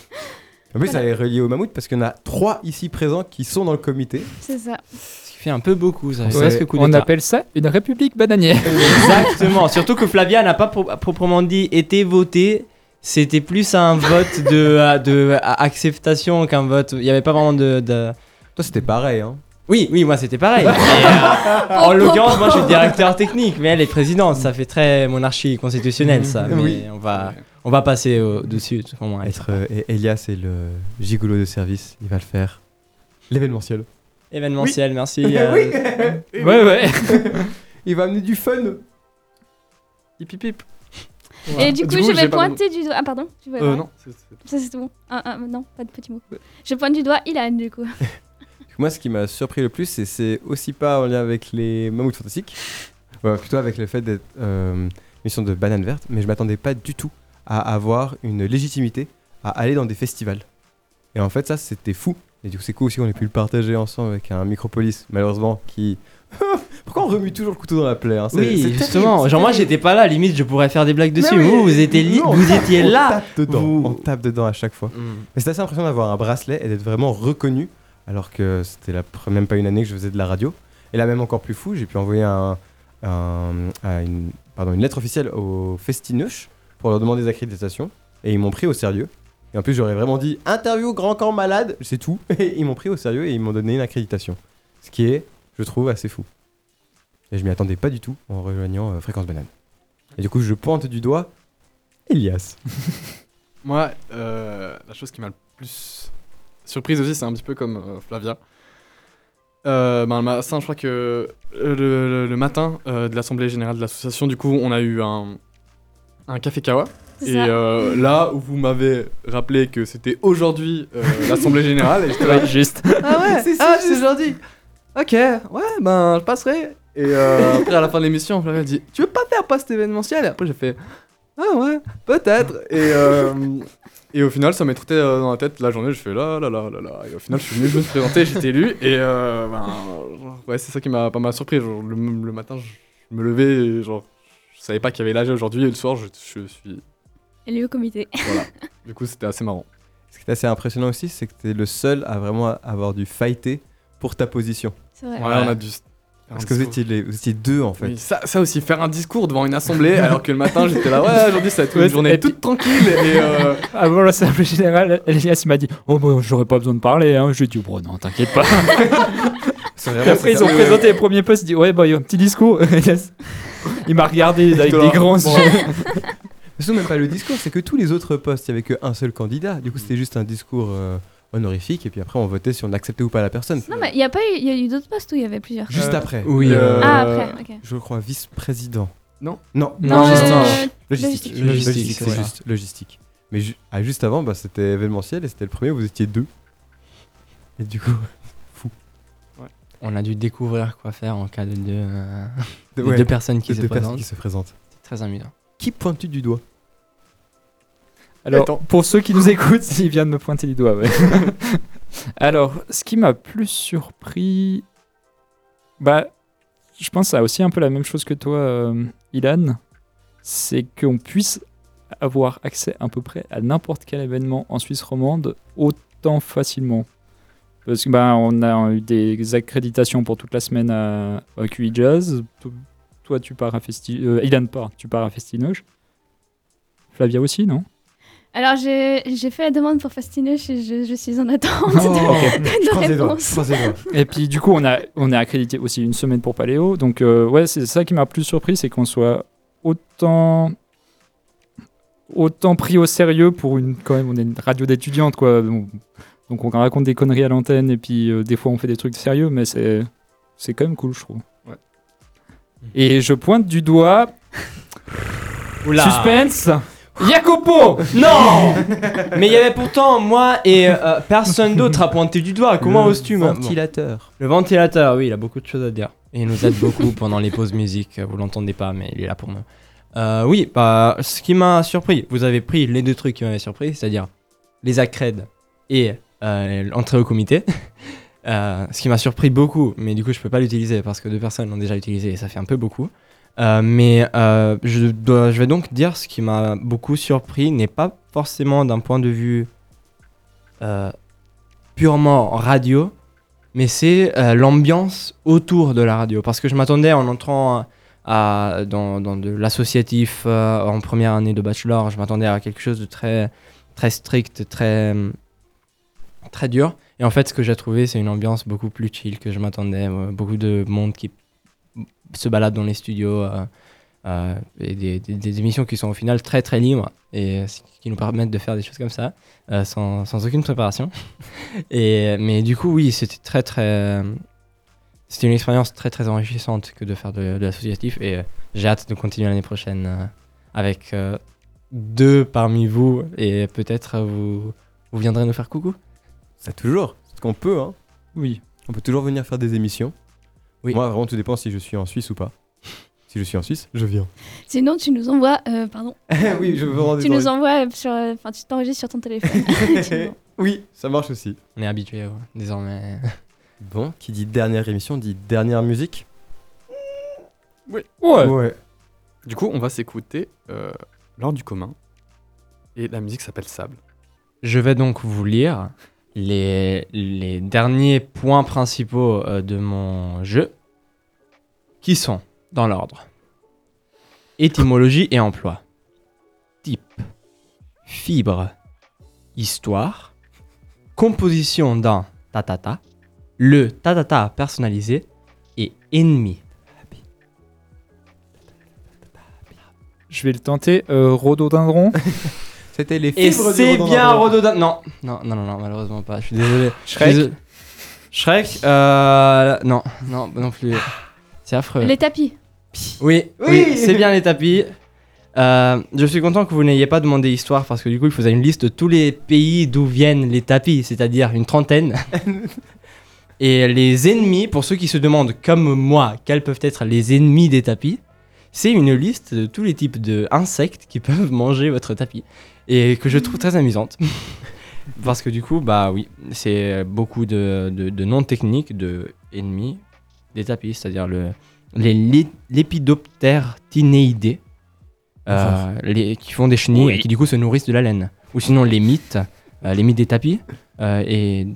S6: En plus, ça est relié au mammouth parce qu'il y en a trois ici présents qui sont dans le comité.
S3: C'est ça.
S5: Ce qui fait un peu beaucoup, ça.
S9: Ouais,
S5: C'est presque coup
S9: on
S5: d'état.
S9: appelle ça une république bananière.
S5: Exactement. Surtout que Flavia n'a pas pro- proprement dit été voté. C'était plus un vote de, à- de à- acceptation qu'un vote. Il n'y avait pas vraiment de.
S6: Toi, c'était pareil, hein
S5: Oui, oui, moi c'était pareil. Mais, euh, en l'occurrence, moi je suis directeur technique, mais elle est présidente. Ça fait très monarchie constitutionnelle, ça. Mais
S6: Oui. Euh,
S5: on va, on va passer au-dessus. au moins.
S6: Être, euh, et Elias est le gigolo de service, il va le faire. L'événementiel.
S5: Événementiel, merci.
S6: Oui.
S5: euh,
S6: Oui.
S9: Ouais, ouais.
S6: il va amener du fun.
S8: Hip hip hip.
S3: Et du coup, je vais pointer du doigt. Ah, pardon tu voulais
S8: Euh,
S3: parler
S8: non, c'est- c'est-
S3: Ça, c'est tout bon. Ah, ah, non, pas de petits mots. Je pointe du doigt Ilan, du coup.
S6: Moi, ce qui m'a surpris le plus, c'est- c'est aussi pas en lien avec les mammouths fantastiques, Ouais, plutôt avec le fait d'être euh, une mission de banane verte, mais je m'attendais pas du tout à avoir une légitimité à aller dans des festivals. Et en fait, ça, c'était fou. Et du coup, c'est cool aussi qu'on ait pu le partager ensemble avec un Micropolis, malheureusement, qui. Pourquoi on remue toujours le couteau dans la plaie hein C'est- c'est
S5: Oui,
S6: terrible,
S5: justement.
S6: c'est
S5: Genre, moi
S6: terrible.
S5: j'étais pas là, limite je pourrais faire des blagues dessus.
S6: Mais oui,
S5: Vous, vous étiez, li-
S6: nous, on
S5: vous
S6: tape-
S5: étiez
S6: On
S5: là.
S6: tape dedans, on tape dedans à chaque fois. Mais c'est assez impressionnant d'avoir un bracelet et d'être vraiment reconnu, alors que c'était la pre- même pas une année que je faisais de la radio. Et là, même encore plus fou, j'ai pu envoyer un, un- à une, pardon, une lettre officielle aux Festineuches pour leur demander des accréditations. Et ils m'ont pris au sérieux. Et en plus, j'aurais vraiment dit interview grand camp malade, c'est tout. Et ils m'ont pris au sérieux et ils m'ont donné une accréditation. Ce qui est, je trouve, assez fou. Et je m'y attendais pas du tout en rejoignant euh, Fréquence Banane. Et du coup, je pointe du doigt Elias.
S8: Moi, euh, la chose qui m'a le plus surprise aussi, c'est un petit peu comme euh, Flavia. Euh, ben, le matin, je crois que euh, le, le- le matin euh, de l'Assemblée Générale de l'Association, du coup, on a eu un, un café kawa.
S28: C'est
S8: Et
S28: ça.
S8: euh, là où vous m'avez rappelé que c'était aujourd'hui euh, l'Assemblée Générale, et j'étais là,
S28: Ouais, juste.
S8: Ah ouais,
S28: C'est si
S8: ah,
S28: juste.
S8: c'est aujourd'hui. Ok, ouais, ben je passerai. Et euh, après, à la fin de l'émission, Flavia dit Tu veux pas faire post événementiel Et après, j'ai fait Ah ouais, peut-être. Et, euh, et au final, ça m'est trotté euh, dans la tête la journée. Je fais là, là, là, là, là. Et au final, je suis venu, je me suis présenté, j'étais élu. Et euh, ben, genre, ouais, c'est ça qui m'a pas mal surpris. Genre, le, le matin, je me levais et genre, je savais pas qu'il y avait l'âge aujourd'hui. Et le soir, je, je suis.
S3: Élu au comité.
S8: Voilà. Du coup, c'était assez marrant.
S6: Ce qui est assez impressionnant aussi, c'est que t'es le seul à vraiment avoir dû fighter pour ta position.
S3: C'est vrai.
S8: Ouais, on a dû.
S6: Parce que vous étiez, les- vous étiez deux en fait.
S8: Oui, ça, ça aussi, faire un discours devant une assemblée alors que le matin j'étais là, ouais, aujourd'hui ça va être une
S9: Ouais,
S8: journée
S9: et puis-
S8: toute tranquille. Et euh,
S9: Avant l'assemblée générale, Elias il m'a dit Oh, bon, j'aurais pas besoin de parler. Hein. J'ai dit Bon, non, t'inquiète pas.
S8: vraiment
S9: Et après, ils ont
S8: ça.
S9: présenté les premiers postes. Ils dit Ouais, bah, il y a un petit discours. Elias, il m'a regardé avec des grands yeux.
S6: Mais c'est même pas le discours, c'est que tous les autres postes, il n'y avait qu'un seul candidat. Du coup, c'était juste un discours euh, honorifique, et puis après, on votait si on acceptait ou pas la personne.
S3: Non, mais il y a pas eu, il y a eu d'autres postes où il y avait plusieurs.
S6: Juste après.
S29: oui,
S3: euh, Ah, après, ok.
S6: Je crois vice-président.
S8: Non.
S6: Non.
S3: Non,
S6: juste
S3: euh,
S6: un-
S3: logistique.
S6: logistique.
S29: Logistique, c'est
S6: c'est
S29: ça.
S6: juste logistique. Mais ju- ah, juste avant, bah, c'était événementiel, et c'était le premier, vous étiez deux. Et du coup, fou.
S5: On a dû découvrir quoi faire en cas de deux, euh,
S6: De-
S5: de
S6: ouais,
S5: deux personnes qui,
S6: de
S5: se
S6: deux personnes
S5: présentent.
S6: qui se présentent.
S5: C'est très amusant.
S6: Qui pointes-tu du doigt
S9: Alors,
S8: Attends.
S9: pour ceux qui nous écoutent, il vient de me pointer du doigt. ouais. Alors, ce qui m'a plus surpris. Bah, je pense à aussi un peu la même chose que toi, euh, Ilan. C'est qu'on puisse avoir accès à peu près à n'importe quel événement en Suisse romande autant facilement. Parce que bah, on a eu des accréditations pour toute la semaine à, à QI Jazz. To- Toi, tu pars à Festi... euh, Ilan part, tu pars à Festinoche. Flavia aussi, non
S3: Alors j'ai j'ai fait la demande pour Fastinoche et je, je suis en attente
S9: Oh, ok.
S3: de, de réponse.
S9: Et puis du coup, on a on est accrédité aussi une semaine pour Paléo. Donc euh, ouais, c'est ça qui m'a plus surpris, c'est qu'on soit autant autant pris au sérieux pour une quand même on est une radio d'étudiante quoi. Donc, donc on raconte des conneries à l'antenne et puis euh, des fois on fait des trucs sérieux, mais c'est c'est quand même cool, je trouve.
S8: Ouais.
S9: Et je pointe du doigt. Suspense. Jacopo
S5: Non Mais il y avait pourtant moi et euh, personne d'autre à pointer du doigt. Comment
S29: Le
S5: oses-tu maintenant
S29: ventilateur.
S5: Le ventilateur, oui, il a beaucoup de choses à dire. Et il nous aide beaucoup pendant les pauses musique. Vous l'entendez pas, mais il est là pour nous. Euh, oui, bah, ce qui m'a surpris, vous avez pris les deux trucs qui m'avaient surpris, c'est-à-dire les accrèdes et euh, l'entrée au comité. Euh, ce qui m'a surpris beaucoup, mais du coup je peux pas l'utiliser parce que deux personnes l'ont déjà utilisé et ça fait un peu beaucoup. Euh, mais euh, je, dois- je vais donc dire ce qui m'a beaucoup surpris n'est pas forcément d'un point de vue euh, purement radio, mais c'est euh, l'ambiance autour de la radio. Parce que je m'attendais en entrant à, à- dans, dans de l'associatif euh, en première année de bachelor, je m'attendais à quelque chose de très, très strict, très, hum, très dur. Et en fait, ce que j'ai trouvé, c'est une ambiance beaucoup plus chill que je m'attendais. euh, Beaucoup de monde qui se balade dans les studios euh, euh, et des, des- des émissions qui sont au final très très libres et euh, ce qui nous permettent de faire des choses comme ça euh, sans, sans aucune préparation. et, mais du coup, oui, c'était très très. euh, C'était une expérience très très enrichissante que de faire de, de l'associatif et euh, j'ai hâte de continuer l'année prochaine euh, avec euh, deux parmi vous et peut-être euh, vous, vous viendrez nous faire coucou.
S6: Ça Ah, toujours, parce qu'on peut, hein.
S9: Oui.
S6: On peut toujours venir faire des émissions.
S5: Oui.
S6: Moi, vraiment, tout dépend si je suis en Suisse ou pas. Si je suis en Suisse, je viens.
S3: Sinon tu nous envoies, euh, pardon.
S6: Ah Oui, je veux rendre
S3: Tu
S6: dans
S3: nous
S6: les-
S3: envoies euh, sur, euh, enfin tu t'enregistres sur ton téléphone. Effectivement.
S6: Oui, ça marche aussi.
S5: On est habitué désormais.
S6: Bon, qui dit dernière émission dit dernière musique.
S8: Oui.
S9: Ouais.
S8: Du coup, on va s'écouter euh, l'heure du commun. Et la musique s'appelle Sable.
S5: Je vais donc vous lire les, les derniers points principaux euh, de mon jeu, qui sont dans l'ordre. Étymologie et emploi. Type. Fibre. Histoire. Composition d'un tatata. Le tatata personnalisé et ennemi.
S9: Je vais le tenter. Euh, rhododendron.
S6: C'était les
S5: Et c'est bien un rhododendron. Non, non, non, non, non, malheureusement pas. Je suis désolé.
S15: Shrek.
S5: Désolé. Shrek. Euh, non, non, non plus. C'est affreux.
S3: Les tapis.
S5: Oui, oui,
S3: Oui.
S5: c'est bien les tapis. Euh, je suis content que vous n'ayez pas demandé histoire parce que du coup il faisait une liste de tous les pays d'où viennent les tapis, c'est-à-dire une trentaine. Et les ennemis, pour ceux qui se demandent comme moi quels peuvent être les ennemis des tapis, c'est une liste de tous les types d'insectes qui peuvent manger votre tapis et que je trouve très amusante. Parce que du coup, bah oui, c'est beaucoup de, de, de noms techniques de ennemis des tapis, c'est-à-dire le, les li- lépidoptères tinéidés, euh, les, qui font des chenilles
S15: Oui.
S5: et qui du coup se nourrissent de la laine. Ou sinon les mythes, euh, les mythes des tapis euh, et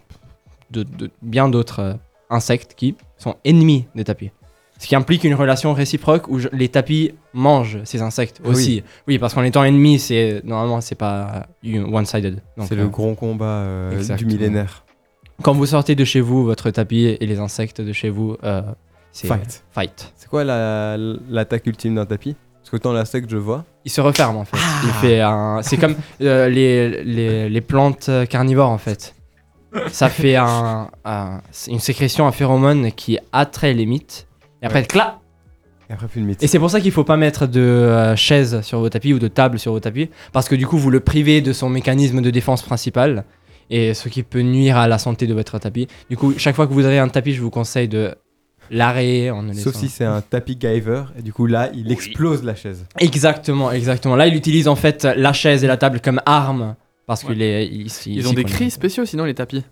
S5: de, de- bien d'autres euh, insectes qui sont ennemis des tapis. Ce qui implique une relation réciproque où je- les tapis mangent ces insectes
S6: Oui.
S5: aussi. Oui, parce qu'en étant ennemis, c'est normalement c'est pas euh, one-sided. Donc,
S6: C'est
S5: euh,
S6: le grand combat euh, du
S5: exactement.
S6: millénaire.
S5: Quand vous sortez de chez vous, votre tapis et les insectes de chez vous, euh, c'est
S6: Fight.
S5: fight.
S6: C'est quoi la- l'attaque ultime d'un tapis Parce que autant l'insecte, je vois.
S5: Il se referme en fait. Il
S6: Ah.
S5: fait un. C'est comme euh, les, les, les plantes carnivores en fait. Ça fait un, un- une sécrétion, un phéromone qui attrait les mythes. Et après,
S6: Ouais.
S5: clap
S6: Et après, plus le mythe.
S5: Et c'est pour ça qu'il faut pas mettre de euh, chaise sur vos tapis ou de table sur vos tapis, parce que du coup vous le privez de son mécanisme de défense principal, et ce qui peut nuire à la santé de votre tapis. Du coup, chaque fois que vous avez un tapis, je vous conseille de l'arrêter en ne
S6: Sauf
S5: laissant-
S6: si c'est un tapis giver, et du coup là, il explose la chaise.
S5: Exactement, exactement. Là, il utilise en fait la chaise et la table comme arme, parce qu'il est... il- il-
S8: Ils ont
S5: s'y
S8: des
S5: connaît.
S8: cris spéciaux sinon les tapis.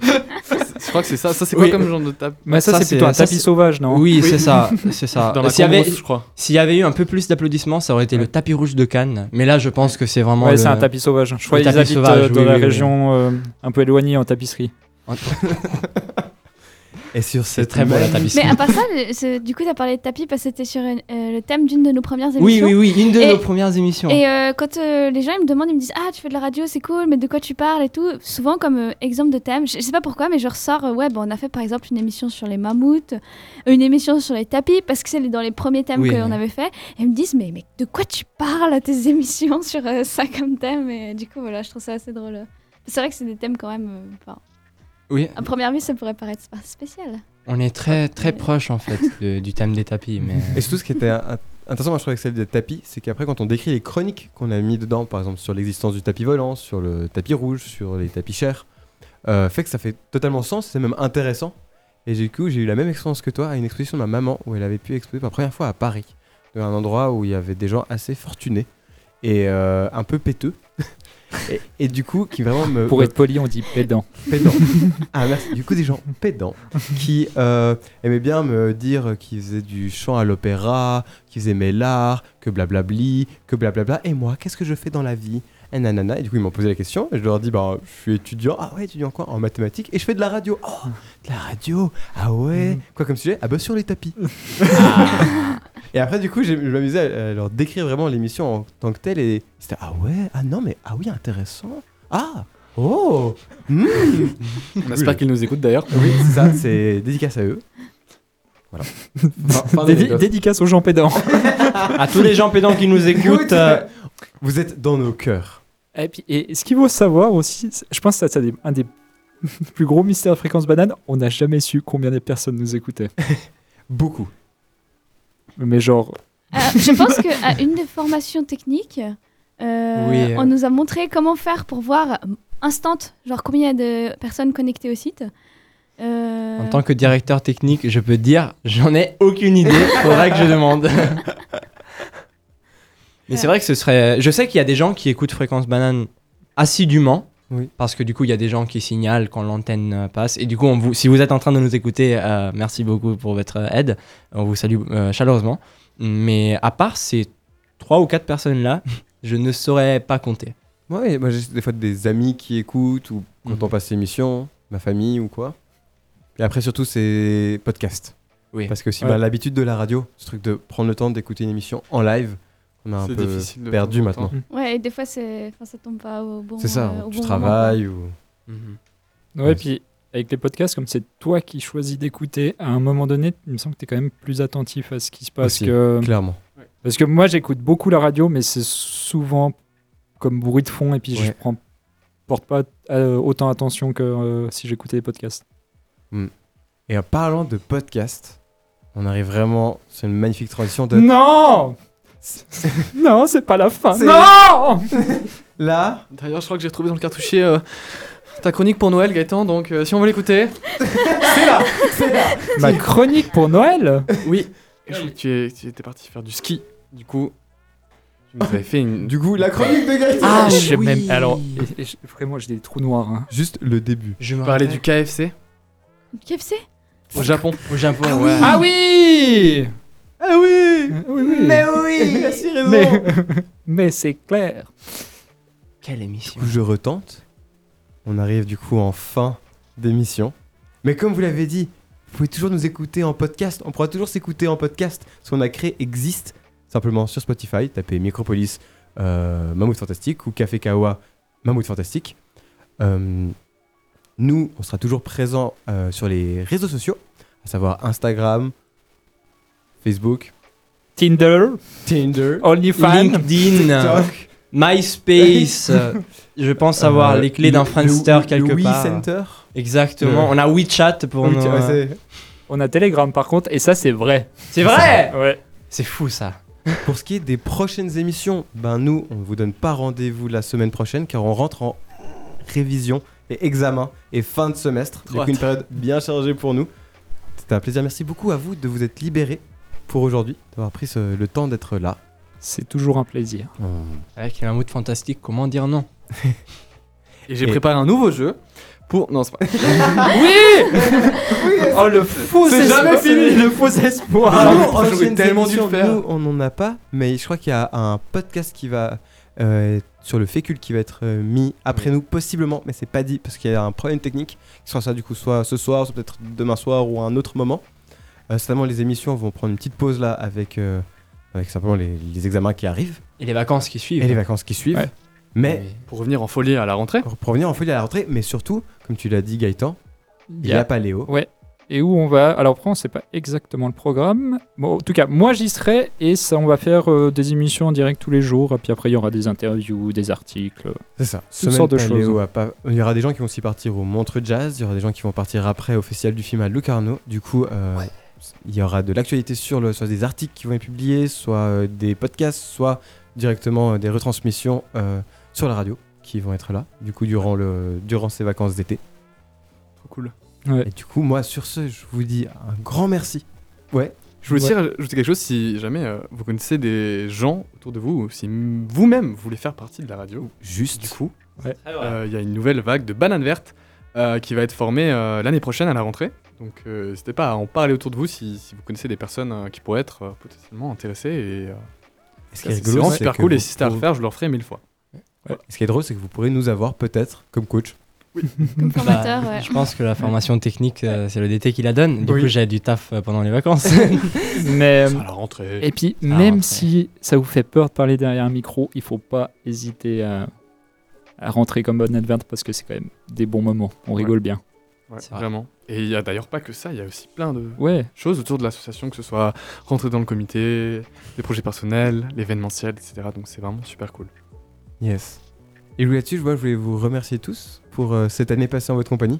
S8: Je crois que c'est ça. Ça c'est quoi
S5: Oui.
S8: comme genre de tapis
S9: Mais ça, c'est plutôt un tapis sauvage, non
S5: Oui,
S9: Oui.
S5: c'est ça, c'est ça.
S8: Dans la
S5: S'il y
S8: Cambrousse,
S5: avait-
S8: je crois.
S5: S'il y avait eu un peu plus d'applaudissements, ça aurait été le tapis rouge de Cannes. Mais là, je pense que c'est vraiment.
S9: Ouais,
S5: le-
S9: c'est un tapis sauvage. Je crois
S5: le
S9: qu'ils
S5: tapis
S9: habitent
S5: sauvage,
S9: euh, dans
S5: oui,
S9: la
S5: oui, oui.
S9: région euh, un peu éloignée en tapisserie.
S6: Et sur cette
S5: très beau, la tapisserie.
S3: Mais à part ça, le- c'est- du coup, t'as parlé de tapis parce que c'était sur une- euh, le thème d'une de nos premières émissions.
S5: Oui, oui, oui, une de
S3: Et-
S5: nos premières émissions.
S3: Et euh, quand euh, les gens ils me demandent, ils me disent Ah, tu fais de la radio, c'est cool, mais de quoi tu parles et tout. Souvent, comme euh, exemple de thème, je je sais pas pourquoi, mais je ressors euh, Ouais, bon, on a fait par exemple une émission sur les mammouths, euh, une émission sur les tapis, parce que c'est dans les premiers thèmes
S5: Oui.
S3: qu'on avait fait. Et ils me disent Mais, mais de quoi tu parles à tes émissions sur euh, ça comme thème Et euh, du coup, voilà, je trouve ça assez drôle. C'est vrai que c'est des thèmes quand même. euh, enfin,
S5: Oui.
S3: À première vue, ça pourrait paraître pas spécial.
S5: On est très très proche en fait de- du thème des tapis, mais
S6: Et surtout, ce qui était un- un- intéressant, moi je trouvais avec celle des tapis, c'est qu'après, quand on décrit les chroniques qu'on a mis dedans, par exemple sur l'existence du tapis volant, sur le tapis rouge, sur les tapis chers, euh, fait que ça fait totalement sens, c'est même intéressant. Et du coup, j'ai eu la même expérience que toi à une exposition de ma maman où elle avait pu exposer pour la première fois à Paris, dans un endroit où il y avait des gens assez fortunés et euh, un peu péteux. et, et du coup, qui vraiment
S5: Euh,
S6: me.
S9: Pour
S6: me-
S9: être poli, on dit pédant.
S6: pédants. ah merci. Du coup, des gens pédants qui euh, aimaient bien me dire qu'ils faisaient du chant à l'opéra, qu'ils aimaient l'art, que blablabli, que blablabla. Et moi, qu'est-ce que je fais dans la vie et, nanana. et du coup, ils m'ont posé la question et je leur ai dit bah, Je suis étudiant. Ah ouais, étudiant quoi En mathématiques. Et je fais de la radio. Oh, de la radio Ah ouais Quoi comme sujet Ah bah sur les tapis. Et après, du coup, j'ai- je m'amusais à à leur décrire vraiment l'émission en tant que telle. Et c'était Ah ouais Ah non, mais ah oui, intéressant. Ah Oh hmm.
S8: On espère qu'ils nous écoutent d'ailleurs.
S6: Oui, c'est ça, c'est dédicace à eux. Voilà. Fin- fin
S9: Dédi-
S6: d'anecdote.
S9: dédicace aux gens pédants.
S5: à tous les gens pédants qui nous écoutent, euh,
S6: Vous êtes dans nos cœurs.
S9: Et, puis, et ce qu'il faut savoir aussi, c'est- je pense que c'est un des plus gros mystères de Fréquence Banane, on n'a jamais su combien de personnes nous écoutaient.
S6: Beaucoup.
S9: Mais genre,
S3: Euh, je pense qu'à une des formations techniques, euh,
S9: Oui, euh.
S3: on nous a montré comment faire pour voir euh, instant, genre combien il y a de personnes connectées au site. Euh,
S5: en tant que directeur technique, je peux dire j'en ai aucune idée. Faudra que je demande. mais c'est vrai que ce serait. Je sais qu'il y a des gens qui écoutent Fréquence Banane assidûment.
S6: Oui.
S5: Parce que du coup, il y a des gens qui signalent quand l'antenne euh, passe. Et du coup, on vous, si vous êtes en train de nous écouter, euh, merci beaucoup pour votre euh, aide. On vous salue euh, chaleureusement. Mais à part ces trois ou quatre personnes-là, je ne saurais pas compter.
S6: Ouais, moi j'ai des fois des amis qui écoutent ou quand on passe l'émission, ma famille ou quoi. Et après, surtout, c'est podcast.
S5: Oui.
S6: Parce que aussi,
S5: Ouais.
S6: bah, l'habitude de la radio, ce truc de prendre le temps d'écouter une émission en live, on a un
S8: C'est
S6: peu
S8: difficile de
S6: perdu
S8: prendre le
S6: maintenant.
S3: Ouais, et des fois, c'est... Enfin, ça tombe pas au bon
S6: C'est ça,
S3: euh, au
S6: tu
S3: bon moment,
S8: Mhm.
S6: travailles ou.
S9: ouais, puis avec les podcasts, comme c'est toi qui choisis d'écouter, à un moment donné, il me semble que tu es quand même plus attentif à ce qui se passe
S6: Aussi,
S9: que.
S6: clairement.
S9: Parce que moi, j'écoute beaucoup la radio, mais c'est souvent comme bruit de fond, et puis je
S6: Ouais.
S9: prends, porte pas euh, autant attention que euh, si j'écoutais les podcasts.
S6: Hmm. Et en parlant de podcast, on arrive vraiment sur une magnifique transition de.
S9: Non Non, c'est pas la fin.
S8: C'est-
S9: Non
S6: Là
S8: D'ailleurs, je crois que j'ai trouvé dans le cartouchier euh, ta chronique pour Noël, Gaëtan, donc euh, si on veut l'écouter.
S9: Ma chronique pour Noël
S8: Oui. Et je crois que tu, es- tu étais parti faire du ski, du coup. Tu nous avais fait une.
S6: Du coup, la chronique de Gaëtan
S9: Ah, je sais
S8: oui.
S9: même. Alors, et- et je- vraiment, j'ai des trous noirs. hein.
S6: Juste le début.
S8: Je parlais du KFC
S14: KFC
S8: au Japon.
S15: Au Japon, ouais.
S8: Ah oui.
S9: Ah oui
S6: Ah oui
S9: Mais
S6: oui Il a si raison.
S9: Mais, mais c'est clair.
S15: Quelle émission.
S6: Je retente. On arrive du coup en fin d'émission. Mais comme vous l'avez dit, vous pouvez toujours nous écouter en podcast. On pourra toujours s'écouter en podcast. Ce qu'on a créé existe simplement sur Spotify. Tapez Micropolis euh, Mammouth Fantastique ou Café Kawa Mammouth Fantastique. Euh, nous, on sera toujours présents euh, sur les réseaux sociaux, à savoir Instagram, Facebook,
S9: Tinder,
S6: Tinder,
S9: Oh, OnlyFans,
S15: LinkedIn,
S6: TikTok.
S15: MySpace. euh, je pense avoir
S6: Euh,
S15: les clés
S6: le-
S15: d'un
S6: le-
S15: Friendster
S6: le
S15: quelque
S6: Wii
S15: part.
S6: Center
S15: Exactement. On
S9: Le-
S15: a WeChat pour
S9: Oui,
S15: nos,
S9: tu vois,
S15: euh,
S9: c'est- On a Telegram par contre, et ça c'est vrai.
S15: C'est vrai
S9: Ouais.
S15: C'est fou ça.
S6: Pour ce qui est des prochaines émissions, ben nous, on ne vous donne pas rendez-vous la semaine prochaine car on rentre en révision et examen et fin de semestre.
S15: Droite.
S6: Donc une période bien chargée pour nous. C'était un plaisir. Merci beaucoup à vous de vous être libérés pour aujourd'hui, d'avoir pris ce- le temps d'être là.
S9: C'est toujours un plaisir.
S15: Avec les mammouths fantastiques, comment dire non
S8: Et j'ai préparé un nouveau jeu pour. Non, c'est pas.
S9: Oh le faux
S8: C'est
S9: espoir.
S8: jamais fini.
S9: Le faux espoir
S8: Ah,
S6: Nous,
S8: oh,
S6: en
S8: j'aurais
S6: prochaines
S8: tellement dû
S6: émissions,
S8: le faire.
S6: Nous, on n'en a pas, mais je crois qu'il y a un podcast qui va euh, sur le fécul qui va être euh, mis après nous, possiblement, mais c'est pas dit parce qu'il y a un problème technique qui sera ça du coup soit ce soir, soit peut-être demain soir ou à un autre moment. Euh, certainement, les émissions vont prendre une petite pause là avec, euh, avec simplement les, les examens qui arrivent
S15: Et les vacances qui suivent.
S6: et les vacances qui suivent.
S15: Ouais.
S6: Mais
S8: Pour revenir en folie à la rentrée.
S6: pour revenir en folie à la rentrée, mais surtout, comme tu l'as dit, Gaëtan, il n'y a pas Léo.
S9: Ouais. Et où on va Alors après, on sait pas exactement le programme. Bon, en tout cas, moi j'y serai et ça, on va faire euh, des émissions en direct tous les jours. Et puis après, il y aura des interviews, des articles.
S6: C'est ça.
S9: Toutes
S6: Semaine
S9: sortes de
S6: paléo
S9: choses.
S6: à Pa- Il y aura des gens qui vont aussi partir au Montre Jazz. Il y aura des gens qui vont partir après au Festival du film à Locarno. Du coup, euh, il y aura de l'actualité sur le, soit des articles qui vont être publiés, soit euh, des podcasts, soit directement euh, des retransmissions euh, sur la radio qui vont être là. Du coup, durant le, durant ces vacances d'été.
S8: Trop cool.
S9: Ouais.
S6: Et du coup, moi, sur ce, je vous dis un grand merci. Ouais.
S8: Je voulais aussi
S6: Ouais.
S8: rajouter quelque chose si jamais euh, vous connaissez des gens autour de vous ou si m- vous-même voulez faire partie de la radio.
S6: Juste.
S8: Du coup,
S9: Ouais.
S8: euh, il y a une nouvelle vague de bananes vertes euh, qui va être formée euh, l'année prochaine à la rentrée. Donc euh, n'hésitez pas à en parler autour de vous si, si vous connaissez des personnes euh, qui pourraient être euh, potentiellement intéressées. Et, euh,
S6: Ce
S8: ça,
S6: qui est
S8: c'est
S6: rigolo,
S8: vraiment
S6: c'est
S8: super
S6: que
S8: cool et
S6: vous
S8: si c'était à
S6: pouvez-
S8: refaire, je le referais mille fois.
S6: Ce qui est drôle, c'est que vous pourrez nous avoir peut-être comme coach.
S14: Comme formateur,
S15: Bah,
S14: ouais.
S15: Je pense que la formation technique, euh, c'est le DT qui la donne. Du
S9: Oui.
S15: coup, j'ai du taf euh, pendant les vacances.
S9: Mais
S8: Ça, à la rentrée.
S9: et puis
S15: Ça, à la
S9: même
S15: rentrée.
S9: si ça vous fait peur de parler derrière un micro, il faut pas hésiter à, à rentrer comme bonne adverte parce que c'est quand même des bons moments. On rigole bien.
S8: Ouais,
S15: C'est vrai.
S8: vraiment. Et il y a d'ailleurs pas que ça, il y a aussi plein de
S9: Ouais.
S8: choses autour de l'association, que ce soit rentrer dans le comité, les projets personnels, l'événementiel, etc. Donc c'est vraiment super cool.
S6: Yes. Et là-dessus, je vois, je voulais vous remercier tous pour euh, cette année passée en votre compagnie.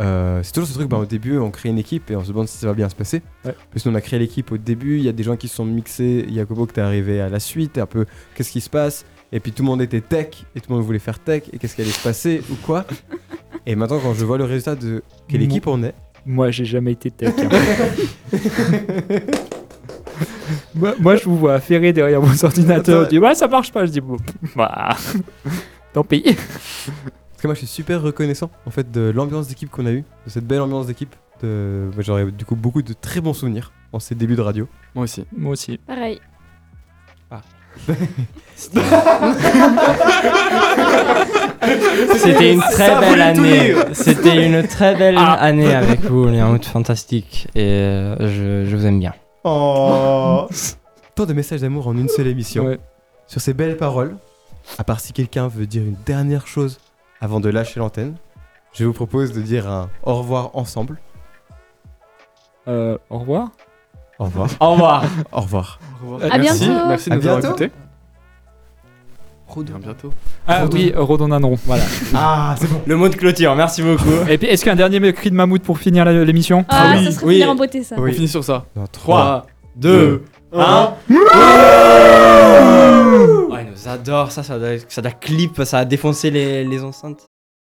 S6: Euh, c'est toujours ce truc, bah, au début, on crée une équipe et on se demande si ça va bien se passer.
S9: Ouais.
S6: Parce qu'on a créé l'équipe au début, il y a des gens qui se sont mixés, Jacobo que t'es arrivé à la suite, un peu qu'est-ce qui se passe, et puis tout le monde était tech, et tout le monde voulait faire tech, et qu'est-ce qui allait se passer, ou quoi. Et maintenant, quand je vois le résultat de quelle
S9: Mon-
S6: équipe on est,
S9: Moi, j'ai jamais été tech. hein. moi, moi, je vous vois ferré derrière vos ordinateurs. Je dis, ouais, ça marche pas. Je dis, bon, bah, tant pis.
S6: Parce que moi, je suis super reconnaissant en fait de l'ambiance d'équipe qu'on a eue, de cette belle ambiance d'équipe. De... moi, J'aurais du coup beaucoup de très bons souvenirs en ces débuts de radio.
S8: Moi aussi.
S9: Moi aussi.
S14: Pareil.
S15: C'était une très
S14: Ça
S15: belle
S14: voulait tout
S15: année.
S14: dire.
S15: C'était une très belle année avec vous, les routes fantastiques. Et euh, je, je vous aime bien.
S6: Oh Tant de messages d'amour en une seule émission. Sur ces belles paroles, à part si quelqu'un veut dire une dernière chose avant de lâcher l'antenne, je vous propose de dire un au revoir ensemble.
S9: Euh, au revoir.
S6: Au revoir.
S5: Au revoir.
S6: au revoir.
S9: À
S8: merci,
S9: bientôt.
S8: merci de
S9: À
S8: nous avoir
S9: bientôt.
S8: écoutés. À bientôt.
S9: Ah oui, Rodondanon, voilà.
S6: Ah, c'est bon.
S5: Le mot de clôture, merci beaucoup.
S9: Et puis, est-ce qu'un dernier cri de mammouth pour finir la- l'émission
S14: Ah, ça serait finir en beauté ça.
S8: On finit sur ça.
S6: Dans
S5: 3, 2, 1. il nous adore, ça, ça doit, ça doit clip, ça a défoncé les, les enceintes.